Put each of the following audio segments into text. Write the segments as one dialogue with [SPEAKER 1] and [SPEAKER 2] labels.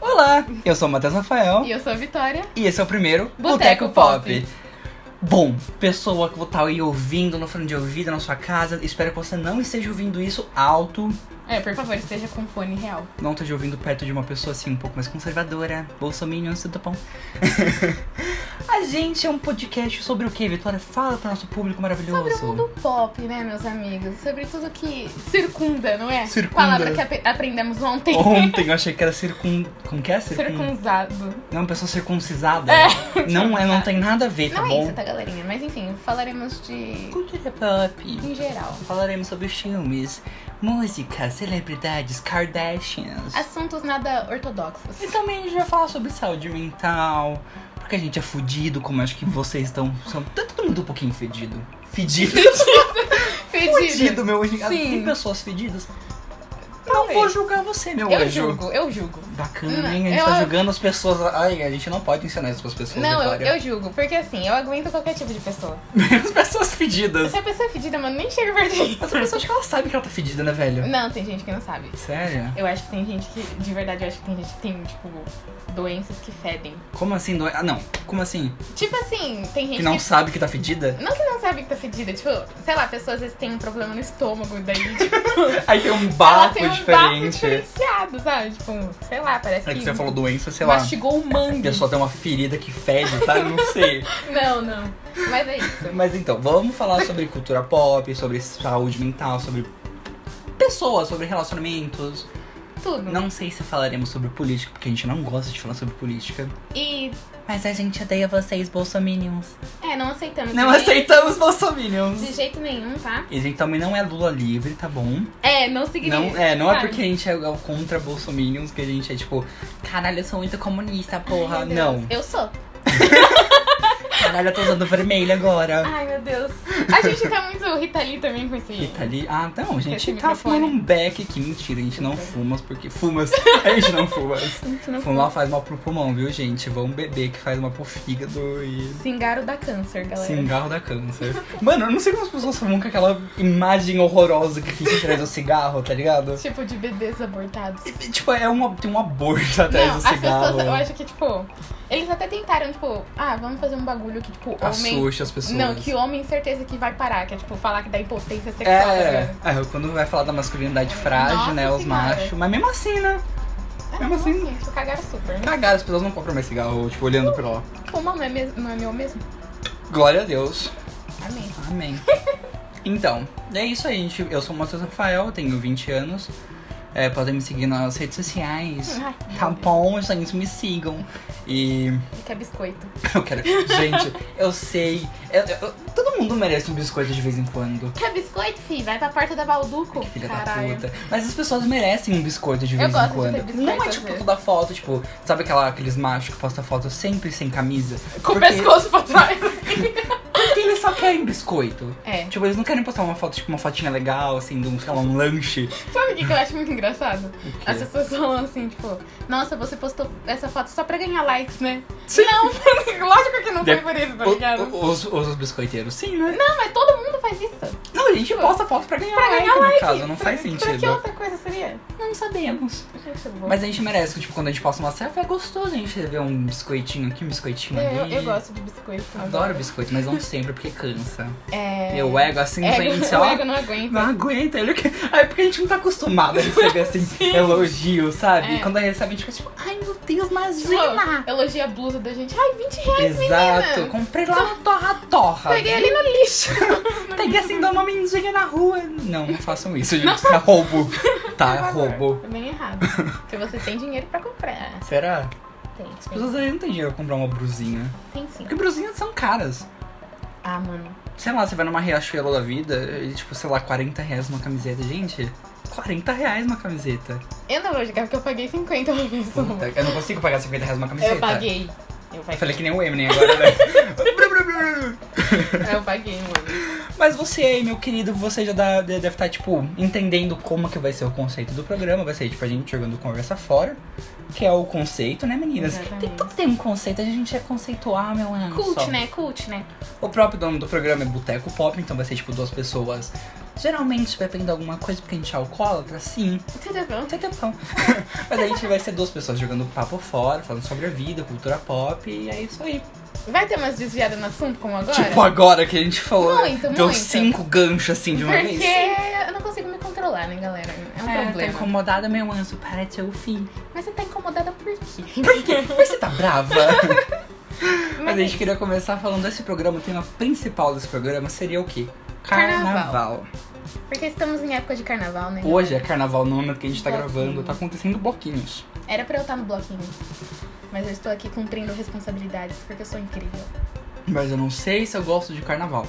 [SPEAKER 1] Olá, eu sou o Matheus Rafael
[SPEAKER 2] E eu sou a Vitória.
[SPEAKER 1] e esse é o primeiro Boteco
[SPEAKER 2] Boteco
[SPEAKER 1] Pop.
[SPEAKER 2] Pop.
[SPEAKER 1] Bom, pessoa que tá aí ouvindo no fone de ouvido na sua casa, espero que você não esteja ouvindo isso alto,
[SPEAKER 2] É, por favor, esteja com fone real.
[SPEAKER 1] não esteja ouvindo perto de uma pessoa assim um pouco mais conservadora, bolsominion, tudo bom. A gente é um podcast sobre o que, Vitória? Fala pro nosso público maravilhoso.
[SPEAKER 2] Sobre o mundo pop, né, meus amigos? Sobre tudo que circunda, não é?
[SPEAKER 1] Circunda.
[SPEAKER 2] Palavra que ape- aprendemos ontem.
[SPEAKER 1] Ontem eu achei que era circun... Como que é? Circun...
[SPEAKER 2] Circunzado.
[SPEAKER 1] É uma pessoa circuncisada. Não é, não tem nada a ver, tá
[SPEAKER 2] não é
[SPEAKER 1] bom?
[SPEAKER 2] isso, tá, galerinha? Mas enfim, falaremos de.
[SPEAKER 1] Cultura pop.
[SPEAKER 2] em geral.
[SPEAKER 1] Falaremos sobre filmes, música, celebridades, Kardashians.
[SPEAKER 2] Assuntos nada ortodoxos.
[SPEAKER 1] E também a gente vai falar sobre saúde mental, porque a gente é fudido, como acho que vocês estão. São, tá todo mundo um pouquinho fedido. Fedido.
[SPEAKER 2] Fedido.
[SPEAKER 1] Fudido, meu anjo.
[SPEAKER 2] Sim.
[SPEAKER 1] Tem pessoas fedidas. Não
[SPEAKER 2] Talvez.
[SPEAKER 1] vou julgar você, meu
[SPEAKER 2] Eu
[SPEAKER 1] anjo.
[SPEAKER 2] julgo, eu julgo.
[SPEAKER 1] Bacana,
[SPEAKER 2] Não,
[SPEAKER 1] hein? A gente
[SPEAKER 2] eu-
[SPEAKER 1] tá julgando as pessoas. Ai, a gente não pode ensinar isso pras pessoas,
[SPEAKER 2] Não, eu,
[SPEAKER 1] Vitória.
[SPEAKER 2] eu julgo, porque assim, eu aguento qualquer tipo de pessoa.
[SPEAKER 1] Menos pessoas fedidas.
[SPEAKER 2] Se a pessoa é fedida, mano, nem chega perto de
[SPEAKER 1] Essa pessoa acho que ela sabe que ela tá fedida, né, velho?
[SPEAKER 2] Não, tem gente que não sabe.
[SPEAKER 1] Sério?
[SPEAKER 2] Eu acho que tem gente que, de verdade, eu acho que tem gente que tem, tipo, doenças que fedem.
[SPEAKER 1] Como assim? dói? Ah, não. Como assim?
[SPEAKER 2] Tipo assim, tem gente
[SPEAKER 1] Que não sabe que tá fedida?
[SPEAKER 2] não que não sabe que tá fedida, tipo, sei lá, pessoas às vezes têm um problema no estômago, daí, tipo,
[SPEAKER 1] Aí tem um
[SPEAKER 2] ela
[SPEAKER 1] bafo
[SPEAKER 2] tem um bafo
[SPEAKER 1] diferente.
[SPEAKER 2] diferenciado, sabe? Tipo, sei lá, parece
[SPEAKER 1] É que
[SPEAKER 2] que
[SPEAKER 1] você falou doença, sei lá.
[SPEAKER 2] mastigou o
[SPEAKER 1] A
[SPEAKER 2] mangue.
[SPEAKER 1] pessoa tem uma ferida que fede, sabe? Não sei.
[SPEAKER 2] Não, não. Mas é isso.
[SPEAKER 1] Mas então, vamos falar sobre cultura pop, sobre saúde mental, sobre pessoas, sobre relacionamentos.
[SPEAKER 2] Tudo.
[SPEAKER 1] Não sei se falaremos sobre política, porque a gente não gosta de falar sobre política.
[SPEAKER 2] E,
[SPEAKER 1] Mas a gente odeia vocês, bolsominions.
[SPEAKER 2] é, não aceitamos.
[SPEAKER 1] Não
[SPEAKER 2] de-
[SPEAKER 1] aceitamos bolsominions.
[SPEAKER 2] De jeito nenhum, tá?
[SPEAKER 1] E a gente também não é Lula livre, tá bom?
[SPEAKER 2] É, não significa.
[SPEAKER 1] Não, é, não é
[SPEAKER 2] sabe?
[SPEAKER 1] porque a gente é contra bolsominions que a gente é tipo, caralho, eu sou muito comunista, porra.
[SPEAKER 2] Ai, meu Deus.
[SPEAKER 1] não.
[SPEAKER 2] Eu sou.
[SPEAKER 1] Caralho, eu tô usando vermelho agora.
[SPEAKER 2] Ai, meu Deus. A gente tá muito Ritali também assim. com esse.
[SPEAKER 1] E tá ali. Ah, não, a gente
[SPEAKER 2] Esse
[SPEAKER 1] tá
[SPEAKER 2] microfone.
[SPEAKER 1] fumando um beck aqui. Mentira, a gente não fuma porque. Fumas. A gente não fuma. Fumar faz mal pro pulmão, viu, gente? Vamos beber que faz mal pro fígado e.
[SPEAKER 2] Singaro dá câncer, galera.
[SPEAKER 1] Cigarro dá câncer. Mano, eu não sei como as pessoas fumam com aquela imagem horrorosa que fica atrás do cigarro, tá ligado?
[SPEAKER 2] Tipo, de bebês abortados.
[SPEAKER 1] E, Tipo, é uma, tem um aborto atrás
[SPEAKER 2] Não,
[SPEAKER 1] do
[SPEAKER 2] as
[SPEAKER 1] cigarro.
[SPEAKER 2] pessoas, eu acho que, tipo, eles até tentaram, tipo, ah, vamos fazer um bagulho que, tipo, homem.
[SPEAKER 1] Assusta as pessoas.
[SPEAKER 2] Não, que homem certeza que vai parar, que é, tipo, falar que dá impotência sexual.
[SPEAKER 1] É,
[SPEAKER 2] tá
[SPEAKER 1] é, quando vai falar da masculinidade frágil,
[SPEAKER 2] Nossa
[SPEAKER 1] né? Os
[SPEAKER 2] Senhora.
[SPEAKER 1] machos. Mas mesmo assim, né?
[SPEAKER 2] ligado?
[SPEAKER 1] Mesmo assim.
[SPEAKER 2] nossa, tipo, cagaram super. né?
[SPEAKER 1] Cagaram, as pessoas não compram mais cigarro, tipo, olhando pra lá.
[SPEAKER 2] Fumar não é, mes- não é meu mesmo?
[SPEAKER 1] Glória a Deus.
[SPEAKER 2] Amém.
[SPEAKER 1] Amém. então, é isso aí, gente. Eu sou o Matheus Rafael, tenho 20 anos. É, podem me seguir nas redes sociais.
[SPEAKER 2] Ai,
[SPEAKER 1] Tá bom, gente, me sigam. E
[SPEAKER 2] ele quer é biscoito.
[SPEAKER 1] eu quero. Gente, eu sei. eu- eu- todo mundo merece um biscoito de vez em quando.
[SPEAKER 2] Quer é biscoito, fi? Vai pra porta da Balduco.
[SPEAKER 1] Filha
[SPEAKER 2] Caralho.
[SPEAKER 1] da puta. Mas as pessoas merecem um biscoito de
[SPEAKER 2] Eu
[SPEAKER 1] vez em
[SPEAKER 2] gosto de ter
[SPEAKER 1] quando.
[SPEAKER 2] biscoito
[SPEAKER 1] Não é
[SPEAKER 2] às
[SPEAKER 1] tipo
[SPEAKER 2] vezes.
[SPEAKER 1] toda foto, tipo, sabe aquela, aqueles machos que postam foto sempre sem camisa?
[SPEAKER 2] Com o
[SPEAKER 1] Porque-
[SPEAKER 2] pescoço pra trás.
[SPEAKER 1] Porque eles só querem biscoito.
[SPEAKER 2] É.
[SPEAKER 1] Tipo, eles não querem postar uma foto, tipo, uma fotinha legal, assim, de um, sei lá, um lanche.
[SPEAKER 2] Sabe o que, que eu acho muito engraçado?
[SPEAKER 1] O quê?
[SPEAKER 2] As pessoas falam assim, tipo, nossa, você postou essa foto só pra ganhar likes, né?
[SPEAKER 1] Sim.
[SPEAKER 2] Não, lógico que não
[SPEAKER 1] De-
[SPEAKER 2] foi por isso, tá
[SPEAKER 1] O-
[SPEAKER 2] ligado?
[SPEAKER 1] o- os, os biscoiteiros, sim, né?
[SPEAKER 2] Não, mas todo mundo faz isso.
[SPEAKER 1] Não, a gente posta foto pra ganhar
[SPEAKER 2] Pra
[SPEAKER 1] like,
[SPEAKER 2] ganhar
[SPEAKER 1] no
[SPEAKER 2] like.
[SPEAKER 1] caso, não faz
[SPEAKER 2] Pra- Pra que
[SPEAKER 1] sentido.
[SPEAKER 2] outra coisa seria?
[SPEAKER 1] Não sabemos.
[SPEAKER 2] Gente boa.
[SPEAKER 1] Mas a gente merece, tipo, quando a gente posta uma selfie, é gostoso a gente ver um biscoitinho aqui, um biscoitinho
[SPEAKER 2] É, eu, eu,
[SPEAKER 1] ali.
[SPEAKER 2] eu gosto de biscoito.
[SPEAKER 1] Adoro biscoito, mas não sempre, porque cansa.
[SPEAKER 2] É...
[SPEAKER 1] Meu ego assim, gente,
[SPEAKER 2] ego,
[SPEAKER 1] ó.
[SPEAKER 2] o ego não aguenta.
[SPEAKER 1] Não aguenta, ele que. Ah, é porque a gente não tá acostumado a receber assim, elogio, sabe?
[SPEAKER 2] É.
[SPEAKER 1] E quando recebe, a gente fica tipo, ai meu Deus,
[SPEAKER 2] Tipo,
[SPEAKER 1] imagina!
[SPEAKER 2] Elogia a blusa da gente. Ai, 20 reais.
[SPEAKER 1] Exato,
[SPEAKER 2] menina.
[SPEAKER 1] comprei lá no Torra Torra.
[SPEAKER 2] Peguei ali no lixo.
[SPEAKER 1] Peguei assim, dou uma mendiga na rua. Não, não façam isso, gente. Isso é roubo. Tá, é roubo.
[SPEAKER 2] Tá bem errado. Porque você tem dinheiro pra comprar.
[SPEAKER 1] Será?
[SPEAKER 2] Tem,
[SPEAKER 1] As
[SPEAKER 2] tem,
[SPEAKER 1] pessoas aí não têm dinheiro pra comprar uma brusinha.
[SPEAKER 2] tem sim.
[SPEAKER 1] Porque brusinhas são caras.
[SPEAKER 2] Ah, mano.
[SPEAKER 1] Sei lá, você vai numa Riachuelo da vida e, tipo, sei lá, 40 reais uma camiseta. Gente, 40 reais uma camiseta.
[SPEAKER 2] Eu não vou jogar porque eu paguei 50 uma vez.
[SPEAKER 1] Puta, eu não tá. consigo pagar 50 reais uma camiseta.
[SPEAKER 2] Eu paguei. Eu
[SPEAKER 1] Eu
[SPEAKER 2] paguei.
[SPEAKER 1] falei que nem o Eminem agora, né?
[SPEAKER 2] Eu paguei, mano.
[SPEAKER 1] Mas você aí, meu querido, você já dá- deve estar, tipo, entendendo como que vai ser o conceito do programa. Vai ser, tipo, a gente jogando conversa fora. Que é o conceito, né, meninas?
[SPEAKER 2] Exatamente.
[SPEAKER 1] Tem tudo tem um conceito, a gente é conceituar, meu anjo.
[SPEAKER 2] Cult,
[SPEAKER 1] só.
[SPEAKER 2] né? Cult, né?
[SPEAKER 1] O próprio dono do programa é Boteco Pop, então vai ser, tipo, duas pessoas Geralmente, se bebendo alguma coisa porque a gente é alcoólatra, sim.
[SPEAKER 2] Você tá vendo?
[SPEAKER 1] Tem tempão. Mas a gente vai ser duas pessoas jogando papo fora, falando sobre a vida, cultura pop, e é isso aí.
[SPEAKER 2] Vai ter umas desviadas no assunto como agora?
[SPEAKER 1] Tipo agora que a gente falou.
[SPEAKER 2] Muito,
[SPEAKER 1] deu
[SPEAKER 2] muito.
[SPEAKER 1] cinco ganchos assim de uma
[SPEAKER 2] Porque
[SPEAKER 1] vez.
[SPEAKER 2] eu não consigo me controlar, né, galera? É um
[SPEAKER 1] É,
[SPEAKER 2] problema.
[SPEAKER 1] Tá incomodada, meu anjo, para de ser o fim.
[SPEAKER 2] Mas você tá incomodada por quê?
[SPEAKER 1] Por quê? Mas você tá brava? Mas é a
[SPEAKER 2] Mas
[SPEAKER 1] gente queria começar falando desse programa, o tema principal desse programa seria o quê?
[SPEAKER 2] Carnaval. porque estamos em época de carnaval, né?
[SPEAKER 1] Hoje é carnaval no momento que a gente tá
[SPEAKER 2] Bloquinho.
[SPEAKER 1] gravando, tá acontecendo bloquinhos.
[SPEAKER 2] Era pra eu estar no bloquinho. Mas eu estou aqui cumprindo responsabilidades, porque eu sou incrível.
[SPEAKER 1] Mas eu não sei se eu gosto de carnaval.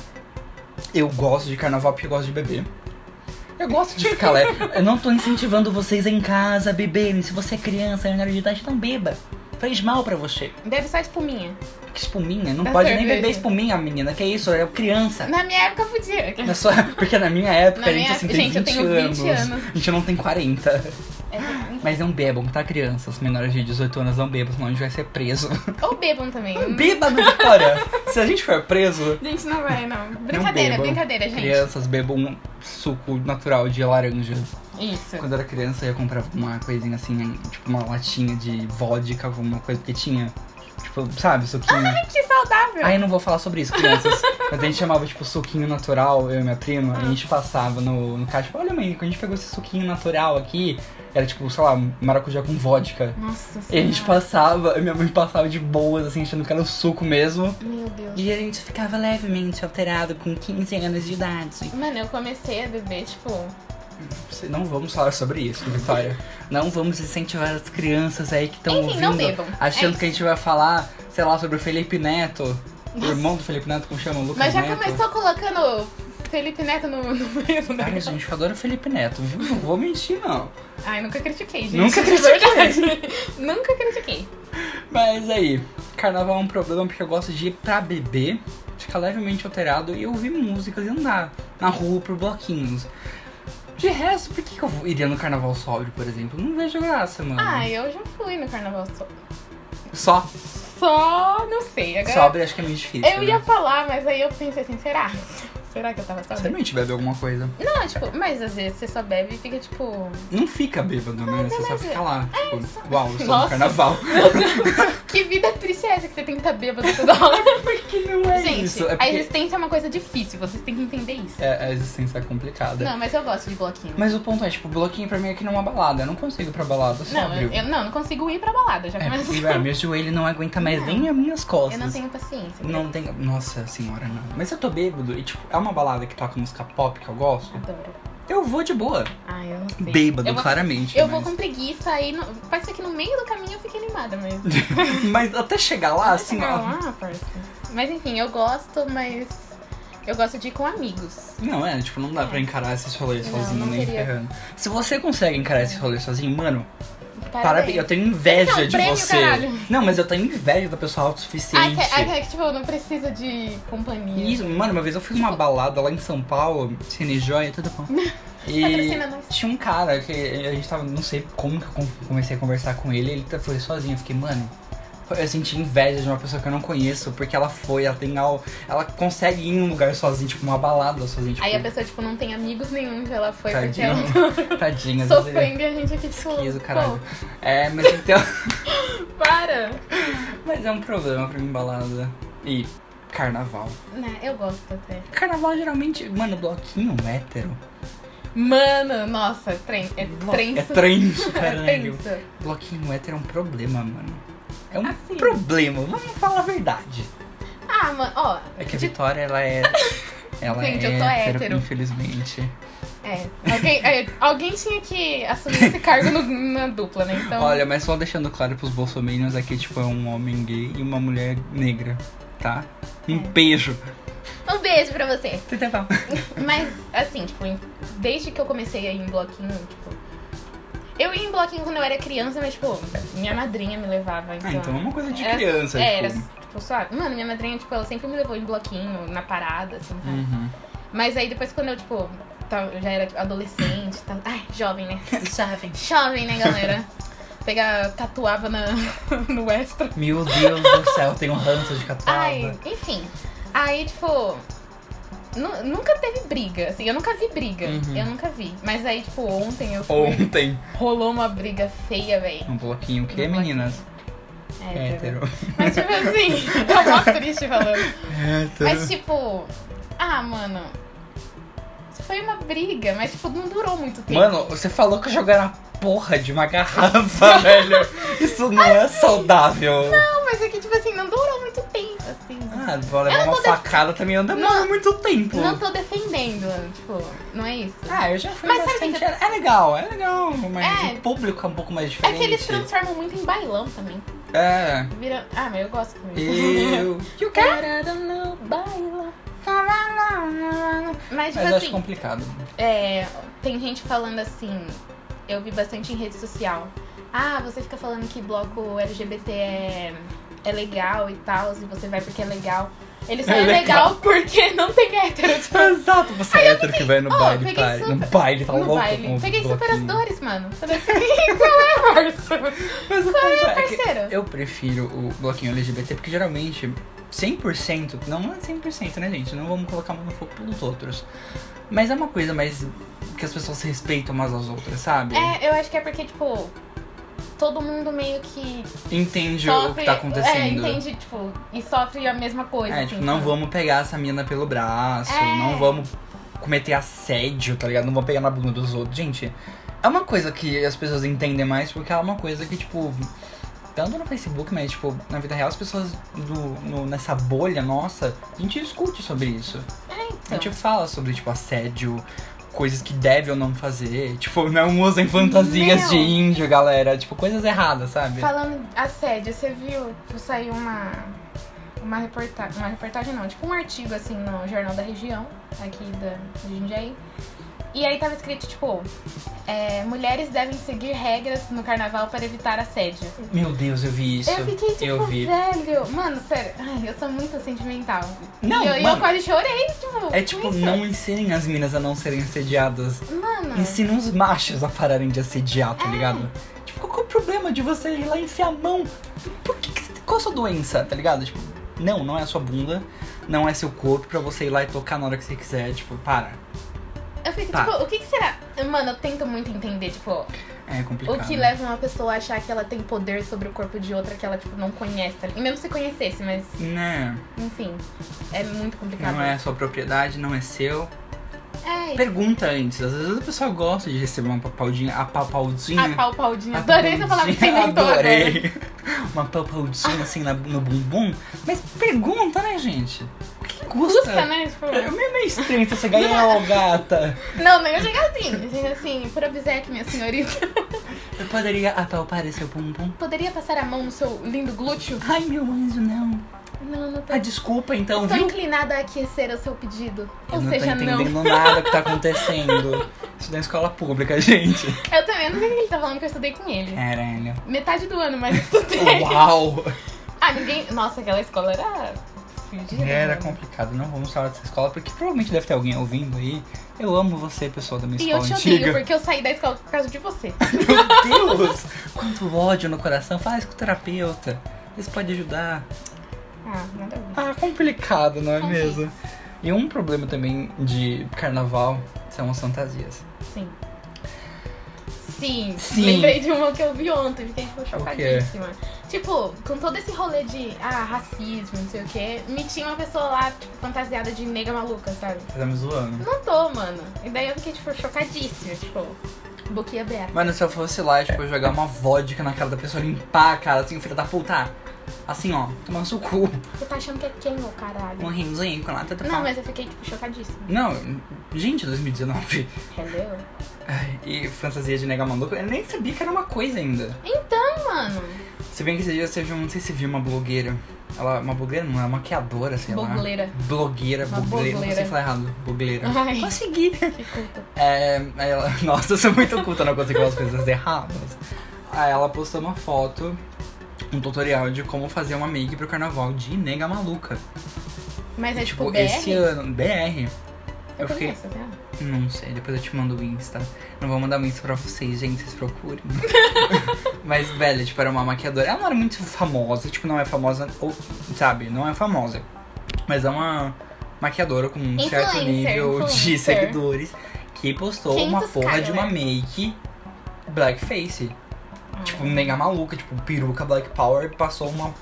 [SPEAKER 1] Eu gosto de carnaval porque eu gosto de beber. Eu gosto de ficar lá. Eu não tô incentivando vocês em casa a beberem. Se você é criança, é menor de idade, não beba. Faz mal pra você.
[SPEAKER 2] Deve só espuminha.
[SPEAKER 1] Que espuminha? Não
[SPEAKER 2] Dá
[SPEAKER 1] pode nem
[SPEAKER 2] É cerveja.
[SPEAKER 1] beber espuminha, menina. Que isso? Eu é criança.
[SPEAKER 2] Na minha época eu podia.
[SPEAKER 1] Na sua- Porque na minha época
[SPEAKER 2] Na
[SPEAKER 1] a gente
[SPEAKER 2] minha-
[SPEAKER 1] assim, tem
[SPEAKER 2] gente, eu
[SPEAKER 1] 20,
[SPEAKER 2] tenho 20
[SPEAKER 1] anos.
[SPEAKER 2] anos.
[SPEAKER 1] A gente não tem 40.
[SPEAKER 2] É,
[SPEAKER 1] Mas não bebam, tá, crianças? Menores de 18 anos não bebam, senão a gente vai ser preso.
[SPEAKER 2] ou bebam também.
[SPEAKER 1] Beba, no Vitória! Se a gente for preso,
[SPEAKER 2] Gente, não vai, não.
[SPEAKER 1] Não
[SPEAKER 2] Brincadeira,
[SPEAKER 1] bebam.
[SPEAKER 2] brincadeira, gente.
[SPEAKER 1] Crianças bebam um suco natural de laranja.
[SPEAKER 2] Isso.
[SPEAKER 1] Quando eu era criança, eu comprava uma coisinha assim, tipo uma latinha de vodka, alguma coisa que tinha. Tipo, sabe, suquinho.
[SPEAKER 2] Que saudável.
[SPEAKER 1] Aí não vou falar sobre isso, crianças. Mas a gente chamava, tipo, suquinho natural, eu e minha prima. E a gente passava no, no caixa, tipo, olha, mãe, quando a gente pegou esse suquinho natural aqui, era tipo, sei lá, maracujá com vodka.
[SPEAKER 2] Nossa
[SPEAKER 1] E a gente
[SPEAKER 2] senhora.
[SPEAKER 1] passava, e minha mãe passava de boas, assim, achando que era o suco mesmo.
[SPEAKER 2] Meu Deus.
[SPEAKER 1] E a gente ficava levemente alterado com 15 anos de idade.
[SPEAKER 2] Mano, eu comecei a beber, tipo.
[SPEAKER 1] Não vamos falar sobre isso, Vitória. não vamos incentivar as crianças aí que estão
[SPEAKER 2] Enfim,
[SPEAKER 1] ouvindo.
[SPEAKER 2] não bebam.
[SPEAKER 1] Achando
[SPEAKER 2] É
[SPEAKER 1] que a gente vai falar, sei lá, sobre o Felipe Neto. O
[SPEAKER 2] Nossa.
[SPEAKER 1] irmão do Felipe Neto, como chama? O Lucas
[SPEAKER 2] Mas já
[SPEAKER 1] Neto.
[SPEAKER 2] começou colocando Felipe Neto no, no meio do
[SPEAKER 1] Cara,
[SPEAKER 2] negócio.
[SPEAKER 1] gente, eu adoro o Felipe Neto, viu? Não vou mentir, não.
[SPEAKER 2] Ai, nunca critiquei, gente.
[SPEAKER 1] Nunca
[SPEAKER 2] de verdade. nunca critiquei.
[SPEAKER 1] Mas aí, carnaval é um problema porque eu gosto de ir pra beber, ficar levemente alterado e ouvir músicas e andar na rua por bloquinhos. De resto, por que, que eu iria no carnaval sóbrio, por exemplo? Não vejo graça, mano.
[SPEAKER 2] Ah, eu já fui no carnaval só.
[SPEAKER 1] Só
[SPEAKER 2] Só, não sei. Agora,
[SPEAKER 1] sóbrio acho que é meio difícil.
[SPEAKER 2] eu
[SPEAKER 1] né?
[SPEAKER 2] ia falar, mas aí eu pensei assim, será? Será que eu tava só?
[SPEAKER 1] Certamente bebe alguma coisa.
[SPEAKER 2] Não, tipo, mas às vezes você só bebe e fica tipo.
[SPEAKER 1] Não fica bêbado, né? Você só
[SPEAKER 2] beleza.
[SPEAKER 1] fica lá. Tipo,
[SPEAKER 2] só-
[SPEAKER 1] uau, eu sou
[SPEAKER 2] é Nossa.
[SPEAKER 1] no carnaval.
[SPEAKER 2] Que vida triste é essa que você tem que estar bêbado toda hora?
[SPEAKER 1] que não é
[SPEAKER 2] Gente,
[SPEAKER 1] isso? É
[SPEAKER 2] a
[SPEAKER 1] porque
[SPEAKER 2] existência é uma coisa difícil, vocês têm que entender isso.
[SPEAKER 1] é, a existência é complicada.
[SPEAKER 2] Não, mas eu gosto de bloquinho.
[SPEAKER 1] Mas o ponto é, tipo, bloquinho pra mim é que não é uma balada. Eu não consigo ir pra balada,
[SPEAKER 2] não, eu,
[SPEAKER 1] sóbrio.
[SPEAKER 2] eu não, não consigo ir pra balada, já
[SPEAKER 1] É,
[SPEAKER 2] começo.
[SPEAKER 1] porque, ah, meu joelho não aguenta mais nem as minhas costas.
[SPEAKER 2] Eu não tenho paciência.
[SPEAKER 1] Não tem. Nossa senhora, não. Mas eu tô bêbado e, tipo, é uma balada que toca música pop que eu gosto.
[SPEAKER 2] Adoro.
[SPEAKER 1] Eu vou de boa.
[SPEAKER 2] Ai, eu não sei.
[SPEAKER 1] Bêbado,
[SPEAKER 2] eu vou,
[SPEAKER 1] claramente.
[SPEAKER 2] Eu
[SPEAKER 1] mas...
[SPEAKER 2] vou com preguiça aí. No, pode ser que no meio do caminho eu fique animada, mas.
[SPEAKER 1] mas até chegar lá, assim,
[SPEAKER 2] Chegar
[SPEAKER 1] ó.
[SPEAKER 2] lá, parça. Mas enfim, eu gosto, mas. Eu gosto de ir com amigos.
[SPEAKER 1] Não, é, tipo, não dá pra encarar esses rolês
[SPEAKER 2] Não,
[SPEAKER 1] sozinho,
[SPEAKER 2] não
[SPEAKER 1] nem
[SPEAKER 2] queria.
[SPEAKER 1] ferrando. Se você consegue encarar esse rolê sozinho, mano,
[SPEAKER 2] Parabéns.
[SPEAKER 1] parabéns. Eu tenho inveja
[SPEAKER 2] Não,
[SPEAKER 1] de
[SPEAKER 2] prêmio,
[SPEAKER 1] você.
[SPEAKER 2] caralho.
[SPEAKER 1] Não, mas eu tenho inveja da pessoa
[SPEAKER 2] Ai,
[SPEAKER 1] autossuficiente.
[SPEAKER 2] que, ai, que, tipo, não precisa de companhia.
[SPEAKER 1] Isso, mano, uma vez eu fiz uma balada lá em São Paulo, Cine Joia, tudo bom. E
[SPEAKER 2] Patrocina nós.
[SPEAKER 1] tinha um cara que a gente tava, não sei como que eu com- comecei a conversar com ele, ele tá- foi sozinho. Eu fiquei, mano, eu senti inveja de uma pessoa que eu não conheço, porque ela foi, ela tem al- ela consegue ir em um lugar sozinha, tipo uma balada sozinha. Tipo,
[SPEAKER 2] Aí a pessoa, tipo, não tem amigos nenhum já ela foi porque
[SPEAKER 1] tadinha,
[SPEAKER 2] ela
[SPEAKER 1] tadinha, às vezes ele
[SPEAKER 2] sofrendo e a gente aqui, tipo,
[SPEAKER 1] é esquizo, caralho.
[SPEAKER 2] pô,
[SPEAKER 1] É, mas então.
[SPEAKER 2] para.
[SPEAKER 1] mas é um problema pra mim, balada. E carnaval.
[SPEAKER 2] Né, eu gosto até.
[SPEAKER 1] Carnaval geralmente, mano, bloquinho hétero.
[SPEAKER 2] Mano, nossa, tren é
[SPEAKER 1] É
[SPEAKER 2] trença.
[SPEAKER 1] trens,
[SPEAKER 2] É
[SPEAKER 1] caralho.
[SPEAKER 2] tenso.
[SPEAKER 1] Bloquinho hétero é um problema, mano. É um
[SPEAKER 2] Assim.
[SPEAKER 1] problema, vamos falar a verdade.
[SPEAKER 2] Ah, mano, ó.
[SPEAKER 1] É que a Vitória, ela é. Ela
[SPEAKER 2] Gente,
[SPEAKER 1] é
[SPEAKER 2] eu sou hétero.
[SPEAKER 1] infelizmente.
[SPEAKER 2] É. Alguém, é, alguém tinha que assumir esse cargo no- na dupla, né? Então.
[SPEAKER 1] Olha, mas só deixando claro pros bolsominions aqui, tipo, é um homem gay e uma mulher negra, tá? Um beijo.
[SPEAKER 2] Um beijo pra É. você. tá
[SPEAKER 1] Tenta falar.
[SPEAKER 2] Mas, assim, tipo, em- desde que eu comecei a ir em bloquinho, tipo. Eu ia em bloquinho quando eu era criança, mas, tipo, minha madrinha me levava. Então,
[SPEAKER 1] Ah, então é uma coisa de
[SPEAKER 2] Era-
[SPEAKER 1] criança,
[SPEAKER 2] é, era,
[SPEAKER 1] tipo.
[SPEAKER 2] tipo, suave. Mano, minha madrinha, tipo, ela sempre me levou em bloquinho, na parada, assim, sabe?
[SPEAKER 1] Uhum.
[SPEAKER 2] Mas aí depois quando eu, tipo, tava- eu já era tipo, adolescente, tava... ai, jovem, né?
[SPEAKER 1] Jovem.
[SPEAKER 2] Jovem, né, galera? Pegar, tatuava na... no extra.
[SPEAKER 1] Meu Deus do céu, tem um ranço de catuaba.
[SPEAKER 2] Ai, enfim. Aí, tipo, nu- nunca teve briga, assim, eu nunca vi briga.
[SPEAKER 1] Uhum.
[SPEAKER 2] Eu nunca vi. Mas aí, tipo, ontem eu fui.
[SPEAKER 1] Ontem.
[SPEAKER 2] Rolou uma briga feia, véi.
[SPEAKER 1] Um bloquinho o quê,
[SPEAKER 2] Um bloquinho.
[SPEAKER 1] meninas?
[SPEAKER 2] É,
[SPEAKER 1] Hétero.
[SPEAKER 2] Mas tipo assim, eu mó triste falando. Mas
[SPEAKER 1] Hétero.
[SPEAKER 2] tipo, ah, mano. Foi uma briga, mas tipo, não durou muito tempo.
[SPEAKER 1] Mano, você falou que jogaram a porra de uma garrafa, velho. Isso não é saudável.
[SPEAKER 2] Não, mas é que, tipo assim, não durou muito tempo, assim.
[SPEAKER 1] Ah, vou levar
[SPEAKER 2] Eu não
[SPEAKER 1] uma
[SPEAKER 2] tô def-
[SPEAKER 1] facada também, anda
[SPEAKER 2] Não.
[SPEAKER 1] muito tempo.
[SPEAKER 2] Não tô defendendo, tipo, não é isso.
[SPEAKER 1] Ah, eu já fui
[SPEAKER 2] Mas sabe
[SPEAKER 1] bastante.
[SPEAKER 2] que-
[SPEAKER 1] É é legal, é legal, mas
[SPEAKER 2] É.
[SPEAKER 1] o público é um pouco mais
[SPEAKER 2] É
[SPEAKER 1] diferente.
[SPEAKER 2] que eles transformam muito em bailão também.
[SPEAKER 1] É.
[SPEAKER 2] Vira... Ah, mas eu gosto também.
[SPEAKER 1] Eu. E o quê? Tá
[SPEAKER 2] Tarara no bailão. Mas, tipo
[SPEAKER 1] Mas eu acho
[SPEAKER 2] assim,
[SPEAKER 1] complicado.
[SPEAKER 2] é, tem gente falando assim, eu vi bastante em rede social. Ah, você fica falando que bloco LGBT é, é legal e tal, e você vai porque é legal. Ele só
[SPEAKER 1] É
[SPEAKER 2] é,
[SPEAKER 1] legal.
[SPEAKER 2] legal. porque não tem hétero. Tipo,
[SPEAKER 1] Exato, você é hétero que vai no
[SPEAKER 2] "Oh,
[SPEAKER 1] baile,
[SPEAKER 2] peguei
[SPEAKER 1] pai.
[SPEAKER 2] super-
[SPEAKER 1] No baile, tá
[SPEAKER 2] no
[SPEAKER 1] louco? com
[SPEAKER 2] baile.
[SPEAKER 1] o
[SPEAKER 2] Peguei super as
[SPEAKER 1] bloquinho.
[SPEAKER 2] dores, mano. Falei, Qual é, Marcio? "Ah,
[SPEAKER 1] Mas o ponto é que
[SPEAKER 2] Parceiro.
[SPEAKER 1] eu prefiro o bloquinho LGBT porque geralmente 100%, não é 100%, né, gente? Não vamos colocar a mão no fogo pelos outros. Mas é uma coisa mais que as pessoas se respeitam umas às outras, sabe?
[SPEAKER 2] É, eu acho que é porque, tipo, todo mundo meio que
[SPEAKER 1] Entende
[SPEAKER 2] sofre.
[SPEAKER 1] o que tá
[SPEAKER 2] É,
[SPEAKER 1] acontecendo.
[SPEAKER 2] entende, tipo, e sofre a mesma coisa.
[SPEAKER 1] É,
[SPEAKER 2] assim,
[SPEAKER 1] tipo, não
[SPEAKER 2] sabe?
[SPEAKER 1] vamos pegar essa mina pelo braço,
[SPEAKER 2] É.
[SPEAKER 1] não vamos cometer assédio, tá ligado? Não vamos pegar na bunda dos outros. Gente, é uma coisa que as pessoas entendem mais, porque é uma coisa que, tipo, tanto no Facebook, mas, tipo, na vida real, as pessoas do- no- nessa bolha nossa, a gente discute sobre isso. A
[SPEAKER 2] Então.
[SPEAKER 1] gente fala sobre, tipo, assédio, coisas que deve ou não fazer. Tipo, não usem fantasias
[SPEAKER 2] Meu.
[SPEAKER 1] de índio, galera. Tipo, coisas erradas, sabe?
[SPEAKER 2] Falando assédio, você viu? Tipo, saiu uma, uma reportagem. Uma reportagem não, tipo um artigo assim no Jornal da Região, aqui da de Jundiaí. E aí tava escrito, tipo, é, mulheres devem seguir regras no carnaval para evitar assédio.
[SPEAKER 1] Meu Deus, eu vi isso.
[SPEAKER 2] eu fiquei tipo,
[SPEAKER 1] eu vi.
[SPEAKER 2] velho. Mano, sério, ai, eu sou muito sentimental.
[SPEAKER 1] Não,
[SPEAKER 2] e eu, e eu
[SPEAKER 1] mano,
[SPEAKER 2] quase chorei, tipo.
[SPEAKER 1] É tipo,
[SPEAKER 2] isso.
[SPEAKER 1] não ensinem as minas a não serem assediadas.
[SPEAKER 2] Mano.
[SPEAKER 1] Ensinem os machos a pararem de assediar, tá
[SPEAKER 2] É.
[SPEAKER 1] ligado? Tipo, qual que é o problema de você ir lá e enfiar a mão? Por que, que você- Qual a sua doença, tá ligado? Tipo, não, não é a sua bunda, não é seu corpo pra você ir lá e tocar na hora que você quiser. Tipo, para.
[SPEAKER 2] Eu fico,
[SPEAKER 1] Tá.
[SPEAKER 2] tipo, o que, que será? Mano, eu tento muito entender, tipo,
[SPEAKER 1] É complicado.
[SPEAKER 2] O que leva uma pessoa a achar que ela tem poder sobre o corpo de outra que ela, tipo, não conhece. tá ligado? E mesmo se conhecesse, mas,
[SPEAKER 1] Né?
[SPEAKER 2] enfim, é muito complicado.
[SPEAKER 1] Não é sua propriedade, não é seu.
[SPEAKER 2] É, e
[SPEAKER 1] Pergunta antes. Às vezes a pessoa gosta de receber uma papaldinha. A papaldinha.
[SPEAKER 2] a pau paudinha. Adorei essa palavra que você inventou agora.
[SPEAKER 1] Adorei. Uma papaldinha assim na- no bumbum. Mas pergunta, né, gente? O que custa?
[SPEAKER 2] Custa, né? Tipo,
[SPEAKER 1] É meio meio estranho se você ganhar ou gata.
[SPEAKER 2] não, não ia chegar assim. Eu cheguei assim, por obséquio, minha senhorita.
[SPEAKER 1] Eu poderia apalpar esse seu bumbum?
[SPEAKER 2] Poderia passar a mão no seu lindo glúteo?
[SPEAKER 1] Ai, meu anjo, não.
[SPEAKER 2] Não, não tô.
[SPEAKER 1] Ah, desculpa então,
[SPEAKER 2] Estou
[SPEAKER 1] viu?
[SPEAKER 2] inclinada a aquecer ao seu pedido.
[SPEAKER 1] Eu
[SPEAKER 2] Ou
[SPEAKER 1] não
[SPEAKER 2] seja,
[SPEAKER 1] tô
[SPEAKER 2] não.
[SPEAKER 1] entendendo nada que tá acontecendo. Isso da escola pública, gente.
[SPEAKER 2] Eu também não sei o que ele tá falando que eu estudei com ele.
[SPEAKER 1] É. Caralho.
[SPEAKER 2] Metade do ano, mas eu estudei.
[SPEAKER 1] Uau!
[SPEAKER 2] Ah, ninguém. Nossa, aquela escola era. fedida,
[SPEAKER 1] Era
[SPEAKER 2] mano.
[SPEAKER 1] complicado, não vamos falar dessa escola, porque provavelmente deve ter alguém ouvindo aí. Eu amo você, pessoal da minha
[SPEAKER 2] E eu
[SPEAKER 1] escola
[SPEAKER 2] te
[SPEAKER 1] antiga.
[SPEAKER 2] odeio, porque eu saí da escola por causa de você.
[SPEAKER 1] Meu Deus! Quanto ódio no coração. Faz com o terapeuta. Isso pode ajudar.
[SPEAKER 2] Ah, nada a ver.
[SPEAKER 1] Ah, complicado, não é
[SPEAKER 2] Complica.
[SPEAKER 1] mesmo? E um problema também de carnaval são as fantasias.
[SPEAKER 2] Sim. Sim.
[SPEAKER 1] Sim. é?
[SPEAKER 2] Lembrei de uma que eu vi ontem, fiquei
[SPEAKER 1] quê?
[SPEAKER 2] chocadíssima. Tipo, com todo esse rolê de ah, racismo, não sei o quê, me tinha uma pessoa lá, tipo, fantasiada de nega maluca, sabe?
[SPEAKER 1] Você tá me zoando.
[SPEAKER 2] Não tô, mano. E daí eu fiquei, tipo, chocadíssima, tipo, boquinha aberta.
[SPEAKER 1] Mano, se eu fosse lá, tipo, eu jogar uma vodka na cara da pessoa, limpar a cara, assim, filha da puta. Assim, ó, tomar seu cu.
[SPEAKER 2] Você tá achando que é quem, ô caralho?
[SPEAKER 1] Um rinzinho com lata de
[SPEAKER 2] Não,
[SPEAKER 1] pau.
[SPEAKER 2] mas eu fiquei, tipo, chocadíssima.
[SPEAKER 1] Não, gente, 2019.
[SPEAKER 2] Entendeu?
[SPEAKER 1] Ai, E fantasia de nega maluco, eu nem sabia que era uma coisa ainda.
[SPEAKER 2] Então, mano.
[SPEAKER 1] Se bem que esse dia você viu, não sei se viu uma blogueira. Ela, uma blogueira não, é uma maquiadora, sei lá.
[SPEAKER 2] Bogleira.
[SPEAKER 1] Blogueira,
[SPEAKER 2] Uma
[SPEAKER 1] blogueira, não sei
[SPEAKER 2] blogueira.
[SPEAKER 1] falar errado, blogueira.
[SPEAKER 2] Ai,
[SPEAKER 1] Consegui.
[SPEAKER 2] que culpa.
[SPEAKER 1] É, aí ela, nossa, eu sou muito culta, não consigo falar as coisas erradas. Aí ela postou uma foto, um tutorial de como fazer uma make pro carnaval de nega maluca.
[SPEAKER 2] Mas é, tipo, BR?
[SPEAKER 1] esse ano, BR.
[SPEAKER 2] Eu,
[SPEAKER 1] eu fiquei-
[SPEAKER 2] conheço, né?
[SPEAKER 1] Não sei, depois eu te mando o Insta. Não vou mandar o Insta pra vocês, gente, vocês procurem. Mas, velho, tipo, era uma maquiadora. Ela não era muito famosa, tipo, não é famosa, ou, sabe, não é famosa. Mas é uma maquiadora com um certo
[SPEAKER 2] Influencer,
[SPEAKER 1] nível de
[SPEAKER 2] influencer.
[SPEAKER 1] seguidores que postou uma
[SPEAKER 2] 500
[SPEAKER 1] porra
[SPEAKER 2] cara,
[SPEAKER 1] de uma
[SPEAKER 2] né?
[SPEAKER 1] make blackface. Tipo, nega maluca, tipo, peruca black power passou uma,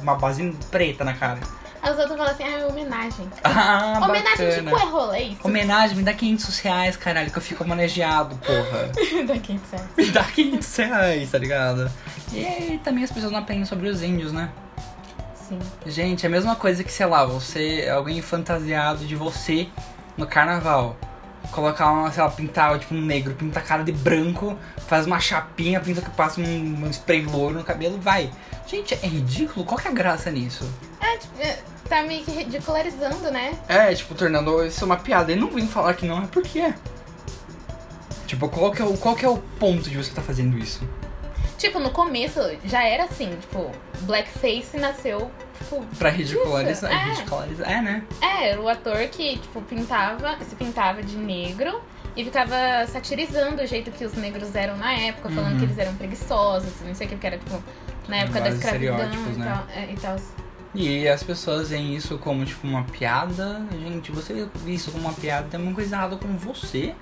[SPEAKER 1] uma base preta na cara.
[SPEAKER 2] Aí os outros falam assim, ah, é homenagem.
[SPEAKER 1] Ah,
[SPEAKER 2] homenagem de
[SPEAKER 1] bacana.
[SPEAKER 2] cu é rolê isso?
[SPEAKER 1] Homenagem, me dá 500 reais, caralho, que eu fico manejeado, porra.
[SPEAKER 2] da quem sabe.
[SPEAKER 1] Me dá 500 reais, tá ligado? E aí, também as pessoas não aprendem sobre os índios, né?
[SPEAKER 2] Sim.
[SPEAKER 1] Gente, é a mesma coisa que, sei lá, você, é alguém fantasiado de você no carnaval. Colocar uma, sei lá, pintar tipo um negro, pinta a cara de branco, faz uma chapinha, pinta que passa um, um spray louro no cabelo e vai. Gente, é ridículo? Qual que é a graça nisso?
[SPEAKER 2] É, tipo, é, tá meio que ridicularizando, né?
[SPEAKER 1] É, tipo, tornando isso uma piada. E não vim falar que não é porque é. Tipo, qual que é, o, qual que é o ponto de você estar fazendo isso?
[SPEAKER 2] Tipo, no começo já era assim, tipo, blackface nasceu, tipo,
[SPEAKER 1] Pra ridicularizar.
[SPEAKER 2] Isso, é.
[SPEAKER 1] ridicularizar. É, né?
[SPEAKER 2] é, era o ator que, tipo, pintava, se pintava de negro e ficava satirizando o jeito que os negros eram na época, falando
[SPEAKER 1] Uhum.
[SPEAKER 2] que eles eram preguiçosos, não sei o que, porque era, tipo, na época da
[SPEAKER 1] Vários
[SPEAKER 2] escravidão
[SPEAKER 1] estereótipos,
[SPEAKER 2] e
[SPEAKER 1] né?
[SPEAKER 2] tal. é, e tal.
[SPEAKER 1] E as pessoas veem isso como, tipo, uma piada. Gente, você vê isso como uma piada, tem uma coisa errada com você.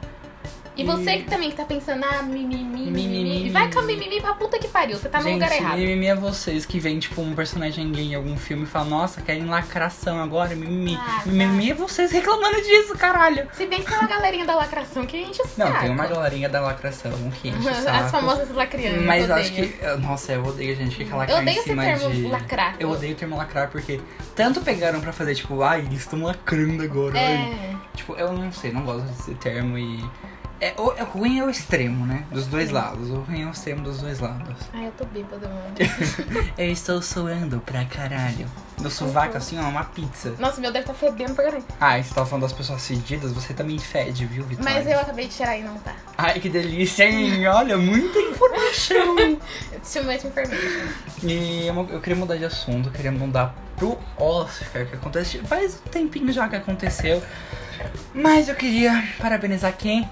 [SPEAKER 2] E você que também que tá pensando, ah, mimimi, mimimi,
[SPEAKER 1] Mimimi.
[SPEAKER 2] vai com a mimimi pra puta que pariu, você tá no
[SPEAKER 1] Gente,
[SPEAKER 2] lugar errado.
[SPEAKER 1] mimimi é vocês que veem, tipo, um personagem gay em algum filme e falam, nossa, querem lacração agora, mimimi.
[SPEAKER 2] Ah,
[SPEAKER 1] mimimi é vocês reclamando disso, caralho.
[SPEAKER 2] Se bem que tem uma galerinha da lacração que enche o
[SPEAKER 1] Não,
[SPEAKER 2] saco.
[SPEAKER 1] tem uma galerinha da lacração que enche o
[SPEAKER 2] As
[SPEAKER 1] saco.
[SPEAKER 2] famosas lacrianas.
[SPEAKER 1] Mas
[SPEAKER 2] odeio.
[SPEAKER 1] acho que. Nossa, eu odeio, gente, que
[SPEAKER 2] Eu
[SPEAKER 1] lacrar
[SPEAKER 2] odeio
[SPEAKER 1] em
[SPEAKER 2] esse
[SPEAKER 1] cima
[SPEAKER 2] termo
[SPEAKER 1] de.
[SPEAKER 2] lacrar.
[SPEAKER 1] Eu odeio o termo lacrar porque tanto pegaram pra fazer, tipo, ai, eles estão lacrando agora. ai.
[SPEAKER 2] É.
[SPEAKER 1] Tipo, eu não sei, não gosto desse termo e. É, o, é, o ruim é o extremo, né? Dos dois
[SPEAKER 2] Sim.
[SPEAKER 1] lados. O ruim é o extremo dos dois lados.
[SPEAKER 2] Ai, eu tô bêbada, mano.
[SPEAKER 1] Eu estou suando pra caralho. Meu sovaco, assim, ó, uma pizza.
[SPEAKER 2] Nossa, meu deve tá fedendo pra caralho.
[SPEAKER 1] Ah, e você tava falando das pessoas fedidas, você também fede, viu, Vitória?
[SPEAKER 2] Mas eu acabei de tirar e não tá.
[SPEAKER 1] Ai, que delícia, hein? Olha, muita informação.
[SPEAKER 2] Too much information.
[SPEAKER 1] E eu, eu queria mudar de assunto, eu queria mudar pro Oscar que acontece. Faz um tempinho já que aconteceu. Mas eu queria parabenizar quem?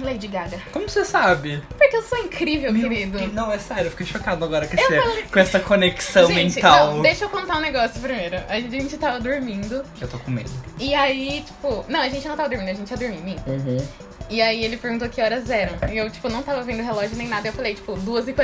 [SPEAKER 2] Lady Gaga.
[SPEAKER 1] Como você sabe?
[SPEAKER 2] Porque eu sou incrível,
[SPEAKER 1] Meu
[SPEAKER 2] querido.
[SPEAKER 1] Deus, Não, é sério, eu fiquei chocado agora com, esse- com essa conexão
[SPEAKER 2] Gente,
[SPEAKER 1] mental.
[SPEAKER 2] não, deixa eu contar um negócio primeiro. A gente tava dormindo.
[SPEAKER 1] Eu tô com medo.
[SPEAKER 2] E aí, tipo. Não, a gente não tava dormindo, a gente ia dormir, minto. E aí ele perguntou que horas eram. E eu, tipo, não tava vendo o relógio nem nada. Eu falei, tipo,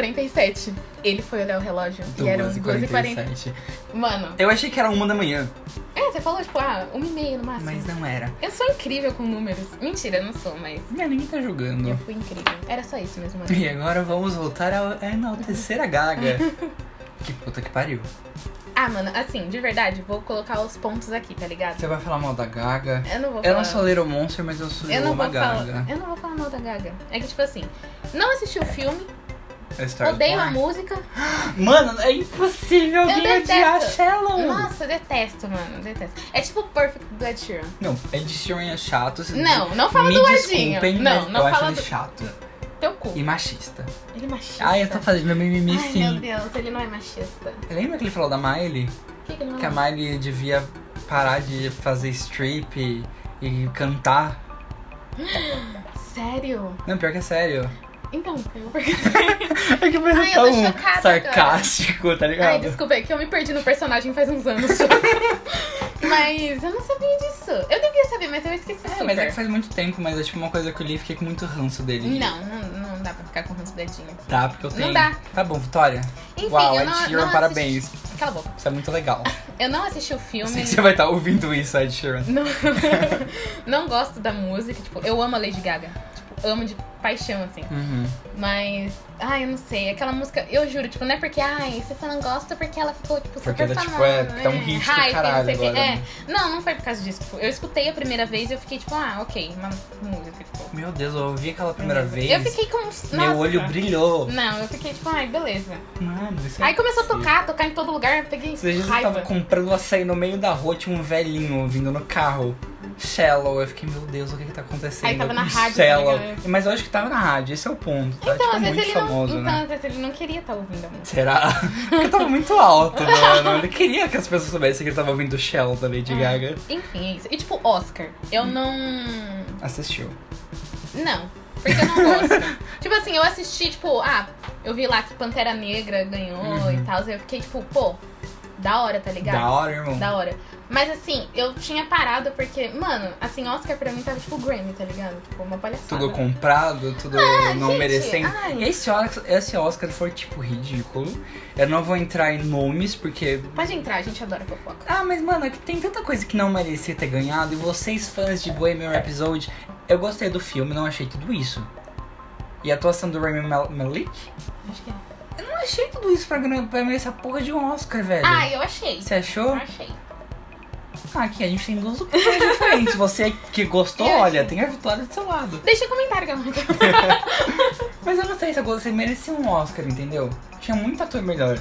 [SPEAKER 2] 2h47. Ele foi olhar o relógio e eram 2h47.
[SPEAKER 1] 2h47.
[SPEAKER 2] Mano,
[SPEAKER 1] Eu achei que era uma da manhã,
[SPEAKER 2] é, você falou, tipo, ah, 1h30 no máximo.
[SPEAKER 1] mas não era.
[SPEAKER 2] Eu sou incrível com números. Mentira, eu não sou, mas
[SPEAKER 1] Minha ninguém tá
[SPEAKER 2] eu
[SPEAKER 1] julgando.
[SPEAKER 2] fui incrível. Era só isso mesmo.
[SPEAKER 1] E agora vamos voltar ao- a enaltecer a Gaga. que puta que pariu.
[SPEAKER 2] Ah, mano, assim, de verdade, vou colocar os pontos aqui, tá ligado?
[SPEAKER 1] Você vai falar mal da Gaga?
[SPEAKER 2] Eu não vou
[SPEAKER 1] Eu
[SPEAKER 2] falar.
[SPEAKER 1] não sou Little Monster, mas eu sou
[SPEAKER 2] eu não
[SPEAKER 1] uma
[SPEAKER 2] vou
[SPEAKER 1] Gaga.
[SPEAKER 2] falar. Eu não vou falar mal da Gaga. É que, tipo assim, não assisti o filme,
[SPEAKER 1] A É Star is
[SPEAKER 2] odeio a
[SPEAKER 1] Born.
[SPEAKER 2] música.
[SPEAKER 1] Mano, é impossível alguém odiar a
[SPEAKER 2] detesto.
[SPEAKER 1] Shallow.
[SPEAKER 2] Nossa, detesto, mano, detesto. É tipo Perfect Blood Sheeran.
[SPEAKER 1] Não, Ed Sheeran é chato. vocês-
[SPEAKER 2] Não, não fala
[SPEAKER 1] Me
[SPEAKER 2] do
[SPEAKER 1] desculpem,
[SPEAKER 2] ladinho. Não,
[SPEAKER 1] mas
[SPEAKER 2] não
[SPEAKER 1] eu acho
[SPEAKER 2] fala
[SPEAKER 1] ele
[SPEAKER 2] do
[SPEAKER 1] chato
[SPEAKER 2] teu cu.
[SPEAKER 1] e machista.
[SPEAKER 2] Ele é machista.
[SPEAKER 1] Ah, eu tô fazendo meu mimimi
[SPEAKER 2] Ai,
[SPEAKER 1] sim.
[SPEAKER 2] meu Deus, ele não é machista.
[SPEAKER 1] Lembra que ele falou da Miley?
[SPEAKER 2] Por que, que ele não
[SPEAKER 1] Que
[SPEAKER 2] é
[SPEAKER 1] a Miley devia parar de fazer strip e, e cantar.
[SPEAKER 2] Sério?
[SPEAKER 1] Não, pior que é sério.
[SPEAKER 2] Então, eu
[SPEAKER 1] É que foi
[SPEAKER 2] Ai, eu tô
[SPEAKER 1] tão
[SPEAKER 2] chocada agora.
[SPEAKER 1] sarcástico, tá
[SPEAKER 2] Ai,
[SPEAKER 1] ligado?
[SPEAKER 2] desculpa, é que eu me perdi no personagem faz uns anos. mas eu não sabia disso. Eu devia saber, mas eu esqueci
[SPEAKER 1] É,
[SPEAKER 2] super.
[SPEAKER 1] mas é que faz muito tempo, mas é tipo uma coisa que eu li e fiquei com muito ranço dele.
[SPEAKER 2] Não, não, não dá pra ficar com ranço dedinho.
[SPEAKER 1] Tá, porque eu
[SPEAKER 2] Não
[SPEAKER 1] tenho.
[SPEAKER 2] dá.
[SPEAKER 1] Tá bom, Vitória.
[SPEAKER 2] Enfim,
[SPEAKER 1] Uau,
[SPEAKER 2] eu
[SPEAKER 1] Ed
[SPEAKER 2] não,
[SPEAKER 1] Sheeran,
[SPEAKER 2] não
[SPEAKER 1] um parabéns.
[SPEAKER 2] Assisti... Cala a boca.
[SPEAKER 1] Isso é muito legal.
[SPEAKER 2] Eu não assisti o
[SPEAKER 1] Eu
[SPEAKER 2] filme.
[SPEAKER 1] sei que você vai estar ouvindo isso, Ed Sheeran.
[SPEAKER 2] Não, não gosto da música. Tipo, eu amo a Lady Gaga. Tipo, amo de paixão, assim.
[SPEAKER 1] Uhum.
[SPEAKER 2] Mas, ai, eu não sei. Aquela música, eu juro, tipo, não é porque, ai, você não gosta porque ela ficou, tipo, super
[SPEAKER 1] Porque ela, tipo,
[SPEAKER 2] famosa,
[SPEAKER 1] é, tá um
[SPEAKER 2] né?
[SPEAKER 1] hit do
[SPEAKER 2] Hype,
[SPEAKER 1] caralho
[SPEAKER 2] não sei o quê.
[SPEAKER 1] agora,
[SPEAKER 2] É.
[SPEAKER 1] né?
[SPEAKER 2] Não, não foi por causa disso. Tipo, eu escutei a primeira vez e eu fiquei, tipo, ah, ok, uma música, tipo.
[SPEAKER 1] Meu Deus, eu ouvi aquela primeira vez.
[SPEAKER 2] Eu fiquei com. Nossa.
[SPEAKER 1] Meu olho brilhou.
[SPEAKER 2] Não, eu fiquei, tipo, ai, beleza.
[SPEAKER 1] Mano, isso é
[SPEAKER 2] Aí começou a
[SPEAKER 1] impossível.
[SPEAKER 2] tocar, tocar em todo lugar, eu peguei
[SPEAKER 1] Esses dias eu
[SPEAKER 2] raiva.
[SPEAKER 1] tava comprando um açaí no meio da rua, tinha um velhinho vindo no carro. Shallow, eu fiquei, meu Deus, o que que tá acontecendo?
[SPEAKER 2] Aí tava na
[SPEAKER 1] com
[SPEAKER 2] rádio,
[SPEAKER 1] Shallow.
[SPEAKER 2] tá ligado?
[SPEAKER 1] Mas eu acho que tava na rádio, esse é o ponto. Tá?
[SPEAKER 2] Então,
[SPEAKER 1] tipo,
[SPEAKER 2] às vezes
[SPEAKER 1] muito
[SPEAKER 2] ele
[SPEAKER 1] famoso,
[SPEAKER 2] não.
[SPEAKER 1] né?
[SPEAKER 2] Então, às vezes ele não queria estar ouvindo a música.
[SPEAKER 1] Será? Porque eu tava muito alto, mano. Ele queria que as pessoas soubessem que ele tava ouvindo Shallow da Lady Gaga.
[SPEAKER 2] Enfim, é isso. E tipo, Oscar. Eu não.
[SPEAKER 1] Assistiu.
[SPEAKER 2] Não, porque eu não gosto. tipo assim, eu assisti, tipo, ah, eu vi lá que Pantera Negra ganhou
[SPEAKER 1] Uhum.
[SPEAKER 2] e tal. Eu fiquei, tipo, pô, da hora, tá ligado?
[SPEAKER 1] Da hora, irmão.
[SPEAKER 2] Da hora. Mas assim, eu tinha parado porque, mano, assim, Oscar pra mim tava tipo Grammy, tá ligado? Tipo, uma palhaçada.
[SPEAKER 1] Tudo comprado, tudo não
[SPEAKER 2] Ah, gente,
[SPEAKER 1] merecendo.
[SPEAKER 2] ai.
[SPEAKER 1] Esse, Oscar, esse Oscar foi, tipo, ridículo. Eu não vou entrar em nomes, porque.
[SPEAKER 2] Pode entrar, a gente adora fofoca.
[SPEAKER 1] Ah, mas, mano, é que tem tanta coisa que não merecia ter ganhado. E vocês, fãs de Bohemian Episode, eu gostei do filme, não achei tudo isso. E a atuação do Rami Mal- Malik?
[SPEAKER 2] Acho que é.
[SPEAKER 1] Eu não achei tudo isso pra, gran- pra merecer a porra de um Oscar, velho.
[SPEAKER 2] Ah, eu achei.
[SPEAKER 1] Você achou?
[SPEAKER 2] Eu achei.
[SPEAKER 1] Ah, aqui a gente tem duas opiniões diferentes. Você que gostou,
[SPEAKER 2] Eu
[SPEAKER 1] olha,
[SPEAKER 2] achei.
[SPEAKER 1] tem a vitória do seu lado.
[SPEAKER 2] Deixa um comentário que eu não
[SPEAKER 1] Mas eu não sei se eu gostei, merecia um Oscar, entendeu? Tinha muito ator melhor.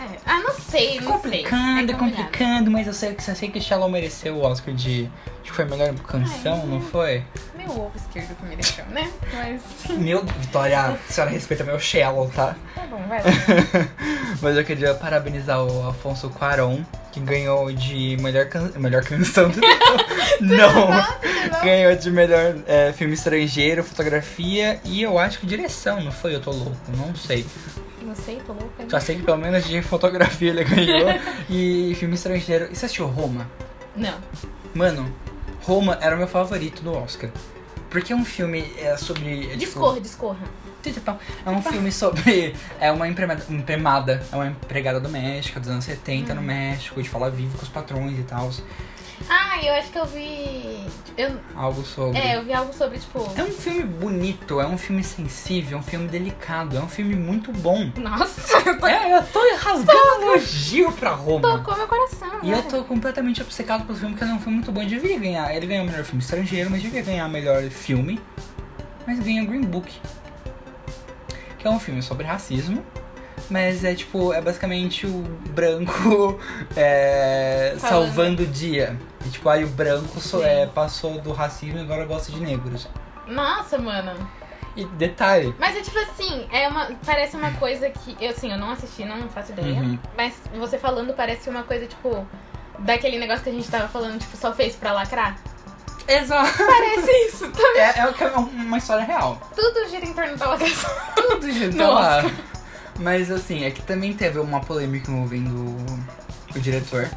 [SPEAKER 2] É. Ah, não sei, não
[SPEAKER 1] complicando,
[SPEAKER 2] sei. É complicado.
[SPEAKER 1] complicando, mas eu sei, que- eu sei que Shallow mereceu o Oscar de. Acho que foi a melhor canção,
[SPEAKER 2] Ai,
[SPEAKER 1] não
[SPEAKER 2] né?
[SPEAKER 1] foi?
[SPEAKER 2] Meu ovo esquerdo que me deixou, né? Mas
[SPEAKER 1] Meu, Vitória, a senhora respeita meu Shallow, tá?
[SPEAKER 2] tá bom, vai lá.
[SPEAKER 1] Mas eu queria parabenizar o Afonso Cuarón, que ganhou de melhor, can... melhor canção do Não! Ganhou de melhor é, filme estrangeiro, fotografia e eu acho que direção, não foi? Eu tô louco, não sei.
[SPEAKER 2] Não sei, tô louca.
[SPEAKER 1] Só sei que pelo menos de fotografia ele ganhou e filme estrangeiro. E você assistiu Roma?
[SPEAKER 2] Não.
[SPEAKER 1] É Mano, Roma era o meu favorito do Oscar. Porque é um filme é, sobre. É, tipo,
[SPEAKER 2] Discorra, discorra.
[SPEAKER 1] Tutupá. É um filme sobre. É uma empregada, empregada- é uma empregada doméstica dos anos 70
[SPEAKER 2] Uhum.
[SPEAKER 1] no México, de falar vivo com os patrões e tal.
[SPEAKER 2] Ah, eu acho que eu vi. Eu...
[SPEAKER 1] Algo sobre.
[SPEAKER 2] É, eu vi algo sobre, tipo.
[SPEAKER 1] É um filme bonito, é um filme sensível, é um filme delicado, é um filme muito bom.
[SPEAKER 2] Nossa, eu tô-
[SPEAKER 1] É, eu tô rasgando elogio pra Roma.
[SPEAKER 2] tocou meu coração.
[SPEAKER 1] E
[SPEAKER 2] né?
[SPEAKER 1] eu tô completamente obcecado pelo filme, porque ele é um filme muito bom. Ele devia ganhar. Ele ganhou o melhor filme estrangeiro, mas devia ganhar o melhor filme. Mas ganha Green Book. Que é um filme sobre racismo. Mas é tipo, é basicamente o branco é,
[SPEAKER 2] Falando.
[SPEAKER 1] salvando o dia. E, tipo, aí o branco so- é, passou do racismo e agora gosta de negros.
[SPEAKER 2] Nossa, mano.
[SPEAKER 1] E detalhe,
[SPEAKER 2] Mas é tipo assim, é uma. Parece uma coisa que. Eu assim, eu não assisti, não faço ideia.
[SPEAKER 1] Uhum.
[SPEAKER 2] Mas você falando parece uma coisa, tipo. Daquele negócio que a gente tava falando, tipo, só fez pra lacrar.
[SPEAKER 1] Exato.
[SPEAKER 2] Parece isso. tá?
[SPEAKER 1] É, é o que- é uma história real.
[SPEAKER 2] Tudo gira em torno da lacração.
[SPEAKER 1] Tudo junto
[SPEAKER 2] Nossa.
[SPEAKER 1] tá lá. Mas assim, é que também teve uma polêmica envolvendo o, o diretor.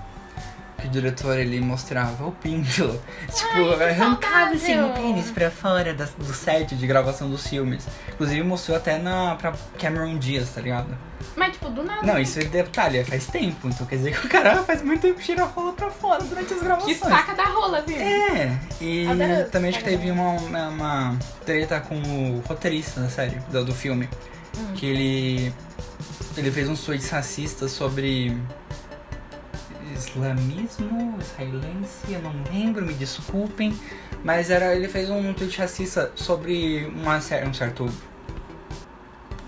[SPEAKER 1] Que o diretor ele mostrava o pinto. Tipo,
[SPEAKER 2] Ai, que
[SPEAKER 1] arrancava assim o
[SPEAKER 2] saudável.
[SPEAKER 1] pênis pra fora das- do set de gravação dos filmes. Inclusive mostrou até na, pra Cameron Diaz, tá ligado?
[SPEAKER 2] Mas, tipo, do nada.
[SPEAKER 1] Não, isso é detalhe, faz tempo. Então quer dizer que o cara faz muito tempo que tira a rola pra fora durante as
[SPEAKER 2] Que
[SPEAKER 1] gravações.
[SPEAKER 2] um saca da rola, viu?
[SPEAKER 1] É, e
[SPEAKER 2] Adoro
[SPEAKER 1] também acho que
[SPEAKER 2] essa
[SPEAKER 1] teve uma, uma, uma treta com o roteirista da série, do, do filme.
[SPEAKER 2] Hum.
[SPEAKER 1] Que ele. Ele fez uns tweets racistas sobre. Islamismo, israelense, eu não lembro, me desculpem. Mas era, ele fez um tweet racista sobre uma, cer- um certo.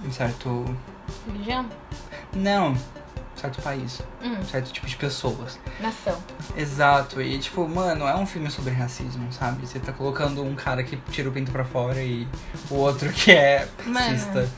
[SPEAKER 1] Um certo.
[SPEAKER 2] Religião?
[SPEAKER 1] Não, um certo país,
[SPEAKER 2] Hum,
[SPEAKER 1] um certo tipo de pessoas.
[SPEAKER 2] nação.
[SPEAKER 1] Exato, e tipo, mano, é um filme sobre racismo, sabe? Você tá colocando um cara que tira o pinto pra fora e o outro que é
[SPEAKER 2] Mano.
[SPEAKER 1] racista.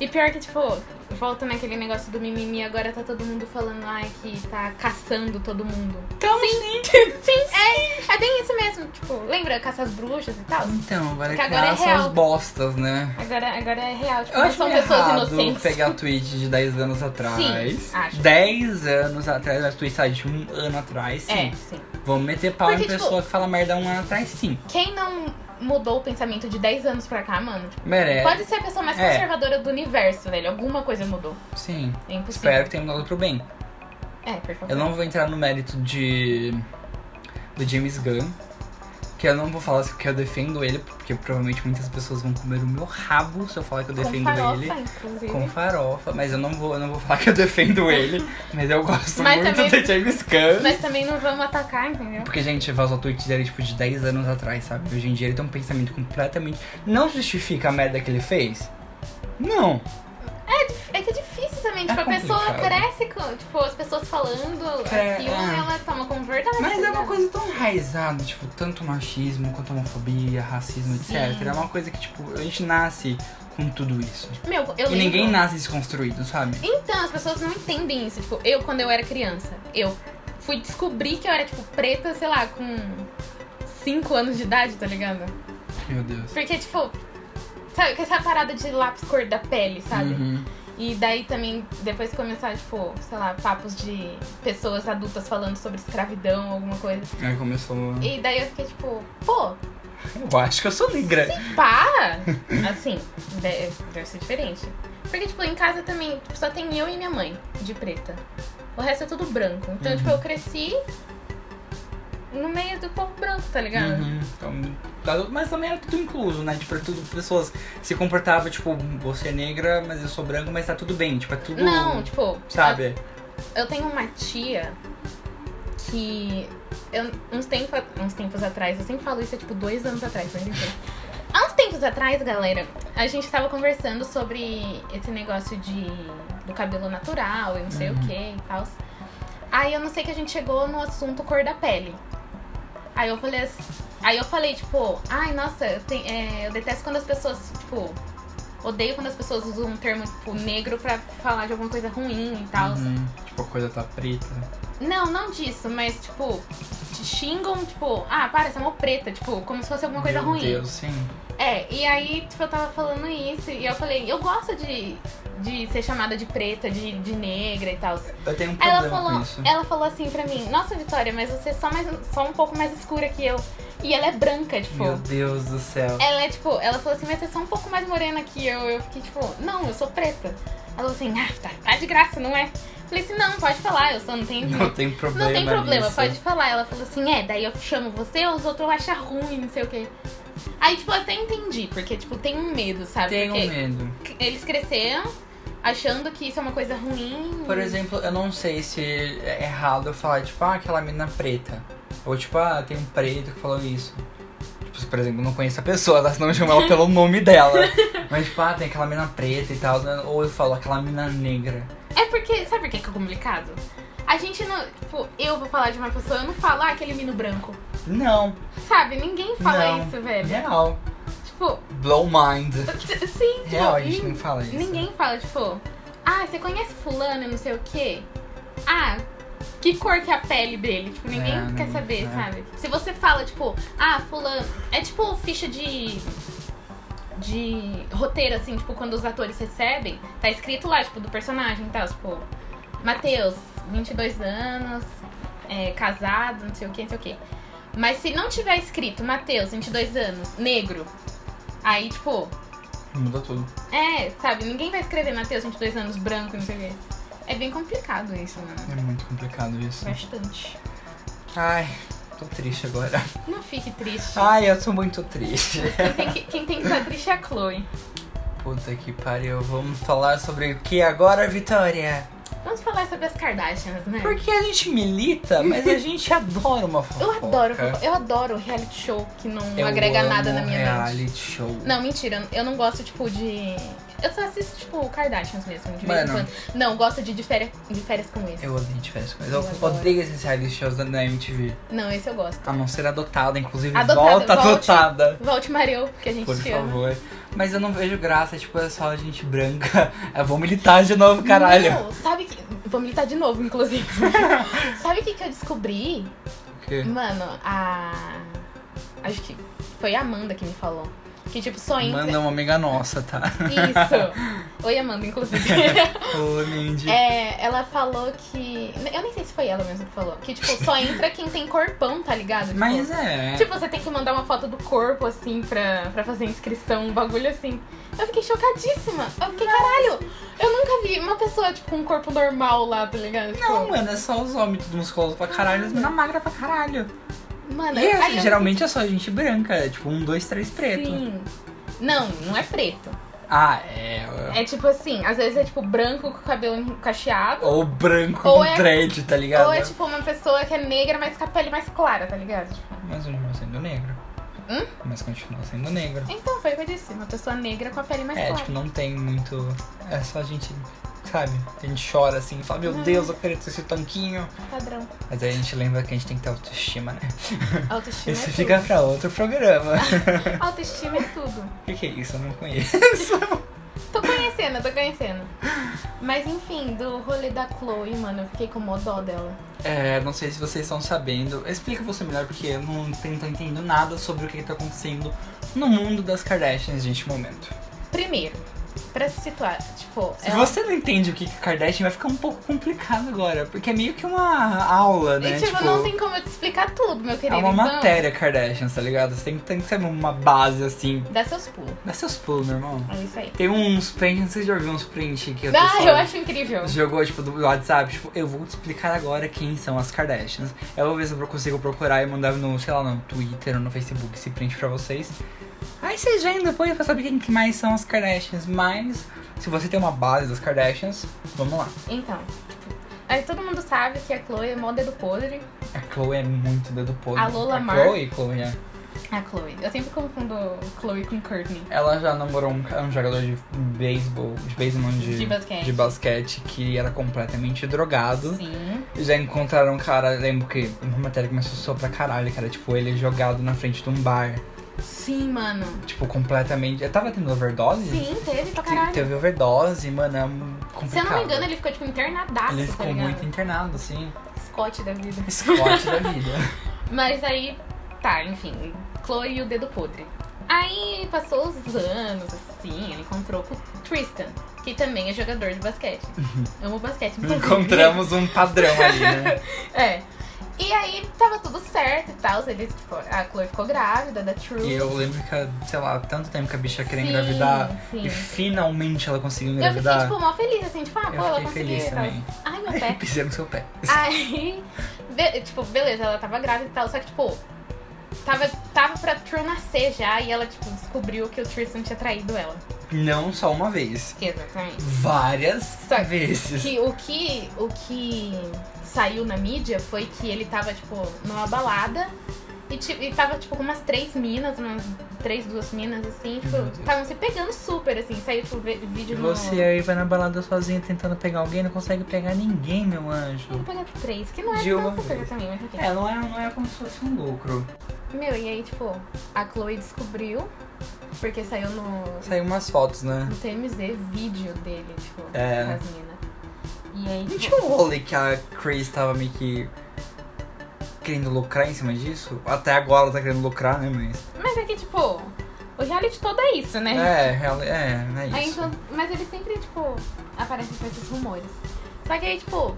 [SPEAKER 2] E pior que, tipo, volta naquele negócio do mimimi, agora tá todo mundo falando, ai, que tá caçando todo mundo.
[SPEAKER 1] Então, sim.
[SPEAKER 2] Sim, é, é bem isso mesmo. Tipo, lembra caça às bruxas e tal?
[SPEAKER 1] Então, agora
[SPEAKER 2] Que
[SPEAKER 1] que
[SPEAKER 2] agora é
[SPEAKER 1] são
[SPEAKER 2] real.
[SPEAKER 1] as bostas, né?
[SPEAKER 2] Agora, agora é real, tipo,
[SPEAKER 1] Eu
[SPEAKER 2] não
[SPEAKER 1] acho
[SPEAKER 2] são
[SPEAKER 1] meio
[SPEAKER 2] pessoas
[SPEAKER 1] errado
[SPEAKER 2] inocentes.
[SPEAKER 1] pegar tweet de 10 anos atrás.
[SPEAKER 2] acho.
[SPEAKER 1] 10 anos atrás, a tweet sai de um ano atrás, sim.
[SPEAKER 2] É, sim.
[SPEAKER 1] Vamos meter pau
[SPEAKER 2] Porque,
[SPEAKER 1] em
[SPEAKER 2] tipo,
[SPEAKER 1] pessoa que fala merda um ano atrás, sim.
[SPEAKER 2] Quem não mudou o pensamento de 10 anos pra cá, mano? tipo,
[SPEAKER 1] Merece.
[SPEAKER 2] Pode ser a pessoa mais
[SPEAKER 1] É.
[SPEAKER 2] conservadora do universo, velho. Alguma coisa mudou.
[SPEAKER 1] Sim.
[SPEAKER 2] É impossível.
[SPEAKER 1] Espero que tenha mudado pro bem.
[SPEAKER 2] É, por favor.
[SPEAKER 1] Eu não vou entrar no mérito de. do James Gunn. Que eu não vou falar que eu defendo ele, porque provavelmente muitas pessoas vão comer o meu rabo se eu falar que eu
[SPEAKER 2] Com
[SPEAKER 1] defendo
[SPEAKER 2] farofa,
[SPEAKER 1] ele.
[SPEAKER 2] inclusive.
[SPEAKER 1] Com farofa, mas eu não vou, eu não vou falar que eu defendo ele, mas eu gosto
[SPEAKER 2] Mas
[SPEAKER 1] muito
[SPEAKER 2] também-
[SPEAKER 1] do James Gunn.
[SPEAKER 2] Mas também não vamos atacar, entendeu?
[SPEAKER 1] Porque, gente, vazou tweet dele tipo de 10 anos atrás, sabe? Hoje em dia ele tem um pensamento completamente. Não justifica a merda que ele fez? Não.
[SPEAKER 2] É que é difícil também,
[SPEAKER 1] É
[SPEAKER 2] tipo, a pessoa
[SPEAKER 1] complicado.
[SPEAKER 2] cresce com, tipo, as pessoas falando
[SPEAKER 1] É,
[SPEAKER 2] aquilo,
[SPEAKER 1] é.
[SPEAKER 2] ela toma como verdade.
[SPEAKER 1] Mas é
[SPEAKER 2] né?
[SPEAKER 1] uma coisa tão enraizada, tipo, tanto machismo quanto homofobia, racismo, etc.
[SPEAKER 2] Sim.
[SPEAKER 1] É uma coisa que, tipo, a gente nasce com tudo isso.
[SPEAKER 2] Meu, eu
[SPEAKER 1] e
[SPEAKER 2] lembro-
[SPEAKER 1] ninguém nasce desconstruído, sabe?
[SPEAKER 2] Então, as pessoas não entendem isso. Tipo, eu, quando eu era criança, eu fui descobrir que eu era, tipo, preta, sei lá, com 5 anos de idade, tá ligado?
[SPEAKER 1] Meu Deus.
[SPEAKER 2] Porque, tipo, sabe, com essa parada de lápis cor da pele, sabe?
[SPEAKER 1] Uhum.
[SPEAKER 2] E daí também, depois começar, tipo, sei lá, papos de pessoas adultas falando sobre escravidão, alguma coisa.
[SPEAKER 1] Aí começou.
[SPEAKER 2] E daí eu fiquei tipo, pô,
[SPEAKER 1] Eu acho que eu sou negra.
[SPEAKER 2] pá! Assim, de- deve ser diferente. Porque, tipo, em casa também tipo, só tem eu e minha mãe de preta. O resto é tudo branco. Então,
[SPEAKER 1] Uhum.
[SPEAKER 2] tipo, eu cresci no meio do povo branco, tá ligado?
[SPEAKER 1] Uhum, então, tá- mas também era tudo incluso, né? Tipo, era tudo pessoas se comportavam, tipo, você é negra, mas eu sou branco, mas tá tudo bem. Tipo, é tudo.
[SPEAKER 2] Não, tipo,
[SPEAKER 1] Sabe?
[SPEAKER 2] Eu tenho uma tia que. Eu, uns, tempo, uns tempos atrás, eu sempre falo isso, é tipo dois anos atrás, mas enfim. Há uns tempos atrás, galera, a gente tava conversando sobre esse negócio de do cabelo natural e não sei o
[SPEAKER 1] Uhum.
[SPEAKER 2] que e tal. Aí eu não sei que a gente chegou no assunto cor da pele. Aí eu falei assim- Aí eu falei, tipo, ai, nossa, eu, tenho- é, eu detesto quando as pessoas, tipo, odeio quando as pessoas usam um termo, tipo, negro pra falar de alguma coisa ruim e tal.
[SPEAKER 1] Uhum, tipo, a coisa tá preta.
[SPEAKER 2] Não, não disso, mas tipo, te xingam, tipo, ah, para, você é uma preta, tipo, como se fosse alguma coisa
[SPEAKER 1] Meu
[SPEAKER 2] ruim.
[SPEAKER 1] Deus, sim.
[SPEAKER 2] É, e aí, tipo, eu tava falando isso, e eu falei, eu gosto de, de ser chamada de preta, de, de negra e tal.
[SPEAKER 1] Eu tenho um
[SPEAKER 2] Aí
[SPEAKER 1] problema
[SPEAKER 2] ela falou,
[SPEAKER 1] com isso.
[SPEAKER 2] ela falou assim pra mim, nossa, Vitória, mas você é só, mais, só um pouco mais escura que eu. E ela é branca, tipo.
[SPEAKER 1] Meu Deus do céu.
[SPEAKER 2] Ela é tipo, ela falou assim, mas você é só um pouco mais morena que eu. Eu fiquei tipo, não, eu sou preta. Ela falou assim, ah, tá, tá de graça, não é? Falei assim, não, pode falar, eu só não tenho.
[SPEAKER 1] Não tem problema.
[SPEAKER 2] Não tem problema,
[SPEAKER 1] nisso.
[SPEAKER 2] pode falar. Ela falou assim, é, daí eu chamo você, os outros acham ruim, não sei o quê. Aí, tipo, eu até entendi, porque, tipo, tem um medo, sabe?
[SPEAKER 1] Tenho
[SPEAKER 2] porque
[SPEAKER 1] medo.
[SPEAKER 2] eles cresceram achando que isso é uma coisa ruim.
[SPEAKER 1] Por exemplo, eu não sei se é errado eu falar, tipo, ah, aquela menina preta. Ou tipo, ah, tem um preto que falou isso. Tipo, se, por exemplo, eu não conheço a pessoa, tá? Senão eu chamo ela pelo nome dela. Mas tipo, ah, tem aquela menina preta e tal. né? Ou eu falo, aquela menina negra.
[SPEAKER 2] É porque, sabe por que que é complicado? A gente não, tipo, eu vou falar de uma pessoa, eu não falo, ah, aquele menino branco.
[SPEAKER 1] Não,
[SPEAKER 2] Sabe? Ninguém fala
[SPEAKER 1] Não. Né?
[SPEAKER 2] isso, velho.
[SPEAKER 1] real.
[SPEAKER 2] Tipo,
[SPEAKER 1] Blow mind.
[SPEAKER 2] t- sim, tipo,
[SPEAKER 1] Real, a gente
[SPEAKER 2] nin-
[SPEAKER 1] não fala isso.
[SPEAKER 2] Ninguém fala, tipo, ah, você conhece fulano, e não sei o quê? Ah, que cor que é a pele dele? Tipo, ninguém
[SPEAKER 1] É,
[SPEAKER 2] quer
[SPEAKER 1] não-
[SPEAKER 2] saber,
[SPEAKER 1] é.
[SPEAKER 2] sabe? Se você fala, tipo, ah, fulano. É tipo ficha de. De roteiro, assim, tipo, quando os atores recebem, tá escrito lá, tipo, do personagem e tal, tipo, Matheus, 22 anos, é, casado, não sei o que, não sei o que. Mas se não tiver escrito Matheus, 22 anos, negro, aí, tipo,
[SPEAKER 1] Mudou tudo.
[SPEAKER 2] é, sabe, ninguém vai escrever Matheus 22 anos branco, não sei o quê. É bem complicado isso, mano.
[SPEAKER 1] É muito complicado isso.
[SPEAKER 2] É. Bastante.
[SPEAKER 1] Ai, tô triste agora.
[SPEAKER 2] Não fique triste.
[SPEAKER 1] Ai, eu tô muito triste.
[SPEAKER 2] Quem tem que, quem tem que estar triste é a Chloe.
[SPEAKER 1] Puta que pariu. Vamos falar sobre o que agora, Vitória?
[SPEAKER 2] É. Vamos falar sobre as Kardashians, né?
[SPEAKER 1] Porque a gente milita, mas a gente adora uma fofoca.
[SPEAKER 2] Eu adoro, eu adoro reality show que não
[SPEAKER 1] Eu
[SPEAKER 2] agrega
[SPEAKER 1] amo um
[SPEAKER 2] nada na minha
[SPEAKER 1] reality
[SPEAKER 2] mente.
[SPEAKER 1] show.
[SPEAKER 2] Não, mentira, eu não gosto, tipo, de. Eu só assisto, tipo, Kardashians mesmo, de vez em
[SPEAKER 1] Mano.
[SPEAKER 2] quando. Não, gosto de, de, férias, de férias com esse.
[SPEAKER 1] Eu odeio diferentes coisas.
[SPEAKER 2] Eu
[SPEAKER 1] Eu,
[SPEAKER 2] adoro.
[SPEAKER 1] odeio esses reality shows da da MTV.
[SPEAKER 2] Não, esse eu gosto.
[SPEAKER 1] A não ser adotada, inclusive.
[SPEAKER 2] Adotada,
[SPEAKER 1] volta
[SPEAKER 2] volte.
[SPEAKER 1] adotada.
[SPEAKER 2] Volte Mareu, porque a gente
[SPEAKER 1] Por
[SPEAKER 2] te ama.
[SPEAKER 1] favor. Mas eu não vejo graça, tipo, é só gente branca. Eu vou militar de novo, caralho.
[SPEAKER 2] Não, sabe que. Vou militar de novo, inclusive. sabe o que, que eu descobri?
[SPEAKER 1] O quê?
[SPEAKER 2] Mano, a. Acho que foi a Amanda que me falou. Que tipo, só entra.
[SPEAKER 1] Manda é uma amiga nossa, tá?
[SPEAKER 2] Isso! Oi, Amanda, inclusive.
[SPEAKER 1] Ô, Lindy.
[SPEAKER 2] É, ela falou que. Eu nem sei se foi ela mesmo que falou. Que, tipo, só entra quem tem corpão, tá ligado? Tipo,
[SPEAKER 1] Mas é.
[SPEAKER 2] Tipo, você tem que mandar uma foto do corpo, assim, pra, pra fazer inscrição, um bagulho assim. Eu fiquei chocadíssima. Eu fiquei, caralho, eu nunca vi uma pessoa, tipo, com um corpo normal lá, tá ligado? Tipo,
[SPEAKER 1] Não, mano, é só os homens tudo musculosos pra caralho, as meninas magras pra caralho.
[SPEAKER 2] Mano,
[SPEAKER 1] E
[SPEAKER 2] eu- aí
[SPEAKER 1] assim,
[SPEAKER 2] eu-
[SPEAKER 1] geralmente é só gente branca, é tipo um, dois, três preto.
[SPEAKER 2] Sim. Não, não é preto.
[SPEAKER 1] Ah, é.
[SPEAKER 2] É tipo assim, às vezes é tipo branco com cabelo cacheado.
[SPEAKER 1] Ou branco
[SPEAKER 2] Ou
[SPEAKER 1] com
[SPEAKER 2] é-
[SPEAKER 1] dread, tá ligado?
[SPEAKER 2] Ou é tipo uma pessoa que é negra, mas com a pele mais clara, tá ligado? Tipo,
[SPEAKER 1] Mas um continua sendo negro.
[SPEAKER 2] Hum?
[SPEAKER 1] Mas continua sendo negro.
[SPEAKER 2] Então foi o que eu disse, uma pessoa negra com a pele mais
[SPEAKER 1] É,
[SPEAKER 2] clara.
[SPEAKER 1] tipo, não tem muito. É só a gente, sabe? A gente chora assim, fala,
[SPEAKER 2] Hum.
[SPEAKER 1] meu Deus, eu quero ter esse tanquinho.
[SPEAKER 2] Padrão.
[SPEAKER 1] Mas aí a gente lembra que a gente tem que ter autoestima, né?
[SPEAKER 2] Autoestima
[SPEAKER 1] Isso
[SPEAKER 2] é
[SPEAKER 1] fica pra outro programa.
[SPEAKER 2] tudo. Autoestima é tudo.
[SPEAKER 1] O que, que é isso? Eu não conheço.
[SPEAKER 2] Tô conhecendo, tô conhecendo. Mas enfim, do rolê da Chloe, mano, eu fiquei com mó dó dela.
[SPEAKER 1] É, não sei se vocês estão sabendo. Explica você melhor, porque eu não tento entendendo nada sobre o que tá acontecendo no mundo das Kardashians neste momento.
[SPEAKER 2] Primeiro, pra se situar, tipo,
[SPEAKER 1] Se
[SPEAKER 2] é um-
[SPEAKER 1] você não entende o que é Kardashian, vai ficar um pouco complicado agora, porque é meio que uma aula, né?
[SPEAKER 2] E, tipo, não tem como eu te explicar tudo, meu
[SPEAKER 1] é
[SPEAKER 2] querido.
[SPEAKER 1] uma
[SPEAKER 2] então,
[SPEAKER 1] matéria Kardashian, tá ligado? Você tem, tem que saber uma base assim.
[SPEAKER 2] Dá seus pulos.
[SPEAKER 1] Dá seus pulos, meu irmão.
[SPEAKER 2] É isso aí.
[SPEAKER 1] Tem uns prints, não sei se já ouviu uns prints que a
[SPEAKER 2] Ah,
[SPEAKER 1] pessoa
[SPEAKER 2] eu acho incrível.
[SPEAKER 1] jogou, tipo, do WhatsApp, tipo, eu vou te explicar agora quem são as Kardashians. Eu vou ver se eu consigo procurar e mandar no, sei lá, no Twitter ou no Facebook esse print pra vocês. Aí vocês veem depois pra saber quem que mais são as Kardashians, mas se você tem uma base das Kardashians, vamos lá.
[SPEAKER 2] Então, tipo, aí todo mundo sabe que a Chloe é moda do podre.
[SPEAKER 1] A Chloe é muito dedo podre.
[SPEAKER 2] A Lola
[SPEAKER 1] a
[SPEAKER 2] Mar-
[SPEAKER 1] Chloe, Chloe, é.
[SPEAKER 2] A Chloe. Eu sempre confundo Chloe com Courtney.
[SPEAKER 1] Ela já namorou um, ca- um jogador de beisebol, de beisebol, não, de,
[SPEAKER 2] De basquete.
[SPEAKER 1] de basquete, que era completamente drogado.
[SPEAKER 2] Sim.
[SPEAKER 1] Já encontraram um cara, lembro que uma matéria que me assustou pra caralho, cara. Tipo, ele jogado na frente de um bar.
[SPEAKER 2] Sim, mano.
[SPEAKER 1] Tipo, completamente. Eu tava tendo overdose?
[SPEAKER 2] Sim, teve pra
[SPEAKER 1] Te-
[SPEAKER 2] caralho.
[SPEAKER 1] Teve overdose, mano. É um- complicado.
[SPEAKER 2] Se eu não me engano, ele ficou, tipo, internadaço,
[SPEAKER 1] Ele
[SPEAKER 2] tá
[SPEAKER 1] ficou
[SPEAKER 2] ligado?
[SPEAKER 1] muito internado, assim.
[SPEAKER 2] Scott da vida.
[SPEAKER 1] Scott da vida.
[SPEAKER 2] Mas aí, tá, enfim. Chloe e o dedo podre. Aí passou os anos, assim, ele encontrou com o Tristan, que também é jogador de basquete. Amo basquete, inclusive.
[SPEAKER 1] Encontramos um padrão ali, né?
[SPEAKER 2] É. E aí tava tudo certo e tal. Eles, ficou- a Chloe ficou grávida da True.
[SPEAKER 1] E eu lembro que, sei lá, tanto tempo que a bicha queria
[SPEAKER 2] Sim,
[SPEAKER 1] engravidar.
[SPEAKER 2] sim.
[SPEAKER 1] E finalmente ela conseguiu
[SPEAKER 2] Eu fiquei,
[SPEAKER 1] engravidar.
[SPEAKER 2] tipo, mó feliz, assim, tipo, ah, pô,
[SPEAKER 1] Eu
[SPEAKER 2] ela
[SPEAKER 1] fiquei
[SPEAKER 2] conseguiu.
[SPEAKER 1] feliz
[SPEAKER 2] e tal.
[SPEAKER 1] também.
[SPEAKER 2] Ai, meu pé.
[SPEAKER 1] Pisei no seu pé.
[SPEAKER 2] Aí, be- tipo, beleza, ela tava grávida e tal, só que, tipo, tava, tava pra True nascer já e ela, tipo, descobriu que o Tristan tinha traído ela.
[SPEAKER 1] Não só uma vez.
[SPEAKER 2] Exatamente.
[SPEAKER 1] Várias
[SPEAKER 2] Só
[SPEAKER 1] vezes.
[SPEAKER 2] Que o que o que saiu na mídia foi que ele tava, tipo, numa balada e, ti- e tava, tipo, com umas três minas, umas três, duas minas, assim, tipo,
[SPEAKER 1] Meu Deus.
[SPEAKER 2] estavam se pegando super, assim, saiu, tipo, vi-
[SPEAKER 1] E
[SPEAKER 2] vídeo no...
[SPEAKER 1] você aí vai na balada sozinha tentando pegar alguém, não consegue pegar ninguém, meu
[SPEAKER 2] Eu
[SPEAKER 1] anjo.
[SPEAKER 2] vou pegar três, que não é
[SPEAKER 1] De uma
[SPEAKER 2] tanta coisa
[SPEAKER 1] vez.
[SPEAKER 2] também, mas enfim.
[SPEAKER 1] É, não é, não é como se fosse um lucro.
[SPEAKER 2] Meu, e aí, tipo, a Chloe descobriu, porque saiu no,
[SPEAKER 1] Saiu umas fotos, né?
[SPEAKER 2] no TMZ vídeo dele, tipo,
[SPEAKER 1] É.
[SPEAKER 2] com as minas. E aí,
[SPEAKER 1] Não
[SPEAKER 2] tipo,
[SPEAKER 1] tinha um rolê que a Chris tava meio que querendo lucrar em cima disso? Até agora ela tá querendo lucrar, né, mas.
[SPEAKER 2] mas é que, tipo, o reality todo é isso, né?
[SPEAKER 1] É, real- é, não é isso.
[SPEAKER 2] Aí, então, mas ele sempre, tipo, aparece com esses rumores. Só que aí, tipo,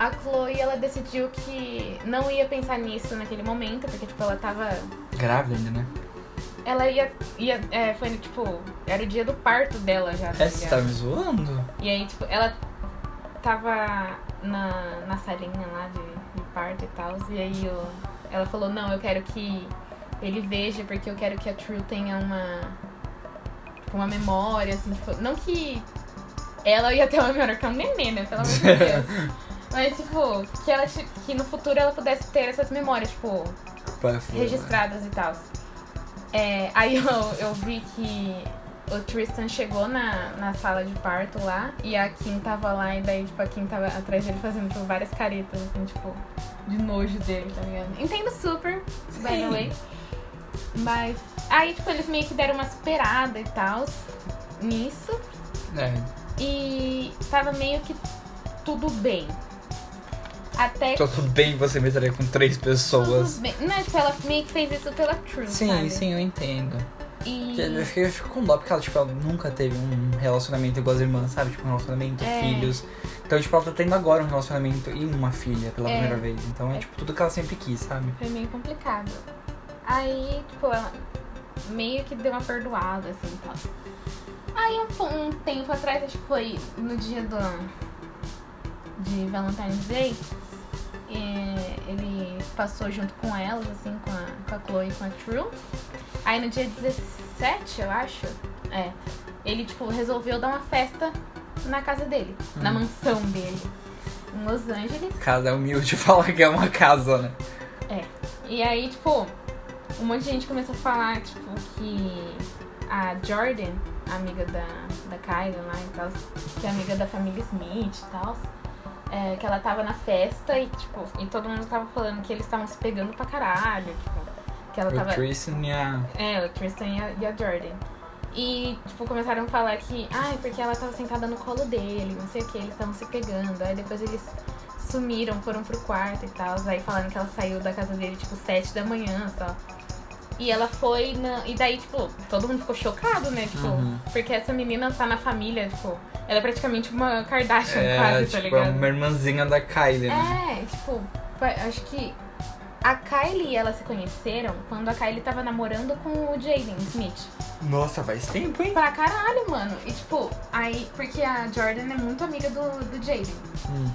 [SPEAKER 2] a Chloe, ela decidiu que não ia pensar nisso naquele momento, porque, tipo, ela tava.
[SPEAKER 1] Grávida ainda, né?
[SPEAKER 2] Ela ia. ia é, foi, tipo, era o dia do parto dela já. tá
[SPEAKER 1] É, você
[SPEAKER 2] ligado?
[SPEAKER 1] tá me zoando?
[SPEAKER 2] E aí, tipo, ela tava na, na salinha lá de, de parto e tal. E aí o- ela falou, não, eu quero que ele veja, porque eu quero que a True tenha uma. tipo, uma memória, assim, tipo, não que ela ia ter uma memória, que é um neném, né? Pelo amor de Deus. Mas, tipo, que, ela, ti- que no futuro ela pudesse ter essas memórias, tipo,
[SPEAKER 1] Pai, foi, né?
[SPEAKER 2] registradas e tal. É, aí eu, eu vi que o Tristan chegou na, na sala de parto lá e a Kim tava lá e daí, tipo, a Kim tava atrás dele fazendo tipo, várias caretas, assim, tipo, de nojo dele, tá ligado? Entendo super, by the
[SPEAKER 1] Sim.
[SPEAKER 2] way. Mas aí, tipo, eles meio que deram uma superada e tal nisso
[SPEAKER 1] né?
[SPEAKER 2] e tava meio que tudo bem. Até
[SPEAKER 1] É, tudo bem você me trair com três pessoas.
[SPEAKER 2] tudo bem. Não, tipo, ela meio que fez isso pela True,
[SPEAKER 1] Sim,
[SPEAKER 2] sabe?
[SPEAKER 1] sim, é eu entendo.
[SPEAKER 2] E...
[SPEAKER 1] Eu fico, eu fico com dó porque ela, tipo, ela nunca teve um relacionamento igual as irmãs, sabe? Tipo, um relacionamento,
[SPEAKER 2] É.
[SPEAKER 1] filhos. Então, tipo, ela tá tendo agora um relacionamento e uma filha pela
[SPEAKER 2] É.
[SPEAKER 1] primeira vez. Então, é,
[SPEAKER 2] É.
[SPEAKER 1] tipo, tudo que ela sempre quis, sabe?
[SPEAKER 2] Foi meio complicado. Aí, tipo, ela meio que deu uma perdoada, assim, e tal. Aí, um, po- um tempo atrás, acho que foi no dia do... De Valentine's Day, é, ele passou junto com elas, assim, com a, com a Chloe e com a True. Aí, no dia 17, eu acho, é, ele, tipo, resolveu dar uma festa na casa dele, na
[SPEAKER 1] Hum.
[SPEAKER 2] mansão dele, em Los Angeles.
[SPEAKER 1] Casa é humilde falar que é uma casa, né?
[SPEAKER 2] E aí, tipo, um monte de gente começou a falar, tipo, que a Jordan, a amiga da, da Kylie lá e tal, que é amiga da família Smith e tal, é, que ela tava na festa e, tipo, e todo mundo tava falando que eles estavam se pegando pra caralho, tipo, que ela
[SPEAKER 1] O
[SPEAKER 2] tava.
[SPEAKER 1] Tristan e a.
[SPEAKER 2] É, o Tristan e a, e a Jordan. E, tipo, começaram a falar que, ai, porque ela tava sentada no colo dele, não sei o que, eles estavam se pegando. Aí depois eles sumiram, foram pro quarto e tal. Aí falando que ela saiu da casa dele, tipo, sete da manhã só. E ela foi na. E daí, tipo, todo mundo ficou chocado, né? Tipo,
[SPEAKER 1] Uhum.
[SPEAKER 2] porque essa menina tá na família, tipo, ela é praticamente uma Kardashian
[SPEAKER 1] É,
[SPEAKER 2] quase, tá
[SPEAKER 1] tipo, é
[SPEAKER 2] ligado?
[SPEAKER 1] uma irmãzinha da Kylie, né?
[SPEAKER 2] É, tipo, pa- acho que a Kylie e ela se conheceram quando a Kylie tava namorando com o Jaden Smith.
[SPEAKER 1] Nossa, faz tempo, hein?
[SPEAKER 2] Pra caralho, mano. E tipo, aí. Porque a Jordan é muito amiga do, do Jaden.
[SPEAKER 1] Hum.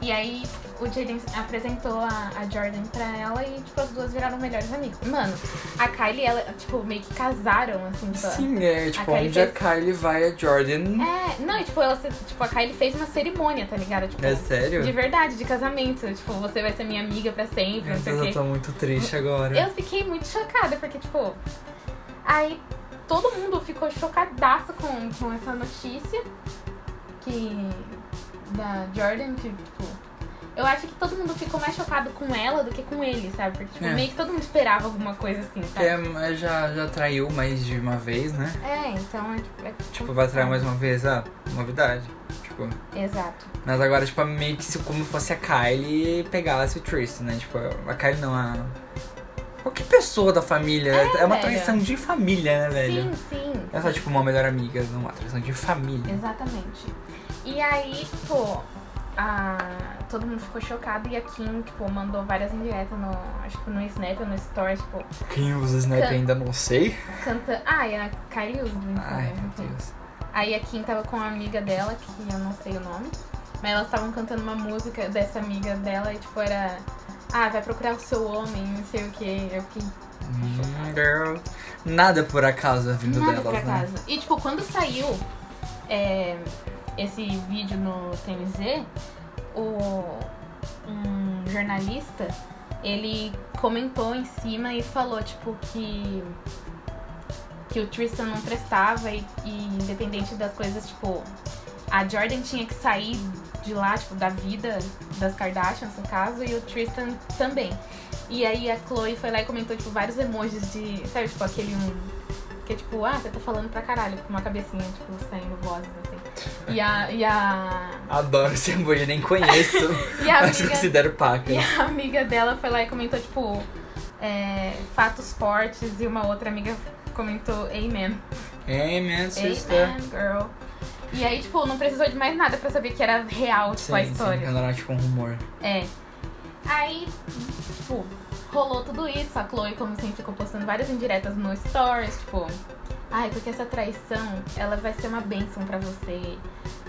[SPEAKER 2] E aí o Jaden apresentou a, a Jordan pra ela e, tipo, as duas viraram melhores amigas. Mano, a Kylie e ela, tipo, meio que casaram, assim, só.
[SPEAKER 1] Sim, é tipo
[SPEAKER 2] Kylie
[SPEAKER 1] onde a
[SPEAKER 2] fez-
[SPEAKER 1] Kylie vai, a Jordan.
[SPEAKER 2] É, não, e tipo, ela, se- tipo, a Kylie fez uma cerimônia, tá ligado? Tipo,
[SPEAKER 1] É, sério?
[SPEAKER 2] de verdade, de casamento. Tipo, você vai ser minha amiga pra sempre,
[SPEAKER 1] Meu
[SPEAKER 2] não sei o
[SPEAKER 1] Deus,
[SPEAKER 2] quê.
[SPEAKER 1] eu tô muito triste agora.
[SPEAKER 2] Eu tá. fiquei muito chocada, porque, tipo, aí todo mundo ficou chocadaço com, com essa notícia que da Jordan, que, tipo, eu acho que todo mundo ficou mais chocado com ela do que com ele, sabe? Porque, tipo,
[SPEAKER 1] É.
[SPEAKER 2] meio que todo mundo esperava alguma coisa assim, sabe?
[SPEAKER 1] É, mas já, já traiu mais de uma vez, né?
[SPEAKER 2] É, então é, tipo, é
[SPEAKER 1] Tipo, vai trair mais uma vez, ah, novidade. Tipo,
[SPEAKER 2] Exato.
[SPEAKER 1] mas agora, tipo, meio que se como fosse a Kylie pegasse o Tristan, né? Tipo, a Kylie não, a. Qualquer pessoa da família. É, uma
[SPEAKER 2] velho.
[SPEAKER 1] traição de família, né, velho?
[SPEAKER 2] Sim, sim.
[SPEAKER 1] Não é só, tipo, uma melhor amiga, não, uma traição de
[SPEAKER 2] É.
[SPEAKER 1] família.
[SPEAKER 2] Exatamente. E aí, pô, a... todo mundo ficou chocado e a Kim, tipo, mandou várias indiretas no. Acho que no Snap ou no Story, tipo,
[SPEAKER 1] Quem usa Snap
[SPEAKER 2] Can-
[SPEAKER 1] ainda não sei.
[SPEAKER 2] cantando. Ah, e a Kylie usa, então,
[SPEAKER 1] Ai,
[SPEAKER 2] né?
[SPEAKER 1] meu
[SPEAKER 2] Enfim.
[SPEAKER 1] Deus.
[SPEAKER 2] Aí a Kim tava com uma amiga dela, que eu não sei o nome. Mas elas estavam cantando uma música dessa amiga dela e tipo era. Ah, vai procurar o seu homem, não sei o que. Eu fiquei
[SPEAKER 1] Hum, girl. Nada por acaso vindo
[SPEAKER 2] nada
[SPEAKER 1] delas,
[SPEAKER 2] pra
[SPEAKER 1] né?
[SPEAKER 2] casa. E tipo, quando saiu é, esse vídeo no TMZ, o, um jornalista, ele comentou em cima e falou, tipo, que, que o Tristan não prestava e, e independente das coisas, tipo, a Jordan tinha que sair de lá, tipo, da vida das Kardashians, no caso, e o Tristan também. E aí a Chloe foi lá e comentou, tipo, vários emojis de. Sabe, tipo, aquele um. Que é tipo, ah, você tá falando pra caralho, com uma cabecinha, tipo, saindo vozes assim. E a. E a.
[SPEAKER 1] Adoro esse amor, eu nem conheço.
[SPEAKER 2] E a
[SPEAKER 1] mas
[SPEAKER 2] amiga,
[SPEAKER 1] considero né? paca.
[SPEAKER 2] e a amiga dela foi lá e comentou, tipo, é, fatos fortes, e uma outra amiga comentou, Amen.
[SPEAKER 1] Hey, man, sister.
[SPEAKER 2] Amen, girl. E aí, tipo, não precisou de mais nada pra saber que era real, tipo,
[SPEAKER 1] Sim,
[SPEAKER 2] a
[SPEAKER 1] sim,
[SPEAKER 2] história.
[SPEAKER 1] quando era tipo um rumor.
[SPEAKER 2] É. Aí, tipo, rolou tudo isso. A Chloe, como sempre, ficou postando várias indiretas no Stories, tipo, ai, porque essa traição, ela vai ser uma bênção pra você.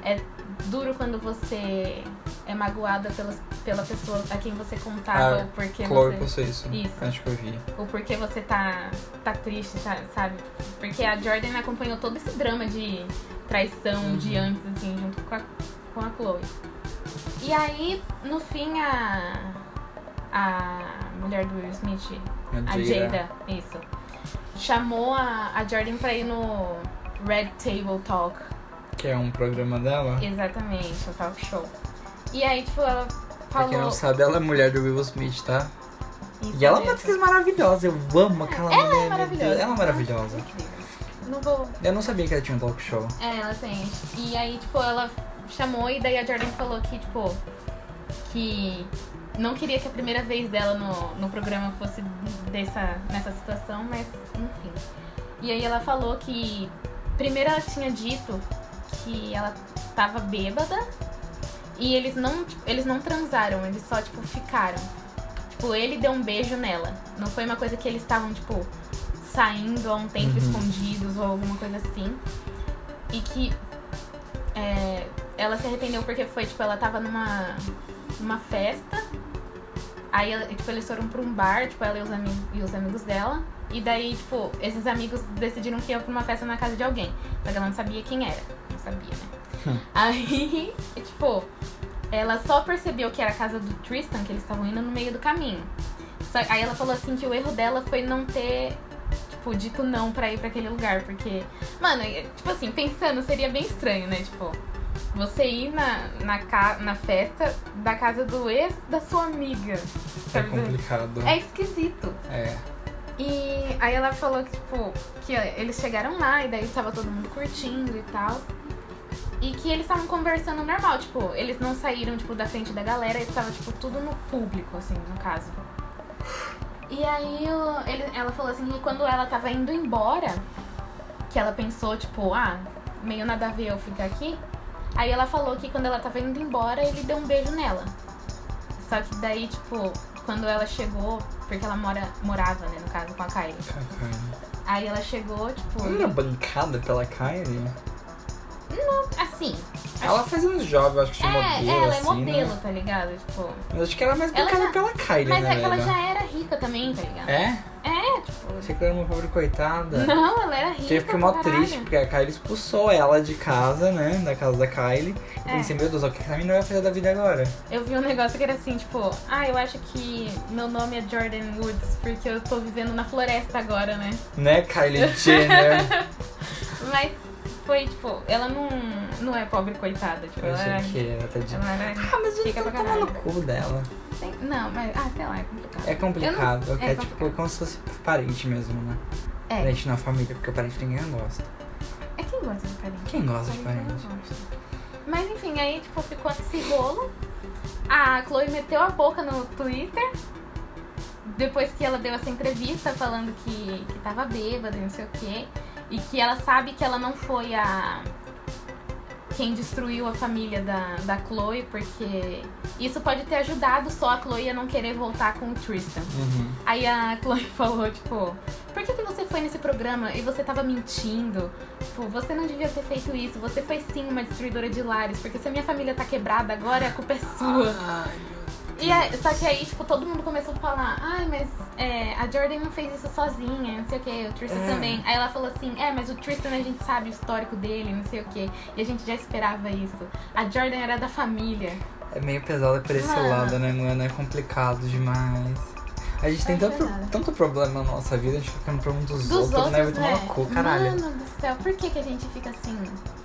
[SPEAKER 2] É duro quando você é magoada pelas, pela pessoa a quem você contava,
[SPEAKER 1] Ah,
[SPEAKER 2] ou porque
[SPEAKER 1] Chloe
[SPEAKER 2] você.
[SPEAKER 1] postou isso. né?
[SPEAKER 2] Isso.
[SPEAKER 1] Acho que eu vi.
[SPEAKER 2] Ou porque você tá, tá triste, sa- sabe? Porque a Jordan acompanhou todo esse drama de traição de
[SPEAKER 1] Uhum.
[SPEAKER 2] antes, assim, junto com a, com a Chloe. E aí, no fim, a. A mulher do Will Smith, a Jada, isso. Chamou a, a Jordan pra ir no Red Table Talk.
[SPEAKER 1] Que é um programa dela.
[SPEAKER 2] Exatamente, o talk show. E aí, tipo, ela
[SPEAKER 1] Pra quem
[SPEAKER 2] falou.
[SPEAKER 1] É não sabe, ela é mulher do Will Smith, tá?
[SPEAKER 2] isso
[SPEAKER 1] E ela é uma
[SPEAKER 2] mesmo.
[SPEAKER 1] atriz maravilhosa. Eu amo aquela
[SPEAKER 2] Ela é
[SPEAKER 1] mulher. meu
[SPEAKER 2] maravilhosa.
[SPEAKER 1] Deus, Ela é maravilhosa.
[SPEAKER 2] Incrível. Não vou
[SPEAKER 1] Eu não sabia que ela tinha um talk show.
[SPEAKER 2] É, ela tem. E aí, tipo, ela chamou e daí a Jordan falou que, tipo, que não queria que a primeira vez dela no, no programa fosse dessa, nessa situação, mas enfim. E aí ela falou que primeiro ela tinha dito que ela tava bêbada e eles não, tipo, eles não transaram, eles só, tipo, ficaram. Tipo, ele deu um beijo nela. Não foi uma coisa que eles estavam, tipo, saindo há um tempo
[SPEAKER 1] Uhum.
[SPEAKER 2] escondidos ou alguma coisa assim. E que é, ela se arrependeu porque foi, tipo, ela tava numa, numa festa. Aí, ela- tipo, eles foram pra um bar, tipo, ela e os, ami- e os amigos dela. E daí, tipo, esses amigos decidiram que ia pra uma festa na casa de alguém. Só que ela não sabia quem era. Não sabia,
[SPEAKER 1] Hum.
[SPEAKER 2] né? Aí, tipo, ela só percebeu que era a casa do Tristan, que eles estavam indo no meio do caminho. Só- aí ela falou assim que o erro dela foi não ter, tipo, dito não pra ir pra aquele lugar. Porque, mano, é- tipo assim, pensando, seria bem estranho, né? Tipo, você ir na, na, ca- na festa da casa do ex da sua amiga.
[SPEAKER 1] É
[SPEAKER 2] sabe?
[SPEAKER 1] complicado.
[SPEAKER 2] Tá É esquisito.
[SPEAKER 1] É.
[SPEAKER 2] E aí ela falou que, tipo, que eles chegaram lá e daí tava todo mundo curtindo e tal. E que eles estavam conversando normal, tipo, eles não saíram, tipo, da frente da galera, eles tava, tipo, tudo no público, assim, no caso. E aí o- ele- ela falou assim que quando ela tava indo embora, que ela pensou, tipo, ah, meio nada a ver eu ficar aqui. Aí ela falou que quando ela tava indo embora, ele deu um beijo nela. Só que daí, tipo, quando ela chegou, porque ela mora, morava, né, no caso, com a Kylie.
[SPEAKER 1] tá, Caralho.
[SPEAKER 2] Aí ela chegou, tipo,
[SPEAKER 1] Ela era bancada pela Kylie?
[SPEAKER 2] assim.
[SPEAKER 1] Ela fazia uns jogos, acho que de
[SPEAKER 2] É,
[SPEAKER 1] modelo,
[SPEAKER 2] ela é
[SPEAKER 1] assim,
[SPEAKER 2] modelo,
[SPEAKER 1] né?
[SPEAKER 2] tá ligado? Tipo.
[SPEAKER 1] Mas acho que ela é mais
[SPEAKER 2] Ela
[SPEAKER 1] bancada
[SPEAKER 2] já-
[SPEAKER 1] pela Kylie,
[SPEAKER 2] Mas
[SPEAKER 1] né,
[SPEAKER 2] é que ela
[SPEAKER 1] velho?
[SPEAKER 2] já era rica também, tá ligado?
[SPEAKER 1] É?
[SPEAKER 2] É, tipo.
[SPEAKER 1] Você que ela era uma pobre coitada?
[SPEAKER 2] Não, ela era rica.
[SPEAKER 1] Então eu fiquei
[SPEAKER 2] pra
[SPEAKER 1] mó
[SPEAKER 2] caralho.
[SPEAKER 1] triste, porque a Kylie expulsou ela de casa, né? Da casa da Kylie. E
[SPEAKER 2] É.
[SPEAKER 1] pensei, meu Deus, o que essa menina vai fazer da vida agora?
[SPEAKER 2] Eu vi um negócio que era assim, tipo, ah, eu acho que meu nome é Jordan Woods, porque eu tô vivendo na floresta agora, né?
[SPEAKER 1] Né, Kylie Jenner?
[SPEAKER 2] Mas foi, tipo, ela não, não é pobre, coitada, tipo,
[SPEAKER 1] Eu
[SPEAKER 2] ela era.
[SPEAKER 1] achei que era, tadinha.
[SPEAKER 2] Ela era.
[SPEAKER 1] Ah, mas eu
[SPEAKER 2] É. Fica
[SPEAKER 1] tô
[SPEAKER 2] pra
[SPEAKER 1] tomando
[SPEAKER 2] caralho.
[SPEAKER 1] no cu dela.
[SPEAKER 2] Não, mas. Ah, sei lá, é complicado.
[SPEAKER 1] É complicado.
[SPEAKER 2] Eu não-
[SPEAKER 1] é,
[SPEAKER 2] é
[SPEAKER 1] tipo como se fosse parente mesmo, né?
[SPEAKER 2] É,
[SPEAKER 1] Parente na família, porque o parente ninguém gosta.
[SPEAKER 2] é quem gosta de carinho.
[SPEAKER 1] Quem gosta de
[SPEAKER 2] Só que eu não
[SPEAKER 1] parente?
[SPEAKER 2] gosto. Mas enfim, aí tipo, ficou esse rolo. A Chloe meteu a boca no Twitter. Depois que ela deu essa entrevista falando que, que tava bêbada, e não sei o quê. E que ela sabe que ela não foi a. Quem destruiu a família da, da Chloe, porque isso pode ter ajudado só a Chloe a não querer voltar com o Tristan.
[SPEAKER 1] Uhum.
[SPEAKER 2] Aí a Chloe falou, tipo, por que, que você foi nesse programa e você tava mentindo? Tipo, você não devia ter feito isso, você foi sim uma destruidora de lares, porque se a minha família tá quebrada agora, a culpa é sua. E aí- só que aí, tipo, todo mundo começou a falar, ai, mas é, a Jordan não fez isso sozinha, não sei o que, o Tristan
[SPEAKER 1] É.
[SPEAKER 2] também. Aí ela falou assim, é, mas o Tristan a gente sabe o histórico dele, não sei o que, e a gente já esperava isso. A Jordan era da família.
[SPEAKER 1] É meio pesado por esse
[SPEAKER 2] Mano.
[SPEAKER 1] lado, né? Não é, não é complicado demais. A gente tem
[SPEAKER 2] Não é
[SPEAKER 1] tanto,
[SPEAKER 2] nada.
[SPEAKER 1] tanto problema na nossa vida, a gente fica no problema dos,
[SPEAKER 2] Dos outros,
[SPEAKER 1] né?
[SPEAKER 2] né?
[SPEAKER 1] Vai tomar no cu, caralho.
[SPEAKER 2] Mano do céu, por que, que a gente fica assim?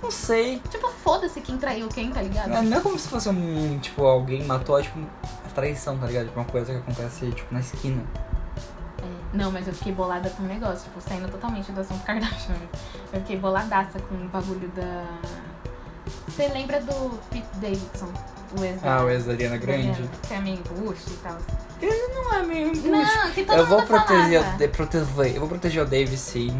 [SPEAKER 1] Não sei.
[SPEAKER 2] Tipo, foda-se quem traiu quem, tá ligado?
[SPEAKER 1] Não, não é como se fosse um, tipo, alguém matou, é, tipo, uma traição, tá ligado? Tipo, uma coisa que acontece, tipo, na esquina.
[SPEAKER 2] É. Não, mas eu fiquei bolada com o negócio, tipo, saindo totalmente do assunto Kardashian. né? Eu fiquei boladaça com o bagulho da. Você lembra do Pete Davidson? O ex
[SPEAKER 1] Ah, o ex da Ariana Grande.
[SPEAKER 2] Que é meio bucho e tal.
[SPEAKER 1] Não é meio...
[SPEAKER 2] Não, que todo
[SPEAKER 1] Eu vou
[SPEAKER 2] mundo falava.
[SPEAKER 1] proteger, o- de- proteger, eu vou proteger o Dave sim.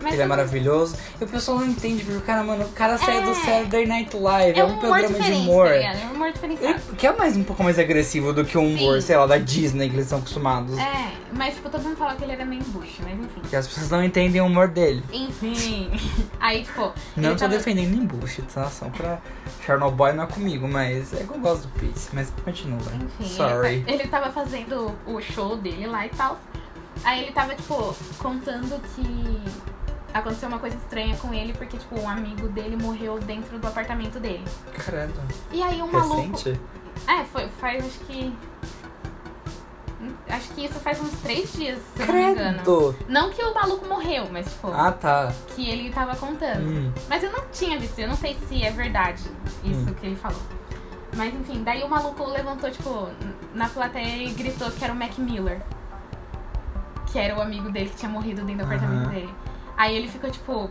[SPEAKER 2] Mas um
[SPEAKER 1] ele é
[SPEAKER 2] eu-
[SPEAKER 1] maravilhoso. E o pessoal não entende, porque o cara, mano, o cara saiu do
[SPEAKER 2] É.
[SPEAKER 1] Saturday Night Live.
[SPEAKER 2] É um humor
[SPEAKER 1] programa de
[SPEAKER 2] diferente,
[SPEAKER 1] humor.
[SPEAKER 2] tá ligado? É um humor diferenciado.
[SPEAKER 1] Ele- que é mais um pouco mais agressivo do que o humor,
[SPEAKER 2] Sim.
[SPEAKER 1] sei lá, da Disney que eles são acostumados.
[SPEAKER 2] É, mas tipo, todo mundo falava que ele era meio bucho, mas enfim.
[SPEAKER 1] Porque as pessoas não entendem o humor dele.
[SPEAKER 2] Enfim. Aí, tipo.
[SPEAKER 1] Não
[SPEAKER 2] ele
[SPEAKER 1] tô
[SPEAKER 2] tava-
[SPEAKER 1] defendendo nem bullshit, tá? Só pra Chernobyl não é comigo, mas é que eu gosto do Pete, mas continua.
[SPEAKER 2] Enfim,
[SPEAKER 1] Sorry.
[SPEAKER 2] Ele, ta- ele tava fazendo o show dele lá e tal. Aí ele tava, tipo, contando que aconteceu uma coisa estranha com ele, porque, tipo, um amigo dele morreu dentro do apartamento dele.
[SPEAKER 1] Caralho,
[SPEAKER 2] E aí tá- um maluco.
[SPEAKER 1] recente?
[SPEAKER 2] É, foi, faz acho que. Acho que isso faz uns três dias, se eu não me engano.
[SPEAKER 1] Credo!
[SPEAKER 2] Não que o maluco morreu, mas, tipo,
[SPEAKER 1] Ah, tá.
[SPEAKER 2] que ele tava contando.
[SPEAKER 1] Hum.
[SPEAKER 2] Mas eu não tinha visto, eu não sei se é verdade isso que ele falou. Mas enfim, daí o maluco levantou, tipo, na plateia e gritou que era o Mac Miller. Que era o amigo dele que tinha morrido dentro do apartamento
[SPEAKER 1] Aham.
[SPEAKER 2] dele. Aí ele ficou, tipo,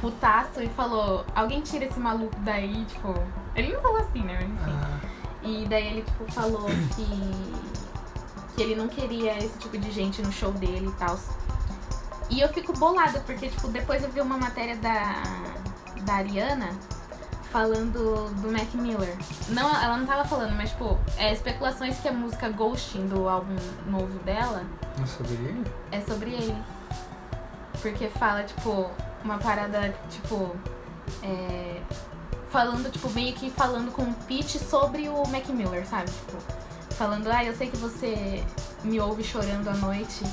[SPEAKER 2] putaço e falou, alguém tira esse maluco daí, tipo. Ele não falou assim, né? Mas, enfim.
[SPEAKER 1] Ah,
[SPEAKER 2] E daí ele, tipo, falou que. que ele não queria esse tipo de gente no show dele e tal. E eu fico bolada, porque, tipo, depois eu vi uma matéria da. da Ariana falando do Mac Miller. Não, ela não tava falando, mas, tipo, é, especulações que a música Ghosting do álbum novo dela
[SPEAKER 1] não sabia.
[SPEAKER 2] é sobre ele. Porque fala, tipo, uma parada, tipo. é, falando, tipo, meio que falando com o Pete sobre o Mac Miller, sabe? Tipo, falando, ah, eu sei que você me ouve chorando à noite.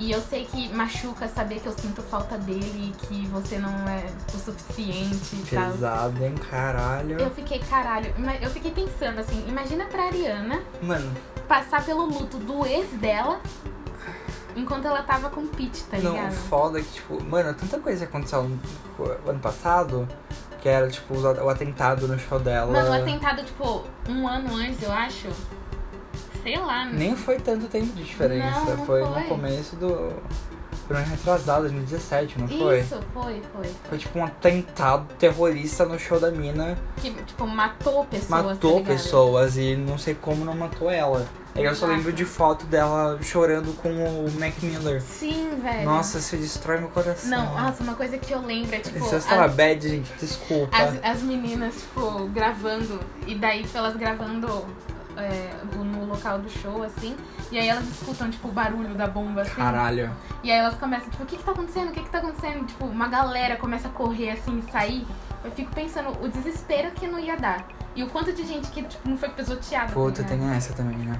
[SPEAKER 2] E eu sei que machuca saber que eu sinto falta dele e que você não é o suficiente e tal.
[SPEAKER 1] Pesado, hein, caralho.
[SPEAKER 2] Tá. Eu fiquei, caralho, ima- eu fiquei pensando assim, imagina pra Ariana
[SPEAKER 1] Mano,
[SPEAKER 2] passar pelo luto do ex dela enquanto ela tava com o Pete, tá
[SPEAKER 1] não,
[SPEAKER 2] ligado?
[SPEAKER 1] foda que, tipo, mano, tanta coisa que aconteceu ano, ano passado, que era, tipo, os a- o atentado no show dela.
[SPEAKER 2] Mano, o atentado, tipo, um ano antes, eu acho. Sei lá, né?
[SPEAKER 1] Nem foi tanto tempo de diferença,
[SPEAKER 2] Não, não
[SPEAKER 1] foi,
[SPEAKER 2] foi.
[SPEAKER 1] no começo do. foram retrasadas, 2017, não foi?
[SPEAKER 2] Isso, foi, foi.
[SPEAKER 1] Foi tipo um atentado terrorista no show da mina.
[SPEAKER 2] Que, tipo, matou pessoas.
[SPEAKER 1] matou
[SPEAKER 2] tá ligado?
[SPEAKER 1] pessoas e não sei como não matou ela. Aí eu só
[SPEAKER 2] Exato.
[SPEAKER 1] lembro de foto dela chorando com o Mac Miller.
[SPEAKER 2] Sim, velho.
[SPEAKER 1] Nossa, isso destrói meu coração.
[SPEAKER 2] É. Não, nossa, uma coisa que eu lembro é, tipo.
[SPEAKER 1] Isso é
[SPEAKER 2] as-
[SPEAKER 1] só bad, gente, desculpa.
[SPEAKER 2] As, as meninas, tipo, gravando, e daí, tipo, elas gravando é, o- no local do show, assim, e aí elas escutam, tipo, o barulho da bomba, assim,
[SPEAKER 1] Caralho.
[SPEAKER 2] e aí elas começam, tipo, o que que tá acontecendo, o que que tá acontecendo, tipo, uma galera começa a correr, assim, e sair, eu fico pensando o desespero que não ia dar, e o quanto de gente que, tipo, não foi pisoteada,
[SPEAKER 1] Puta,
[SPEAKER 2] tá ligado?
[SPEAKER 1] tem essa também, né?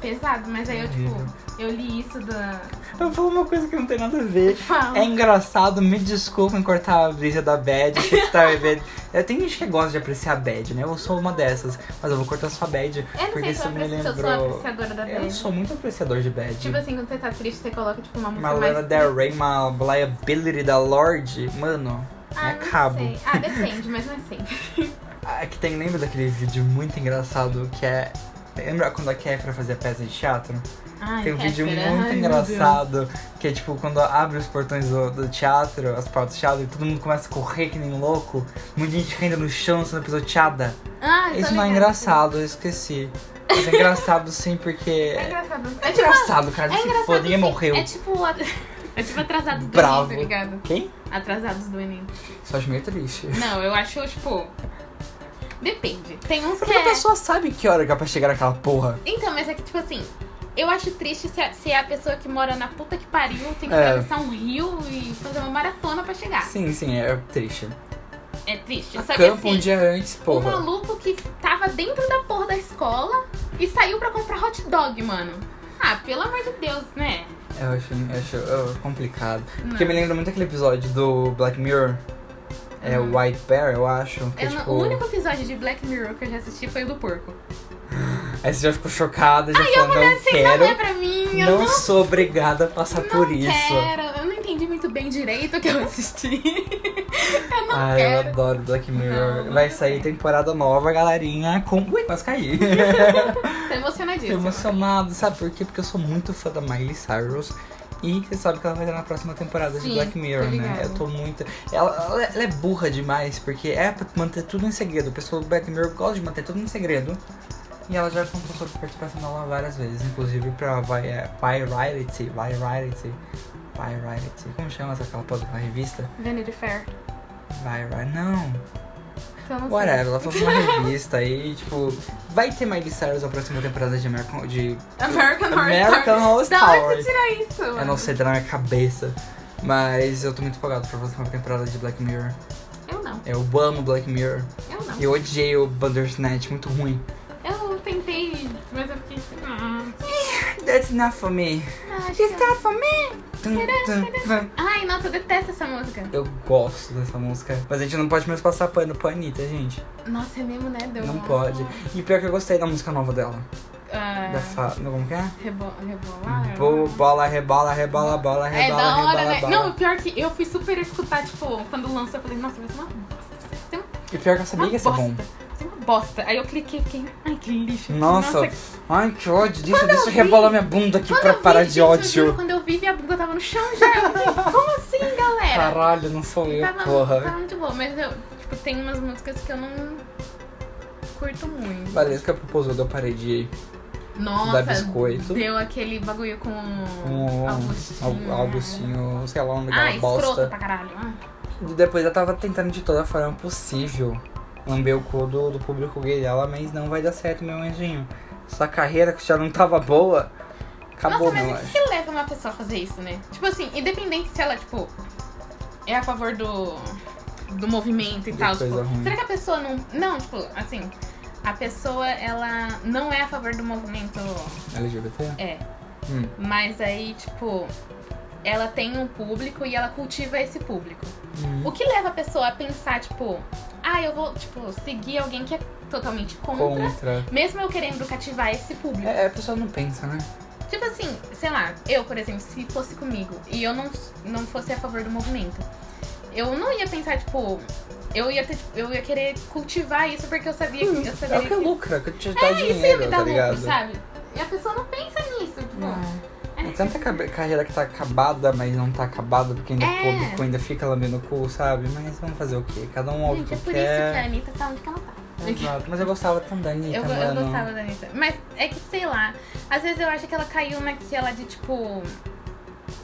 [SPEAKER 2] pesado, mas aí eu,
[SPEAKER 1] Horrível.
[SPEAKER 2] tipo, eu li isso da...
[SPEAKER 1] Eu vou falar uma coisa que não tem nada a ver.
[SPEAKER 2] Fala.
[SPEAKER 1] É engraçado, me desculpem cortar a brisa da Bad, que tá bebendo. É, Tem gente que gosta de apreciar a Bad, né? Eu sou uma dessas, mas eu vou cortar sua Bad.
[SPEAKER 2] Eu não
[SPEAKER 1] porque
[SPEAKER 2] sei se eu,
[SPEAKER 1] isso me
[SPEAKER 2] aprecio- se eu sou
[SPEAKER 1] lembrou-
[SPEAKER 2] apreciadora da
[SPEAKER 1] Eu
[SPEAKER 2] Bad.
[SPEAKER 1] sou muito apreciador de Bad.
[SPEAKER 2] Tá Tipo assim, quando você tá triste, você coloca, tipo, uma música
[SPEAKER 1] Uma
[SPEAKER 2] mais...
[SPEAKER 1] Lana Del Rey, uma liability da Lorde, mano,
[SPEAKER 2] Ah,
[SPEAKER 1] é
[SPEAKER 2] não
[SPEAKER 1] cabo.
[SPEAKER 2] sei. Ah, depende, mas não é sempre.
[SPEAKER 1] Ah, que tem, lembra daquele vídeo muito engraçado que é. Lembra quando a Kefra fazia peça de teatro?
[SPEAKER 2] Ai,
[SPEAKER 1] Tem um vídeo
[SPEAKER 2] Kéfera,
[SPEAKER 1] muito
[SPEAKER 2] ai, meu
[SPEAKER 1] engraçado que é tipo quando abre os portões do, do teatro, as portas do teatro, e todo mundo começa a correr que nem louco, muita gente caindo no chão sendo pisoteada.
[SPEAKER 2] Deus. Ah, eu tô
[SPEAKER 1] Isso não é
[SPEAKER 2] ligada.
[SPEAKER 1] engraçado, eu esqueci. Mas é engraçado sim, porque.
[SPEAKER 2] É
[SPEAKER 1] É
[SPEAKER 2] engraçado. É, tipo,
[SPEAKER 1] engraçado, cara,
[SPEAKER 2] é
[SPEAKER 1] se
[SPEAKER 2] engraçado.
[SPEAKER 1] foda, ninguém
[SPEAKER 2] sim.
[SPEAKER 1] morreu.
[SPEAKER 2] É tipo, a- é tipo atrasados
[SPEAKER 1] Bravo.
[SPEAKER 2] do Enem, tá ligado?
[SPEAKER 1] Quem?
[SPEAKER 2] Atrasados do Enem.
[SPEAKER 1] Só acho meio triste.
[SPEAKER 2] Não, eu acho, tipo. Depende. Tem uns que
[SPEAKER 1] Porque a
[SPEAKER 2] é.
[SPEAKER 1] pessoa sabe que hora que é pra chegar naquela porra.
[SPEAKER 2] Então, mas é que, tipo assim. Eu acho triste se a, se a pessoa que mora na puta que pariu tem que
[SPEAKER 1] É.
[SPEAKER 2] atravessar um rio e fazer uma maratona pra chegar.
[SPEAKER 1] Sim, sim, é triste.
[SPEAKER 2] É triste. Só que
[SPEAKER 1] Acampa
[SPEAKER 2] assim,
[SPEAKER 1] um dia antes,
[SPEAKER 2] o
[SPEAKER 1] porra.
[SPEAKER 2] maluco que tava dentro da porra da escola e saiu pra comprar hot dog, mano. Ah, pelo amor de Deus, né?
[SPEAKER 1] Eu acho, eu acho eu- complicado. Porque
[SPEAKER 2] Não.
[SPEAKER 1] me lembra muito aquele episódio do Black Mirror. É o White Bear, eu acho. Que,
[SPEAKER 2] Hum. Eu não-
[SPEAKER 1] tipo,
[SPEAKER 2] O único episódio de Black Mirror que eu já assisti foi o do porco.
[SPEAKER 1] Aí você já ficou chocada, já falou, não
[SPEAKER 2] Assim, não é
[SPEAKER 1] quero.
[SPEAKER 2] pra mim, eu
[SPEAKER 1] Não
[SPEAKER 2] não
[SPEAKER 1] sou obrigada a passar por isso.
[SPEAKER 2] quero. Eu não entendi muito bem direito o que eu assisti. eu não
[SPEAKER 1] Ai, Ah, eu
[SPEAKER 2] quero.
[SPEAKER 1] adoro Black Mirror.
[SPEAKER 2] Não, não
[SPEAKER 1] Vai
[SPEAKER 2] quero.
[SPEAKER 1] sair temporada nova, galerinha, com... Ui, quase caí.
[SPEAKER 2] Tô
[SPEAKER 1] Tô
[SPEAKER 2] emocionadíssima.
[SPEAKER 1] emocionado, sabe por quê? Porque eu sou muito fã da Miley Cyrus. E você sabe que ela vai estar na próxima temporada de
[SPEAKER 2] Sim,
[SPEAKER 1] Black Mirror,
[SPEAKER 2] tô
[SPEAKER 1] né?
[SPEAKER 2] ligada.
[SPEAKER 1] Eu tô muito. Ela, ela- ela é burra demais, porque é pra manter tudo em segredo. O pessoal do Black Mirror gosta de manter tudo em segredo. E ela já contou sobre a participação dela várias vezes, inclusive pra Vi- é, Virality. Virality. Virality. Como chama essa aquela porra da revista?
[SPEAKER 2] Vanity Fair.
[SPEAKER 1] Viral. Não.
[SPEAKER 2] Então, não sei.
[SPEAKER 1] Whatever, ela foi pra uma revista aí, tipo, vai ter Miley Cyrus na próxima temporada de American, de
[SPEAKER 2] American Horror
[SPEAKER 1] American Horror
[SPEAKER 2] Story. Da onde
[SPEAKER 1] Story.
[SPEAKER 2] você tirou isso?
[SPEAKER 1] Eu não sei, tá na minha cabeça. Mas eu tô muito empolgado pra próxima temporada de Black Mirror.
[SPEAKER 2] Eu não.
[SPEAKER 1] Eu amo Black Mirror.
[SPEAKER 2] Eu não.
[SPEAKER 1] Eu odiei o Bandersnatch, muito ruim.
[SPEAKER 2] Eu tentei, mas eu fiquei assim. Ah,
[SPEAKER 1] That's not for me.
[SPEAKER 2] acho que-
[SPEAKER 1] It's not for me. Tum, tum, tum.
[SPEAKER 2] Ai, nossa, eu detesto essa música.
[SPEAKER 1] Eu gosto dessa música. Mas a gente não pode mais passar pano pra Anitta, gente.
[SPEAKER 2] Nossa, é mesmo, né? Deu
[SPEAKER 1] Não
[SPEAKER 2] uma-
[SPEAKER 1] pode. E pior que eu gostei da música nova dela.
[SPEAKER 2] Ah,
[SPEAKER 1] Da fa... Como que é?
[SPEAKER 2] rebo... Rebolar?
[SPEAKER 1] Bo- Bola, rebola, rebola, bola,
[SPEAKER 2] Ah, É
[SPEAKER 1] rebola,
[SPEAKER 2] da hora,
[SPEAKER 1] rebola,
[SPEAKER 2] né?
[SPEAKER 1] bola.
[SPEAKER 2] Não, o pior que eu fui super escutar, tipo, quando lançou, eu falei, nossa, vai ser uma bosta. Vai ser uma,
[SPEAKER 1] E pior que eu sabia
[SPEAKER 2] uma
[SPEAKER 1] Tá que ia ser
[SPEAKER 2] bosta.
[SPEAKER 1] bom.
[SPEAKER 2] Vai ser uma bosta. Aí eu cliquei e fiquei, ai, que lixo.
[SPEAKER 1] Nossa,
[SPEAKER 2] que-
[SPEAKER 1] ai que ódio. Deixa, deixa eu
[SPEAKER 2] vi-
[SPEAKER 1] rebolar minha bunda aqui
[SPEAKER 2] Quando
[SPEAKER 1] pra
[SPEAKER 2] eu vi,
[SPEAKER 1] parar
[SPEAKER 2] gente,
[SPEAKER 1] de
[SPEAKER 2] eu
[SPEAKER 1] ódio.
[SPEAKER 2] juro, quando eu vi, minha bunda tava no chão já. Eu falei, como assim, galera?
[SPEAKER 1] Caralho, não sou eu,
[SPEAKER 2] tava,
[SPEAKER 1] porra.
[SPEAKER 2] tava muito boa, mas eu, tipo, tem umas músicas que eu não curto muito.
[SPEAKER 1] Valesca proposou eu parei de
[SPEAKER 2] Nossa,
[SPEAKER 1] dar biscoito.
[SPEAKER 2] deu aquele bagulho com
[SPEAKER 1] Um
[SPEAKER 2] Augustinho.
[SPEAKER 1] al- Augustinho, sei lá, um lugar
[SPEAKER 2] assim. Ah,
[SPEAKER 1] bosta.
[SPEAKER 2] escroto pra caralho. Ah,
[SPEAKER 1] E depois ela tava tentando de toda forma possível lamber o cu do, do público gay dela, mas não vai dar certo, meu anjinho. Sua carreira que já não tava boa, acabou,
[SPEAKER 2] Nossa,
[SPEAKER 1] meu
[SPEAKER 2] mas é o que
[SPEAKER 1] anjo.
[SPEAKER 2] que leva uma pessoa a fazer isso, né? Tipo assim, independente se ela, tipo, é a favor do, do movimento e
[SPEAKER 1] De
[SPEAKER 2] tal.
[SPEAKER 1] coisa
[SPEAKER 2] Tipo,
[SPEAKER 1] ruim.
[SPEAKER 2] será que a pessoa não. Não, tipo, assim, a pessoa, ela não é a favor do movimento.
[SPEAKER 1] LGBT?
[SPEAKER 2] É.
[SPEAKER 1] Hum.
[SPEAKER 2] Mas aí, tipo, ela tem um público e ela cultiva esse público.
[SPEAKER 1] Hum.
[SPEAKER 2] O que leva a pessoa a pensar, tipo, ah, eu vou, tipo, seguir alguém que é totalmente contra.
[SPEAKER 1] Contra.
[SPEAKER 2] Mesmo eu querendo cativar esse público.
[SPEAKER 1] É, a pessoa não pensa, né?
[SPEAKER 2] Tipo assim, sei lá, eu, por exemplo, se fosse comigo e eu não, não fosse a favor do movimento, eu não ia pensar, tipo, eu ia ter, tipo, eu ia querer cultivar isso porque eu sabia que eu
[SPEAKER 1] É
[SPEAKER 2] sabia
[SPEAKER 1] o que lucra, que te dá
[SPEAKER 2] É, isso ia
[SPEAKER 1] dinheiro,
[SPEAKER 2] me
[SPEAKER 1] tá
[SPEAKER 2] dar lucro,
[SPEAKER 1] ligado?
[SPEAKER 2] sabe? E a pessoa não pensa nisso, tipo.
[SPEAKER 1] Não.
[SPEAKER 2] É,
[SPEAKER 1] tanta cabe- carreira que tá acabada, mas não tá acabada porque ainda
[SPEAKER 2] É.
[SPEAKER 1] o público ainda fica lambendo o cu, sabe? Mas vamos fazer o quê? Cada um ouve o
[SPEAKER 2] Gente,
[SPEAKER 1] que
[SPEAKER 2] é por isso que a
[SPEAKER 1] quer.
[SPEAKER 2] Anitta tá onde que ela tá.
[SPEAKER 1] Exato. Mas eu gostava tanto da Anitta,
[SPEAKER 2] Eu, go- eu
[SPEAKER 1] mano.
[SPEAKER 2] gostava da Anitta. Mas é que, sei lá, às vezes eu acho que ela caiu naquela de tipo.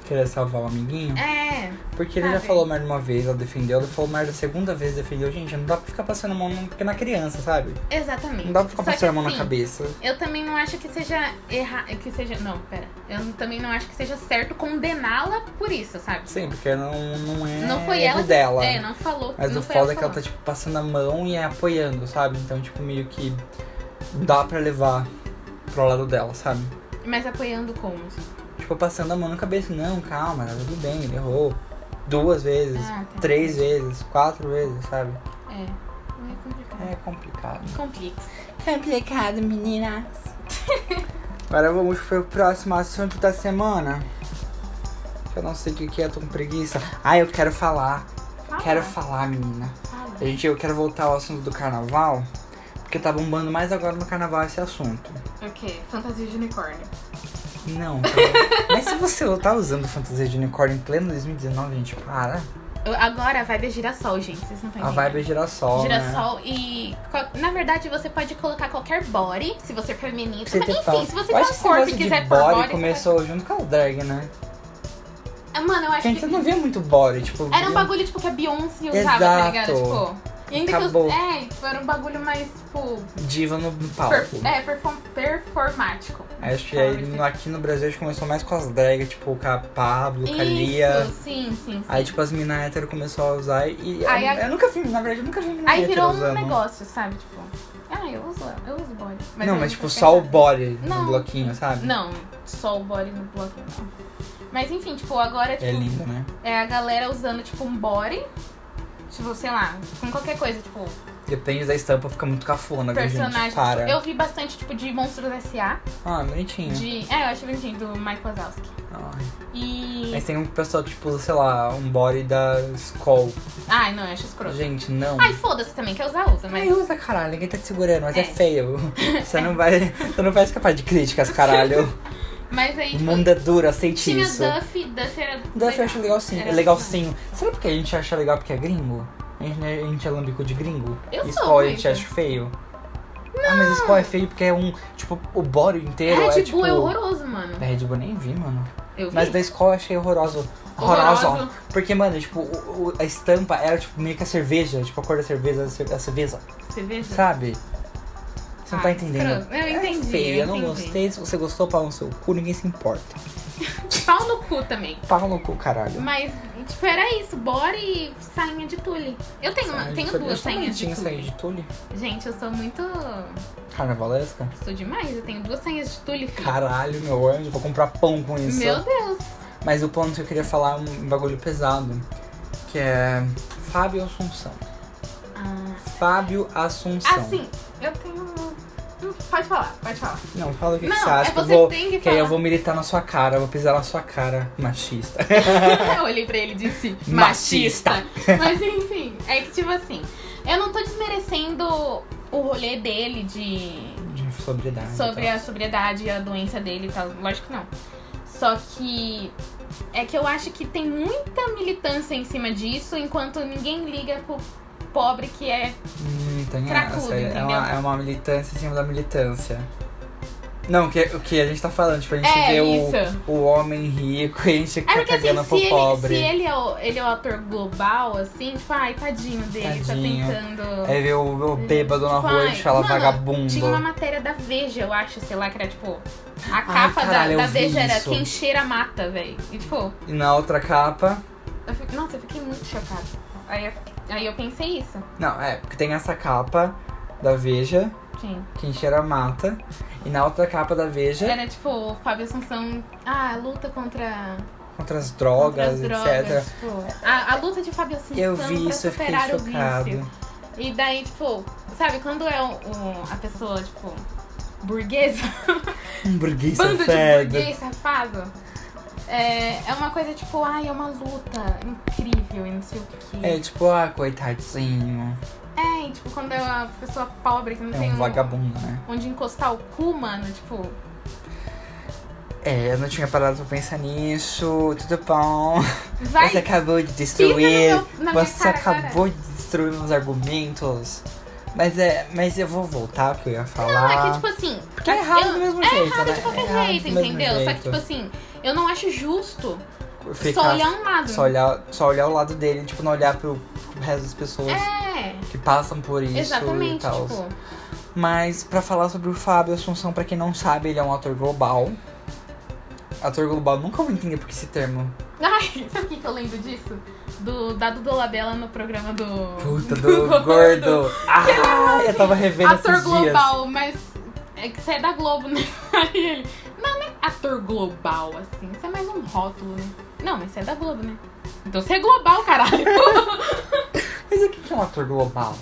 [SPEAKER 1] Queria salvar o amiguinho.
[SPEAKER 2] É.
[SPEAKER 1] Porque ele já
[SPEAKER 2] sabe?
[SPEAKER 1] falou merda uma vez, ela defendeu, ele falou merda a segunda vez, defendeu. Gente, não dá pra ficar passando a mão num- porque na criança, sabe?
[SPEAKER 2] Exatamente.
[SPEAKER 1] Não dá pra ficar
[SPEAKER 2] Só que,
[SPEAKER 1] passando a mão na
[SPEAKER 2] assim,
[SPEAKER 1] cabeça.
[SPEAKER 2] Eu também não acho que seja errar. Que seja. Não, pera. Eu não- também não acho que seja certo condená-la por isso, sabe?
[SPEAKER 1] Sim, porque não, não é
[SPEAKER 2] Não foi
[SPEAKER 1] erro
[SPEAKER 2] ela que-
[SPEAKER 1] dela.
[SPEAKER 2] É, não falou.
[SPEAKER 1] Mas
[SPEAKER 2] não
[SPEAKER 1] o
[SPEAKER 2] foi ela
[SPEAKER 1] foda é que ela tá,
[SPEAKER 2] falando.
[SPEAKER 1] tipo, passando a mão e é apoiando, sabe? Então, tipo, meio que dá pra levar pro lado dela, sabe?
[SPEAKER 2] Mas apoiando como?
[SPEAKER 1] Tipo, passando a mão na cabeça. Não, calma, tá tudo bem, ele errou. Duas vezes,
[SPEAKER 2] Ah, tá.
[SPEAKER 1] três vezes, quatro vezes, sabe?
[SPEAKER 2] É. Não é complicado.
[SPEAKER 1] É complicado.
[SPEAKER 2] Complica.
[SPEAKER 1] Complicado, meninas. Agora vamos pro próximo assunto da semana. Eu não sei o que que é, tô com preguiça. Ah, eu quero falar.
[SPEAKER 2] Fala.
[SPEAKER 1] Quero falar, menina.
[SPEAKER 2] Fala.
[SPEAKER 1] Gente, eu quero voltar ao assunto do carnaval, porque tá bombando mais agora no carnaval esse assunto.
[SPEAKER 2] O quê? Fantasia de unicórnio.
[SPEAKER 1] Não, cara. mas se você tá usando fantasia de unicórnio em pleno 2019, gente, para.
[SPEAKER 2] Eu- Agora a vibe é girassol, gente. Vocês não estão
[SPEAKER 1] A vibe é girassol. Né?
[SPEAKER 2] Girassol e. co- Na verdade, você pode colocar qualquer body, se você for
[SPEAKER 1] Pra
[SPEAKER 2] menina. Mas,
[SPEAKER 1] Você ter
[SPEAKER 2] enfim,
[SPEAKER 1] fala-
[SPEAKER 2] se você
[SPEAKER 1] Eu
[SPEAKER 2] for
[SPEAKER 1] acho que
[SPEAKER 2] um
[SPEAKER 1] esse
[SPEAKER 2] corpo
[SPEAKER 1] negócio
[SPEAKER 2] e
[SPEAKER 1] de
[SPEAKER 2] quiser pôr
[SPEAKER 1] body
[SPEAKER 2] body. você
[SPEAKER 1] começou junto com as drag, né?
[SPEAKER 2] faz- Ah, Mano, eu acho
[SPEAKER 1] Gente, você
[SPEAKER 2] que.
[SPEAKER 1] não via muito body, tipo.
[SPEAKER 2] Era
[SPEAKER 1] via-
[SPEAKER 2] um bagulho tipo que a Beyoncé usava,
[SPEAKER 1] Exato.
[SPEAKER 2] tá ligado? Tipo. E ainda
[SPEAKER 1] Acabou.
[SPEAKER 2] que eu. É, tipo, era um bagulho mais, tipo.
[SPEAKER 1] diva no no palco.
[SPEAKER 2] per- é, perform- performático.
[SPEAKER 1] Acho que aí no- aqui no Brasil a gente começou mais com as drag, tipo, com a Pablo, com a Lia.
[SPEAKER 2] Isso, sim, sim, sim.
[SPEAKER 1] Aí, tipo, as minas hétero começou a usar e.
[SPEAKER 2] Aí
[SPEAKER 1] eu,
[SPEAKER 2] a-
[SPEAKER 1] eu nunca vi, na verdade, eu nunca vi mina
[SPEAKER 2] Aí
[SPEAKER 1] hétero
[SPEAKER 2] virou um
[SPEAKER 1] usando.
[SPEAKER 2] negócio, sabe? Tipo. Ah, eu uso, eu uso body.
[SPEAKER 1] não,
[SPEAKER 2] eu
[SPEAKER 1] mas
[SPEAKER 2] uso
[SPEAKER 1] tipo,
[SPEAKER 2] sem
[SPEAKER 1] só o
[SPEAKER 2] nada.
[SPEAKER 1] body no
[SPEAKER 2] Não.
[SPEAKER 1] bloquinho, sabe?
[SPEAKER 2] Não, só o body no bloquinho, não. Mas enfim, tipo, agora tipo,
[SPEAKER 1] É lindo, né?
[SPEAKER 2] é a galera usando, tipo, um body. Tipo, sei lá, com qualquer coisa, tipo,
[SPEAKER 1] Depende da estampa, fica muito cafona, viu,
[SPEAKER 2] personagem.
[SPEAKER 1] gente? Para.
[SPEAKER 2] tipo, eu vi bastante, tipo, de Monstros S.A.
[SPEAKER 1] Ah, bonitinho.
[SPEAKER 2] De. É, eu achei bonitinho, do Mike Wazowski.
[SPEAKER 1] Ai.
[SPEAKER 2] E.
[SPEAKER 1] Mas tem um pessoal que, tipo, sei lá, um body da Skull.
[SPEAKER 2] Ai, não, eu acho escroto.
[SPEAKER 1] Gente, não.
[SPEAKER 2] Ai, foda-se também, quer usar, usa,
[SPEAKER 1] Ai,
[SPEAKER 2] mas.
[SPEAKER 1] usa, caralho, ninguém tá te segurando, mas é,
[SPEAKER 2] É.
[SPEAKER 1] feio. Você não vai. Você não vai escapar de críticas, caralho.
[SPEAKER 2] Mas aí,
[SPEAKER 1] O
[SPEAKER 2] tipo,
[SPEAKER 1] mundo é duro, aceite
[SPEAKER 2] tinha
[SPEAKER 1] isso.
[SPEAKER 2] Duffy, Duffy era.
[SPEAKER 1] Duff eu acho legal sim.
[SPEAKER 2] Era
[SPEAKER 1] É legal sim. Será porque a gente acha legal porque é gringo? A gente, a gente é lambico de gringo?
[SPEAKER 2] Eu sou
[SPEAKER 1] Skull a gente
[SPEAKER 2] gringo.
[SPEAKER 1] acha feio? Ah, mas Skull é feio porque é um. Tipo, o body inteiro é,
[SPEAKER 2] Red
[SPEAKER 1] tipo.
[SPEAKER 2] Bull é horroroso, mano.
[SPEAKER 1] Da Red Bull nem vi, mano.
[SPEAKER 2] Eu vi.
[SPEAKER 1] Mas da Skull eu achei horroroso.
[SPEAKER 2] Horroroso.
[SPEAKER 1] Horroroso. Porque, mano, tipo, o- o- a estampa era tipo meio que a cerveja, tipo a cor da cerveja, a cer- a cerveja,
[SPEAKER 2] Cerveja?
[SPEAKER 1] sabe? Você não tá
[SPEAKER 2] Ah,
[SPEAKER 1] entendendo.
[SPEAKER 2] escroto. Eu
[SPEAKER 1] É
[SPEAKER 2] entendi,
[SPEAKER 1] feio,
[SPEAKER 2] eu
[SPEAKER 1] eu não
[SPEAKER 2] entendi.
[SPEAKER 1] gostei. Se você gostou, pau no seu cu, ninguém se importa.
[SPEAKER 2] Pau no cu também.
[SPEAKER 1] Pau no cu, caralho.
[SPEAKER 2] Mas, tipo, era isso. Bora e sainha de tule. Eu tenho, uma- tenho duas sainhas de
[SPEAKER 1] Tinha sainha
[SPEAKER 2] tule.
[SPEAKER 1] de tule.
[SPEAKER 2] Gente, eu sou muito...
[SPEAKER 1] Carnavalesca?
[SPEAKER 2] Sou demais. Eu tenho duas sainhas de tule, filho.
[SPEAKER 1] Caralho, meu anjo, vou comprar pão com isso.
[SPEAKER 2] Meu Deus.
[SPEAKER 1] Mas o ponto que eu queria falar é um bagulho pesado. Que é. Fábio Assunção.
[SPEAKER 2] Ah,
[SPEAKER 1] Fábio Assunção.
[SPEAKER 2] assim, eu tenho... Hum, Pode falar, pode falar.
[SPEAKER 1] Não, fala o que,
[SPEAKER 2] Não,
[SPEAKER 1] que você acha.
[SPEAKER 2] é
[SPEAKER 1] que eu
[SPEAKER 2] você
[SPEAKER 1] vou,
[SPEAKER 2] que tem que
[SPEAKER 1] aí eu
[SPEAKER 2] falar.
[SPEAKER 1] vou militar na sua cara, eu vou pisar na sua cara, machista.
[SPEAKER 2] eu olhei pra ele e disse...
[SPEAKER 1] Machista.
[SPEAKER 2] Machista. Mas, enfim. É que, tipo assim... Eu não tô desmerecendo o rolê dele de...
[SPEAKER 1] De sobriedade.
[SPEAKER 2] sobre
[SPEAKER 1] tá?
[SPEAKER 2] a sobriedade e a doença dele e tal. Lógico que não. Só que é que eu acho que tem muita militância em cima disso, enquanto ninguém liga pro pobre que é.
[SPEAKER 1] Hum, tem
[SPEAKER 2] Cracudo,
[SPEAKER 1] essa. É
[SPEAKER 2] entendeu?
[SPEAKER 1] uma, é uma militância em cima da militância. Não, o que, o que a gente tá falando, tipo, a gente vê
[SPEAKER 2] É isso.
[SPEAKER 1] o, o homem rico e a gente
[SPEAKER 2] É
[SPEAKER 1] tá
[SPEAKER 2] porque
[SPEAKER 1] cagando
[SPEAKER 2] assim, se
[SPEAKER 1] pro
[SPEAKER 2] ele,
[SPEAKER 1] pobre.
[SPEAKER 2] se ele é o, ele é o ator global, assim, tipo, ai, tadinho dele,
[SPEAKER 1] Tadinho. É
[SPEAKER 2] tá tentando.
[SPEAKER 1] Aí vê o, o bêbado na
[SPEAKER 2] Tipo,
[SPEAKER 1] rua e
[SPEAKER 2] ai,
[SPEAKER 1] fala
[SPEAKER 2] mano,
[SPEAKER 1] vagabundo.
[SPEAKER 2] Tinha uma matéria da Veja, eu acho, sei lá, que era tipo. A
[SPEAKER 1] Ai,
[SPEAKER 2] capa da-
[SPEAKER 1] caralho, eu
[SPEAKER 2] da,
[SPEAKER 1] vi
[SPEAKER 2] Veja era
[SPEAKER 1] isso.
[SPEAKER 2] quem cheira mata, velho. E tipo,
[SPEAKER 1] E na outra capa.
[SPEAKER 2] eu fi- nossa, eu fiquei muito chocada. Aí eu, aí eu pensei isso.
[SPEAKER 1] Não, é, porque tem essa capa da Veja,
[SPEAKER 2] Sim.
[SPEAKER 1] que cheira mata. E na outra capa da Veja,
[SPEAKER 2] Era tipo, o Fábio Assunção, ah, a luta contra,
[SPEAKER 1] contra as
[SPEAKER 2] contra
[SPEAKER 1] drogas,
[SPEAKER 2] as
[SPEAKER 1] etc.
[SPEAKER 2] drogas. Tipo, a, a luta de Fábio Assunção
[SPEAKER 1] Eu vi
[SPEAKER 2] pra
[SPEAKER 1] isso, eu fiquei
[SPEAKER 2] superar o vício.
[SPEAKER 1] chocado.
[SPEAKER 2] E daí, tipo, sabe, quando é o, o- a pessoa, tipo, burguesa,
[SPEAKER 1] Um burguês
[SPEAKER 2] bando de
[SPEAKER 1] safado.
[SPEAKER 2] burguês safado, é, é uma coisa tipo, ai, é uma luta incrível e não sei o que.
[SPEAKER 1] É tipo, ah, coitadinho.
[SPEAKER 2] É, e, tipo, quando é uma pessoa pobre que não
[SPEAKER 1] É
[SPEAKER 2] tem um
[SPEAKER 1] um vagabundo, né?
[SPEAKER 2] onde encostar o cu, mano, tipo,
[SPEAKER 1] É, eu não tinha parado pra pensar nisso. Tudo bom.
[SPEAKER 2] Vai,
[SPEAKER 1] Você acabou de
[SPEAKER 2] no
[SPEAKER 1] destruir.
[SPEAKER 2] meu- na minha
[SPEAKER 1] Você
[SPEAKER 2] cara agora.
[SPEAKER 1] acabou de destruir meus argumentos. Mas é. Mas eu vou voltar porque eu ia falar.
[SPEAKER 2] não, é que tipo assim,
[SPEAKER 1] Porque é errado
[SPEAKER 2] eu-
[SPEAKER 1] do mesmo
[SPEAKER 2] é
[SPEAKER 1] jeito.
[SPEAKER 2] errado
[SPEAKER 1] né?
[SPEAKER 2] de qualquer
[SPEAKER 1] errado
[SPEAKER 2] jeito,
[SPEAKER 1] Ah. do mesmo
[SPEAKER 2] entendeu? Só que tipo
[SPEAKER 1] jeito.
[SPEAKER 2] assim, eu não acho justo
[SPEAKER 1] Ficar-
[SPEAKER 2] só olhar um lado.
[SPEAKER 1] Só olhar, só olhar o lado dele, tipo, não olhar pro, pro resto das pessoas
[SPEAKER 2] É,
[SPEAKER 1] que passam por isso e
[SPEAKER 2] exatamente,
[SPEAKER 1] tal.
[SPEAKER 2] tipo.
[SPEAKER 1] Mas pra falar sobre o Fábio Assunção, pra quem não sabe, ele é um ator global. Ator global, nunca vou entender por que esse termo.
[SPEAKER 2] Ai, sabe o que que eu lembro disso? Do dado do Labella no programa do.
[SPEAKER 1] Puta do gordo. Ah, eu tava revendo
[SPEAKER 2] Ator
[SPEAKER 1] esses
[SPEAKER 2] global, mas. É que você é da Globo, né? Aí ele. Não, não é ator global, assim. Isso é mais um rótulo, né? Não, mas você é da Globo, né? Então você é global, caralho.
[SPEAKER 1] dias. Mas o que que é um ator global?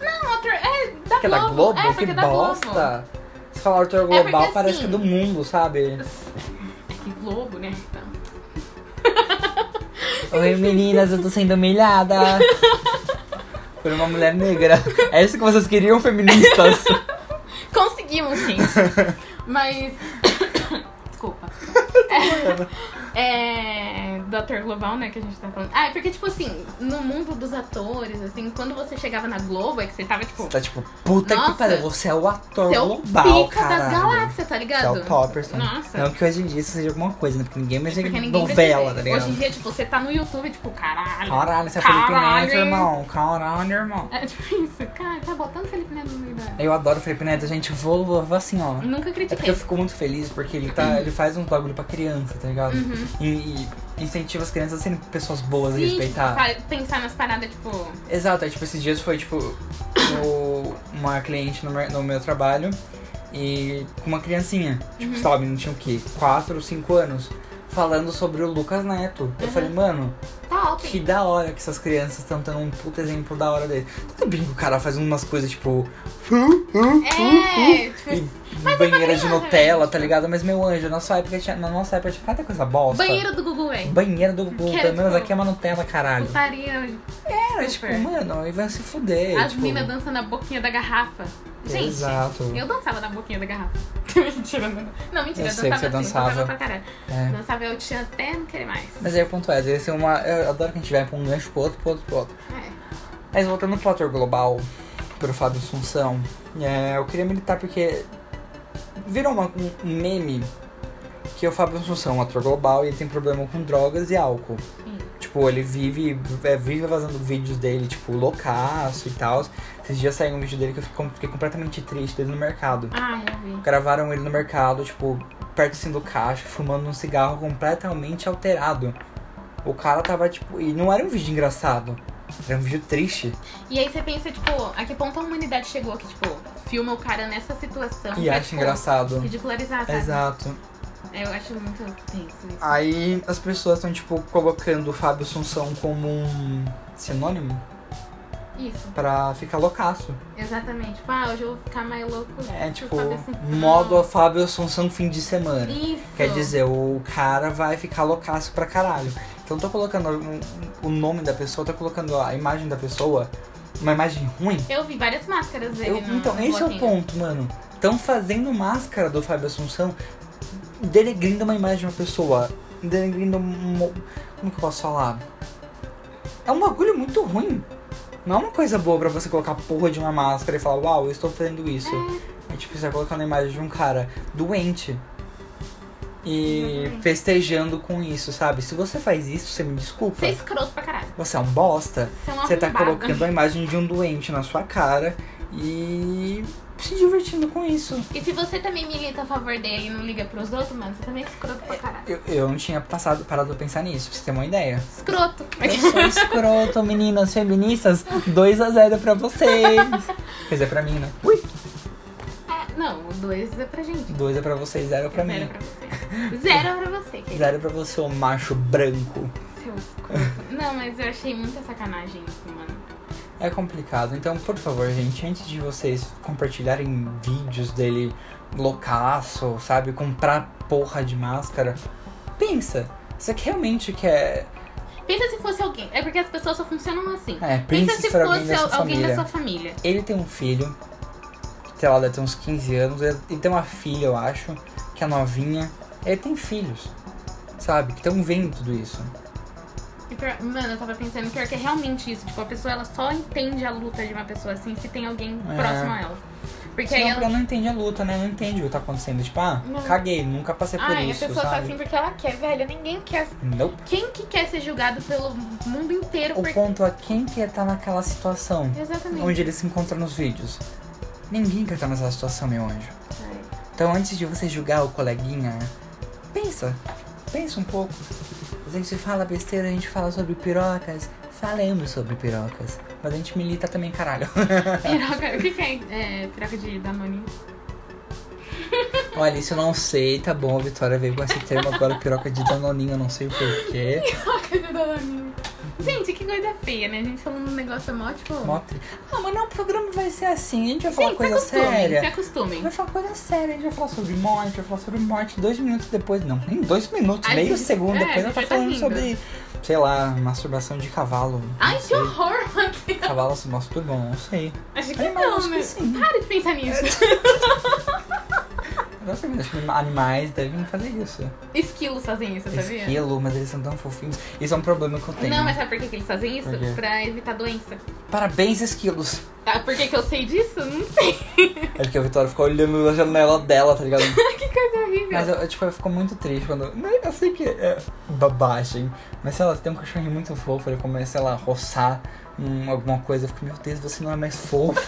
[SPEAKER 2] Não, ator. É da
[SPEAKER 1] Que é
[SPEAKER 2] Globo.
[SPEAKER 1] da Globo?
[SPEAKER 2] É, porque
[SPEAKER 1] que
[SPEAKER 2] é da Globo.
[SPEAKER 1] bosta. Se falar ator
[SPEAKER 2] porque,
[SPEAKER 1] global, parece que é do
[SPEAKER 2] assim,
[SPEAKER 1] mundo, sabe?
[SPEAKER 2] É que Globo, né? Então.
[SPEAKER 1] Oi meninas, eu tô sendo humilhada por uma mulher negra. É isso que vocês queriam, feministas?
[SPEAKER 2] Conseguimos, gente. Mas. Desculpa. É, é, do ator global, né, que a gente tá falando. Ah, é porque, tipo assim, no mundo dos atores, assim, quando você chegava na Globo, é que você tava, tipo,
[SPEAKER 1] Você tá tipo, puta
[SPEAKER 2] Nossa.
[SPEAKER 1] que pariu, você é o ator
[SPEAKER 2] você é o
[SPEAKER 1] global,
[SPEAKER 2] pica das
[SPEAKER 1] cara.
[SPEAKER 2] galáxias,
[SPEAKER 1] Você
[SPEAKER 2] tá
[SPEAKER 1] é
[SPEAKER 2] ligado?
[SPEAKER 1] o Topperson.
[SPEAKER 2] Nossa.
[SPEAKER 1] Não que hoje em dia isso seja alguma coisa, né? Porque ninguém mais
[SPEAKER 2] Porque
[SPEAKER 1] vê
[SPEAKER 2] ninguém
[SPEAKER 1] novela, tá
[SPEAKER 2] precisa-
[SPEAKER 1] ligado?
[SPEAKER 2] Hoje em dia, tipo, você tá no YouTube, tipo, caralho.
[SPEAKER 1] Caralho, você é
[SPEAKER 2] Caralho,
[SPEAKER 1] Felipe Neto,
[SPEAKER 2] hein?
[SPEAKER 1] irmão. Caralho, irmão.
[SPEAKER 2] É tipo isso, cara, tá botando Felipe Neto no meio da...
[SPEAKER 1] Eu adoro o Felipe Neto, gente. Vou, vou vou assim, ó.
[SPEAKER 2] Nunca
[SPEAKER 1] É porque eu
[SPEAKER 2] critiquei.
[SPEAKER 1] fico muito feliz porque ele, tá, ele faz uns bagulho pra criança, tá ligado? E, e incentiva as crianças a serem pessoas boas e
[SPEAKER 2] Uhum. Sim, tipo,
[SPEAKER 1] respeitar.
[SPEAKER 2] fa- pensar nas paradas, tipo...
[SPEAKER 1] Exato, é tipo, esses dias foi tipo o- uma cliente no, mer- no meu trabalho e com uma criancinha, tipo,
[SPEAKER 2] Uhum.
[SPEAKER 1] sabe, não tinha o quê? 4 ou 5 anos, falando sobre o Lucas Neto. Eu
[SPEAKER 2] Uhum.
[SPEAKER 1] falei, mano,
[SPEAKER 2] Tá ótimo.
[SPEAKER 1] que da hora que essas crianças estão dando um puta exemplo da hora dele. Tudo bem que o cara faz umas coisas tipo.
[SPEAKER 2] É, tipo,
[SPEAKER 1] e banheira de
[SPEAKER 2] criança,
[SPEAKER 1] Nutella,
[SPEAKER 2] gente.
[SPEAKER 1] tá ligado? Mas meu anjo, na nossa época tinha, na nossa época tinha cada coisa bosta.
[SPEAKER 2] banheiro do Google, é.
[SPEAKER 1] Banheira do Google,
[SPEAKER 2] Que era,
[SPEAKER 1] pelo menos
[SPEAKER 2] tipo,
[SPEAKER 1] aqui é uma Nutella, caralho.
[SPEAKER 2] Putaria,
[SPEAKER 1] Era tipo,
[SPEAKER 2] super.
[SPEAKER 1] mano, e vai se fuder.
[SPEAKER 2] as
[SPEAKER 1] tipo,
[SPEAKER 2] meninas dançando na boquinha da garrafa. Gente,
[SPEAKER 1] Exato.
[SPEAKER 2] eu dançava na boquinha da garrafa. mentira, não. Não,
[SPEAKER 1] Eu
[SPEAKER 2] mentira, eu,
[SPEAKER 1] sei
[SPEAKER 2] dançava
[SPEAKER 1] que você
[SPEAKER 2] assim,
[SPEAKER 1] dançava.
[SPEAKER 2] dançava pra caralho.
[SPEAKER 1] É.
[SPEAKER 2] Dançava eu tinha até não querer mais.
[SPEAKER 1] Mas aí o ponto é, esse é uma. Eu adoro que a gente vai pra um gancho pro outro, pro outro, pro outro.
[SPEAKER 2] É.
[SPEAKER 1] Mas voltando pro ator global, pro Fábio Assunção, é, eu queria militar porque virou uma- um um meme que o Fábio Assunção é um ator global e ele tem problema com drogas e álcool.
[SPEAKER 2] Sim.
[SPEAKER 1] Tipo, ele vive, é, vive vazando vídeos dele, tipo, loucaço e tal. Esses dias saiu um vídeo dele que eu fico- fiquei completamente triste dele no mercado.
[SPEAKER 2] Ah, eu vi.
[SPEAKER 1] Gravaram ele no mercado, tipo, perto assim do caixa, fumando um cigarro completamente alterado. O cara tava, tipo. E não era um vídeo engraçado. Era um vídeo triste.
[SPEAKER 2] E aí você pensa, tipo, a que ponto a humanidade chegou que, tipo, filma o cara nessa situação.
[SPEAKER 1] E
[SPEAKER 2] pra,
[SPEAKER 1] acha
[SPEAKER 2] tipo,
[SPEAKER 1] engraçado.
[SPEAKER 2] Ridicularizar, sabe? É,
[SPEAKER 1] Exato. Ah.
[SPEAKER 2] Eu acho muito tenso isso.
[SPEAKER 1] Aí as pessoas estão, tipo, colocando o Fábio Assunção como um sinônimo
[SPEAKER 2] Isso,
[SPEAKER 1] pra ficar loucaço.
[SPEAKER 2] exatamente. Tipo, ah, hoje eu vou ficar mais louco.
[SPEAKER 1] É
[SPEAKER 2] Deixa eu
[SPEAKER 1] tipo,
[SPEAKER 2] saber assim,
[SPEAKER 1] modo Fábio Assunção fim de semana.
[SPEAKER 2] Isso.
[SPEAKER 1] Quer dizer, o cara vai ficar loucaço pra caralho. Então tô colocando um- o nome da pessoa, tô colocando a imagem da pessoa, uma imagem ruim.
[SPEAKER 2] Eu vi várias máscaras dele.
[SPEAKER 1] Eu-
[SPEAKER 2] no-
[SPEAKER 1] então,
[SPEAKER 2] no
[SPEAKER 1] esse é o
[SPEAKER 2] bloquinho.
[SPEAKER 1] ponto, mano. Estão fazendo máscara do Fábio Assunção, denegrindo uma imagem de uma pessoa, denegrindo um. Como que eu posso falar? É um bagulho muito ruim. Não é uma coisa boa pra você colocar a porra de uma máscara e falar, uau, eu estou fazendo isso. É tipo, você colocando a imagem de um cara doente e
[SPEAKER 2] Exatamente.
[SPEAKER 1] festejando com isso, sabe? Se você faz isso, você me desculpa.
[SPEAKER 2] Você é escroto pra caralho.
[SPEAKER 1] Você é um bosta.
[SPEAKER 2] Você é um
[SPEAKER 1] Você tá
[SPEAKER 2] arrombado.
[SPEAKER 1] colocando a imagem de um doente na sua cara e se divertindo com isso.
[SPEAKER 2] E se você também milita a favor dele e não liga pros outros, mano, você também é escroto pra caralho.
[SPEAKER 1] Eu, eu não tinha passado, parado pra pensar nisso, pra você ter uma ideia.
[SPEAKER 2] Escroto.
[SPEAKER 1] Eu sou escroto, meninas feministas. 2 a 0 pra vocês. Quer dizer, pra mim, né? Ui!
[SPEAKER 2] Ah, não, o dois é pra gente.
[SPEAKER 1] 2 é pra vocês, 0 pra
[SPEAKER 2] Zero
[SPEAKER 1] mim.
[SPEAKER 2] pra você. Zero é pra você, querido.
[SPEAKER 1] 0 pra você, ô macho branco.
[SPEAKER 2] Seu escroto. Não, mas eu achei muita sacanagem isso, mano.
[SPEAKER 1] É complicado. Então, por favor, gente, antes de vocês compartilharem vídeos dele loucaço, sabe? Comprar porra de máscara, pensa. Você que é, realmente quer.
[SPEAKER 2] Pensa se fosse alguém. É porque as pessoas só funcionam assim.
[SPEAKER 1] É,
[SPEAKER 2] Pensa
[SPEAKER 1] pensa
[SPEAKER 2] se
[SPEAKER 1] se for alguém
[SPEAKER 2] fosse
[SPEAKER 1] da sua
[SPEAKER 2] alguém da
[SPEAKER 1] família.
[SPEAKER 2] sua família.
[SPEAKER 1] Ele tem um filho, que, sei lá, deve ter uns 15 anos, ele tem uma filha, eu acho, que é novinha. ele tem filhos, sabe? Que estão vendo tudo isso.
[SPEAKER 2] E pior- Mano, eu tava pensando pior que é realmente isso. Tipo, a pessoa ela só entende a luta de uma pessoa assim se tem alguém
[SPEAKER 1] É.
[SPEAKER 2] próximo a ela. Porque
[SPEAKER 1] Senão
[SPEAKER 2] aí
[SPEAKER 1] ela
[SPEAKER 2] ela.
[SPEAKER 1] não entende a luta, né? Não entende o que tá acontecendo. Tipo, ah,
[SPEAKER 2] Não.
[SPEAKER 1] caguei, nunca passei por
[SPEAKER 2] Ai,
[SPEAKER 1] isso,
[SPEAKER 2] a pessoa tá
[SPEAKER 1] sabe?
[SPEAKER 2] assim porque ela quer, velho. Ninguém quer.
[SPEAKER 1] Nope.
[SPEAKER 2] Quem que quer ser julgado pelo mundo inteiro?
[SPEAKER 1] O
[SPEAKER 2] por-
[SPEAKER 1] ponto é quem quer estar naquela situação
[SPEAKER 2] Exatamente.
[SPEAKER 1] onde ele se encontra nos vídeos. Ninguém quer estar nessa situação, meu anjo.
[SPEAKER 2] Ai.
[SPEAKER 1] Então antes de você julgar o coleguinha, pensa. Pensa um pouco. A gente fala besteira, a gente fala sobre pirocas. Falamos sobre pirocas. Mas a gente milita também, caralho.
[SPEAKER 2] Piroca. O que, que é, é piroca de Danone?
[SPEAKER 1] Olha, isso eu não sei, tá bom. A Vitória veio com esse termo agora, piroca de danoninho, eu não sei o porquê.
[SPEAKER 2] Piroca de Danone. Gente, que coisa feia, né? A gente falando um negócio mó tipo.
[SPEAKER 1] Mó tri- Ah, mas não, o programa vai ser assim. A gente vai falar
[SPEAKER 2] Gente, se
[SPEAKER 1] coisa
[SPEAKER 2] acostumem,
[SPEAKER 1] séria.
[SPEAKER 2] se acostumem.
[SPEAKER 1] Vai falar coisa séria, a gente vai falar sobre morte, vai falar sobre morte dois minutos depois, não, nem dois minutos,
[SPEAKER 2] A
[SPEAKER 1] meio
[SPEAKER 2] gente-
[SPEAKER 1] segundo
[SPEAKER 2] é, a
[SPEAKER 1] depois ela
[SPEAKER 2] gente
[SPEAKER 1] tá
[SPEAKER 2] já tá
[SPEAKER 1] falando
[SPEAKER 2] rindo.
[SPEAKER 1] sobre, sei lá, masturbação de cavalo. não
[SPEAKER 2] Ai, que
[SPEAKER 1] sei.
[SPEAKER 2] horror, Matheus.
[SPEAKER 1] Cavalo se masturbam, não sei.
[SPEAKER 2] Acho que
[SPEAKER 1] Ai, mas
[SPEAKER 2] não,
[SPEAKER 1] acho que
[SPEAKER 2] né?
[SPEAKER 1] sim.
[SPEAKER 2] Para de pensar nisso.
[SPEAKER 1] Exatamente, acho que animais devem fazer isso.
[SPEAKER 2] Esquilos fazem isso, sabia?
[SPEAKER 1] Esquilo, mas eles são tão fofinhos. Isso é um problema que eu tenho.
[SPEAKER 2] Não, mas sabe por que, que eles fazem isso?
[SPEAKER 1] Por quê?
[SPEAKER 2] Pra evitar doença.
[SPEAKER 1] Parabéns, esquilos.
[SPEAKER 2] Ah, por que, que eu sei disso? Não sei.
[SPEAKER 1] É porque a Vitória ficou olhando na janela dela, tá ligado?
[SPEAKER 2] Que coisa é horrível.
[SPEAKER 1] Mas eu, eu, tipo, eu fico muito triste quando. né, Eu sei que é babagem, mas sei lá, se tem um cachorrinho muito fofo, ele começa, sei lá, a roçar hum, alguma coisa, eu fico, meu Deus, você não é mais fofo.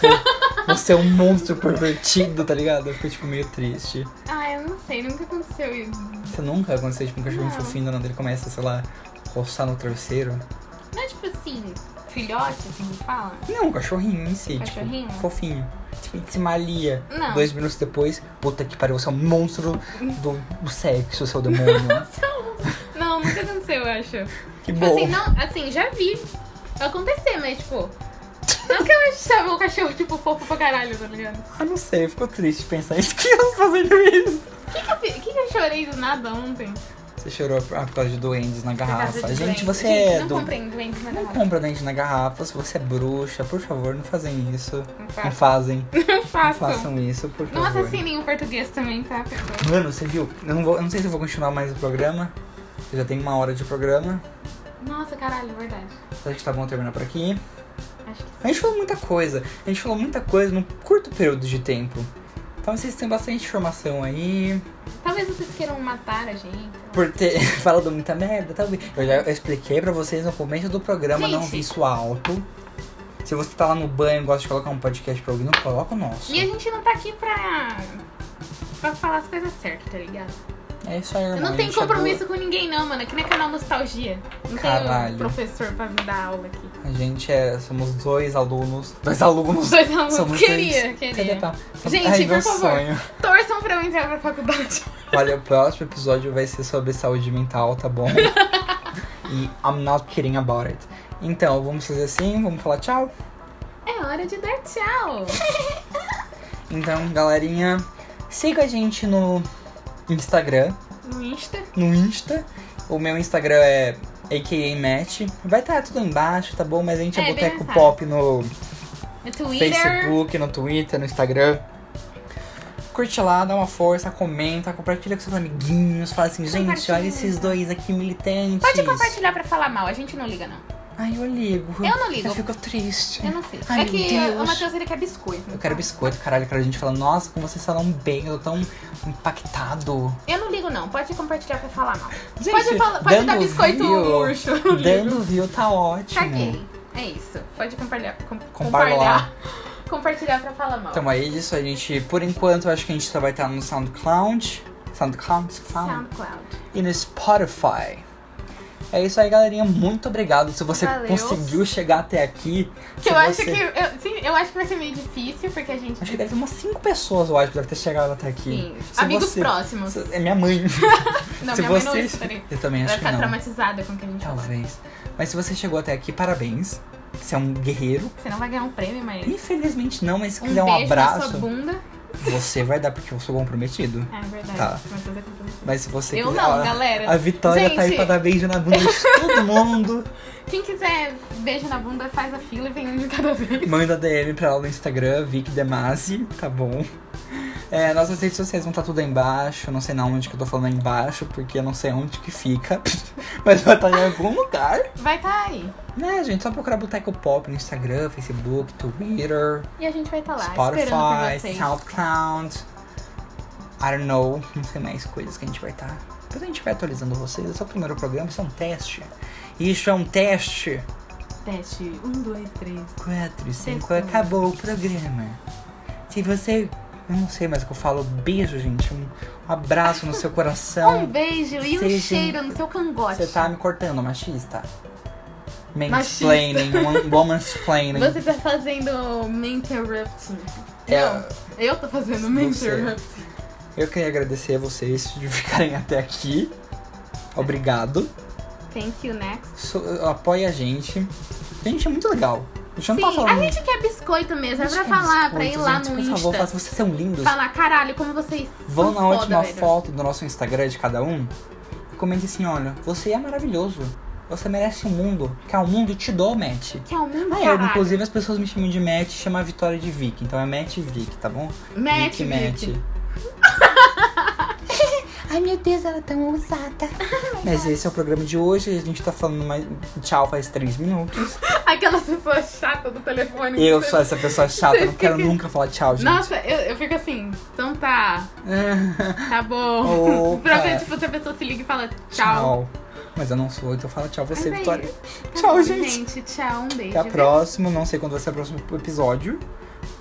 [SPEAKER 1] Você é um monstro pervertido, tá ligado? Eu fico, tipo, meio triste.
[SPEAKER 2] Ah, eu não sei, nunca aconteceu isso.
[SPEAKER 1] Isso nunca aconteceu, tipo, um cachorrinho
[SPEAKER 2] Não.
[SPEAKER 1] fofinho, do nada ele começa, sei lá, roçar no travesseiro.
[SPEAKER 2] Não é tipo assim, filhote, assim que fala?
[SPEAKER 1] Não, um cachorrinho em si,
[SPEAKER 2] Cachorrinho?
[SPEAKER 1] tipo, fofinho. Tipo, ele se malia.
[SPEAKER 2] Não.
[SPEAKER 1] Dois minutos depois, puta que pariu, você é um monstro do, do sexo, seu demônio.
[SPEAKER 2] Não, nunca aconteceu, eu acho.
[SPEAKER 1] que
[SPEAKER 2] Tipo
[SPEAKER 1] bom.
[SPEAKER 2] assim, não, assim, já vi acontecer, mas tipo. Não que eu achava o cachorro, tipo, fofo pra caralho, tá ligado?
[SPEAKER 1] Ah, não sei, ficou triste pensar isso que eu fazendo isso.
[SPEAKER 2] O que, que eu chorei do nada ontem?
[SPEAKER 1] Você chorou ah, por causa de duendes na
[SPEAKER 2] Por
[SPEAKER 1] garrafa.
[SPEAKER 2] causa de
[SPEAKER 1] gente,
[SPEAKER 2] doente.
[SPEAKER 1] você
[SPEAKER 2] Gente,
[SPEAKER 1] é.
[SPEAKER 2] Não
[SPEAKER 1] do-
[SPEAKER 2] compreendo doente na
[SPEAKER 1] Não
[SPEAKER 2] garrafa.
[SPEAKER 1] compra dente na garrafa, se você é bruxa, por favor, não fazem isso.
[SPEAKER 2] Não
[SPEAKER 1] Não
[SPEAKER 2] faço.
[SPEAKER 1] fazem.
[SPEAKER 2] Não
[SPEAKER 1] Não
[SPEAKER 2] faço.
[SPEAKER 1] façam isso, por
[SPEAKER 2] Não
[SPEAKER 1] favor.
[SPEAKER 2] assassinem o português também, tá? pessoal?
[SPEAKER 1] Mano, você viu? Eu não, vou, eu não sei se eu vou continuar mais o programa. Eu já tenho uma hora de programa.
[SPEAKER 2] Nossa, caralho, é verdade.
[SPEAKER 1] Acho que tá bom terminar por aqui.
[SPEAKER 2] Acho que
[SPEAKER 1] A gente falou muita coisa. A gente falou muita coisa num curto período de tempo. Então vocês têm bastante informação aí.
[SPEAKER 2] Talvez vocês queiram matar a gente. sei lá.
[SPEAKER 1] por ter falado muita merda, talvez. Eu já expliquei pra vocês no começo do programa, não
[SPEAKER 2] Gente.
[SPEAKER 1] vi isso alto. Se você tá lá no banho e gosta de colocar um podcast pra ouvir, não coloca o nosso.
[SPEAKER 2] E a gente não tá aqui pra. pra falar as coisas certas, tá ligado?
[SPEAKER 1] É isso aí,
[SPEAKER 2] Eu
[SPEAKER 1] irmão.
[SPEAKER 2] não tenho compromisso com ninguém, não, mano. Aqui não é canal Nostalgia. Não
[SPEAKER 1] Caralho.
[SPEAKER 2] tenho professor pra me dar aula aqui.
[SPEAKER 1] A gente é. Somos dois alunos. Dois alunos.
[SPEAKER 2] Os dois alunos.
[SPEAKER 1] Somos
[SPEAKER 2] queria,
[SPEAKER 1] dois.
[SPEAKER 2] queria.
[SPEAKER 1] Tá, tá.
[SPEAKER 2] Gente,
[SPEAKER 1] Ai,
[SPEAKER 2] por
[SPEAKER 1] meu
[SPEAKER 2] favor.
[SPEAKER 1] sonho.
[SPEAKER 2] Torçam pra eu entrar pra faculdade.
[SPEAKER 1] Olha, o próximo episódio vai ser sobre saúde mental, tá bom? e I'm not kidding about it. Então, vamos fazer assim, vamos falar tchau.
[SPEAKER 2] É hora de dar tchau.
[SPEAKER 1] Então, galerinha, siga a gente no Instagram.
[SPEAKER 2] No Insta.
[SPEAKER 1] no Insta. O meu Instagram é aka Match. Vai estar tudo embaixo, tá bom? Mas a gente é,
[SPEAKER 2] É, bem
[SPEAKER 1] Boteco
[SPEAKER 2] embaixo.
[SPEAKER 1] Pop no
[SPEAKER 2] No Twitter.
[SPEAKER 1] Facebook, no Twitter, no Instagram. Curte lá, dá uma força, comenta, compartilha com seus amiguinhos. Fala assim, gente,
[SPEAKER 2] Compartilha.
[SPEAKER 1] olha esses dois aqui militantes.
[SPEAKER 2] Pode compartilhar pra falar mal, a gente não liga, não.
[SPEAKER 1] Ai, eu ligo.
[SPEAKER 2] Eu não ligo.
[SPEAKER 1] Eu fico triste.
[SPEAKER 2] Eu não sei.
[SPEAKER 1] Ai,
[SPEAKER 2] é que
[SPEAKER 1] meu Deus.
[SPEAKER 2] o Matheus ele quer biscoito.
[SPEAKER 1] Eu quero biscoito, caralho. Eu quero gente falando, nossa, com vocês falam bem, eu tô tão impactado.
[SPEAKER 2] Eu não ligo, não. Pode compartilhar pra falar mal.
[SPEAKER 1] Gente,
[SPEAKER 2] pode fala- pode dar
[SPEAKER 1] dando
[SPEAKER 2] biscoito
[SPEAKER 1] view,
[SPEAKER 2] murcho. Eu não ligo.
[SPEAKER 1] Dando view tá ótimo.
[SPEAKER 2] Caguei. É isso. Pode compartilhar. com-
[SPEAKER 1] Comparlar.
[SPEAKER 2] compartilhar. Compartilhar pra falar mal.
[SPEAKER 1] Então é isso, a gente, por enquanto, acho que a gente só vai estar no SoundCloud, SoundCloud, SoundCloud
[SPEAKER 2] SoundCloud.
[SPEAKER 1] e no Spotify. É isso aí, galerinha. Muito obrigado se você
[SPEAKER 2] Valeu.
[SPEAKER 1] conseguiu chegar até aqui.
[SPEAKER 2] Que
[SPEAKER 1] se
[SPEAKER 2] eu acho
[SPEAKER 1] você-
[SPEAKER 2] que. Eu, sim, eu acho que vai ser meio difícil, porque a gente.
[SPEAKER 1] Acho que deve ter umas 5 pessoas, eu acho, que deve ter chegado até aqui.
[SPEAKER 2] Sim.
[SPEAKER 1] Se
[SPEAKER 2] Amigos
[SPEAKER 1] você-
[SPEAKER 2] próximos.
[SPEAKER 1] se- É minha mãe.
[SPEAKER 2] Não,
[SPEAKER 1] se
[SPEAKER 2] minha
[SPEAKER 1] você...
[SPEAKER 2] mãe não escutaria.
[SPEAKER 1] Eu também
[SPEAKER 2] Vai
[SPEAKER 1] acho que
[SPEAKER 2] ficar
[SPEAKER 1] não.
[SPEAKER 2] tá
[SPEAKER 1] Tá
[SPEAKER 2] traumatizada com o que a gente fala.
[SPEAKER 1] Talvez. Mas se você chegou até aqui, parabéns. Você é um guerreiro.
[SPEAKER 2] Você não vai ganhar um prêmio, mas.
[SPEAKER 1] Infelizmente não, mas se
[SPEAKER 2] Um
[SPEAKER 1] quiser um
[SPEAKER 2] beijo na
[SPEAKER 1] abraço,
[SPEAKER 2] sua bunda.
[SPEAKER 1] você vai dar, porque eu sou comprometido.
[SPEAKER 2] É verdade.
[SPEAKER 1] Tá.
[SPEAKER 2] Mas você é comprometido.
[SPEAKER 1] Mas se você
[SPEAKER 2] Eu
[SPEAKER 1] quiser.
[SPEAKER 2] não,
[SPEAKER 1] ó,
[SPEAKER 2] galera.
[SPEAKER 1] A Vitória tá aí
[SPEAKER 2] Gente.
[SPEAKER 1] pra dar beijo na bunda de todo mundo.
[SPEAKER 2] Quem quiser beijo na bunda, faz a fila e vem um de cada vez.
[SPEAKER 1] Manda DM pra ela no Instagram, Vic Demasi, tá bom? É, nossas redes sociais vão estar tudo aí embaixo. Não sei na onde que eu tô falando aí embaixo, porque eu não sei onde que fica. Mas vai estar em algum lugar.
[SPEAKER 2] Vai tá aí.
[SPEAKER 1] Né, gente? Só procurar Boteco Pop no Instagram, Facebook, Twitter,
[SPEAKER 2] E a gente vai tá lá, esperando por
[SPEAKER 1] Spotify,
[SPEAKER 2] vocês.
[SPEAKER 1] SoundCloud. I don't know. Não sei mais coisas que a gente vai estar. Depois a gente vai atualizando vocês. Esse é o primeiro programa, isso é um teste. Isso é um teste.
[SPEAKER 2] Teste. Um, dois, três.
[SPEAKER 1] 4, 5,
[SPEAKER 2] Testando.
[SPEAKER 1] acabou o programa. Se você. Eu não sei mais o que eu falo. Beijo, gente. Um um abraço no seu
[SPEAKER 2] Um
[SPEAKER 1] coração.
[SPEAKER 2] beijo e um
[SPEAKER 1] Seja-
[SPEAKER 2] cheiro no seu cangote.
[SPEAKER 1] Você tá me cortando, machista. Mansplaining, woman- womansplaining.
[SPEAKER 2] Você tá fazendo me interrupting.
[SPEAKER 1] É.
[SPEAKER 2] Não, eu tô fazendo me
[SPEAKER 1] Você.
[SPEAKER 2] interrupting.
[SPEAKER 1] Eu queria agradecer a vocês de ficarem até aqui. Obrigado.
[SPEAKER 2] Thank you, next.
[SPEAKER 1] So- apoia a gente. A gente é muito legal. A gente não tá
[SPEAKER 2] Sim,
[SPEAKER 1] falando.
[SPEAKER 2] a gente quer biscoito mesmo, é
[SPEAKER 1] A gente
[SPEAKER 2] pra
[SPEAKER 1] quer
[SPEAKER 2] falar,
[SPEAKER 1] biscoito,
[SPEAKER 2] pra ir lá
[SPEAKER 1] gente,
[SPEAKER 2] no
[SPEAKER 1] por
[SPEAKER 2] Insta.
[SPEAKER 1] favor, faça- vocês são lindos.
[SPEAKER 2] Falar, caralho, como vocês
[SPEAKER 1] Vão
[SPEAKER 2] são
[SPEAKER 1] na
[SPEAKER 2] foda,
[SPEAKER 1] última
[SPEAKER 2] velho."
[SPEAKER 1] foto do nosso Instagram de cada um e comente assim: olha, você é maravilhoso. Você merece o mundo. Que é o mundo te dou, Matt.
[SPEAKER 2] Que é o mundo,
[SPEAKER 1] Ah, é,
[SPEAKER 2] caralho.
[SPEAKER 1] inclusive as pessoas me chamam de Matt e chamam a Vitória de Vic. Então é Matt e Vic, tá bom?
[SPEAKER 2] Match,
[SPEAKER 1] Vic, Matt.
[SPEAKER 2] Vic.
[SPEAKER 1] Ai meu Deus, ela é tão ousada. Mas esse é o programa de hoje. A gente tá falando mais. Tchau faz três minutos.
[SPEAKER 2] Aquela pessoa chata do telefone.
[SPEAKER 1] Eu
[SPEAKER 2] que
[SPEAKER 1] sou essa pessoa chata, eu não quero
[SPEAKER 2] Fica-
[SPEAKER 1] nunca falar tchau, gente.
[SPEAKER 2] Nossa, eu, eu fico assim, então tá, tá bom.
[SPEAKER 1] Opa.
[SPEAKER 2] pra ver, tipo, se a pessoa se liga e fala tchau.
[SPEAKER 1] Tchau. Mas eu não sou, então fala tchau
[SPEAKER 2] Mas
[SPEAKER 1] você,
[SPEAKER 2] é
[SPEAKER 1] Vitória.
[SPEAKER 2] isso. Tá
[SPEAKER 1] Tchau,
[SPEAKER 2] bom,
[SPEAKER 1] gente.
[SPEAKER 2] Tchau, um beijo.
[SPEAKER 1] Até a
[SPEAKER 2] viu?
[SPEAKER 1] próxima. Não sei quando vai ser o próximo episódio.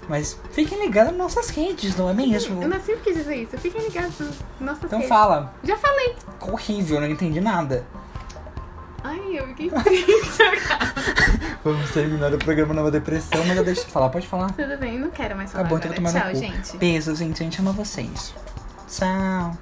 [SPEAKER 1] Mas fiquem ligados nas nossas redes, não é mesmo?
[SPEAKER 2] Eu não sempre quis dizer isso. Fiquem ligados. Nossa,
[SPEAKER 1] Então
[SPEAKER 2] sério.
[SPEAKER 1] fala.
[SPEAKER 2] Já falei.
[SPEAKER 1] Ficou horrível, não entendi nada.
[SPEAKER 2] Ai, eu fiquei triste agora.
[SPEAKER 1] Vamos terminar o programa Nova Depressão, mas eu deixo de falar. Pode falar.
[SPEAKER 2] Tudo bem, não quero mais
[SPEAKER 1] Tá
[SPEAKER 2] falar
[SPEAKER 1] bom, tem
[SPEAKER 2] agora.
[SPEAKER 1] que tomar no
[SPEAKER 2] Tchau,
[SPEAKER 1] cu.
[SPEAKER 2] gente.
[SPEAKER 1] Beijos, gente. A gente ama vocês. Tchau.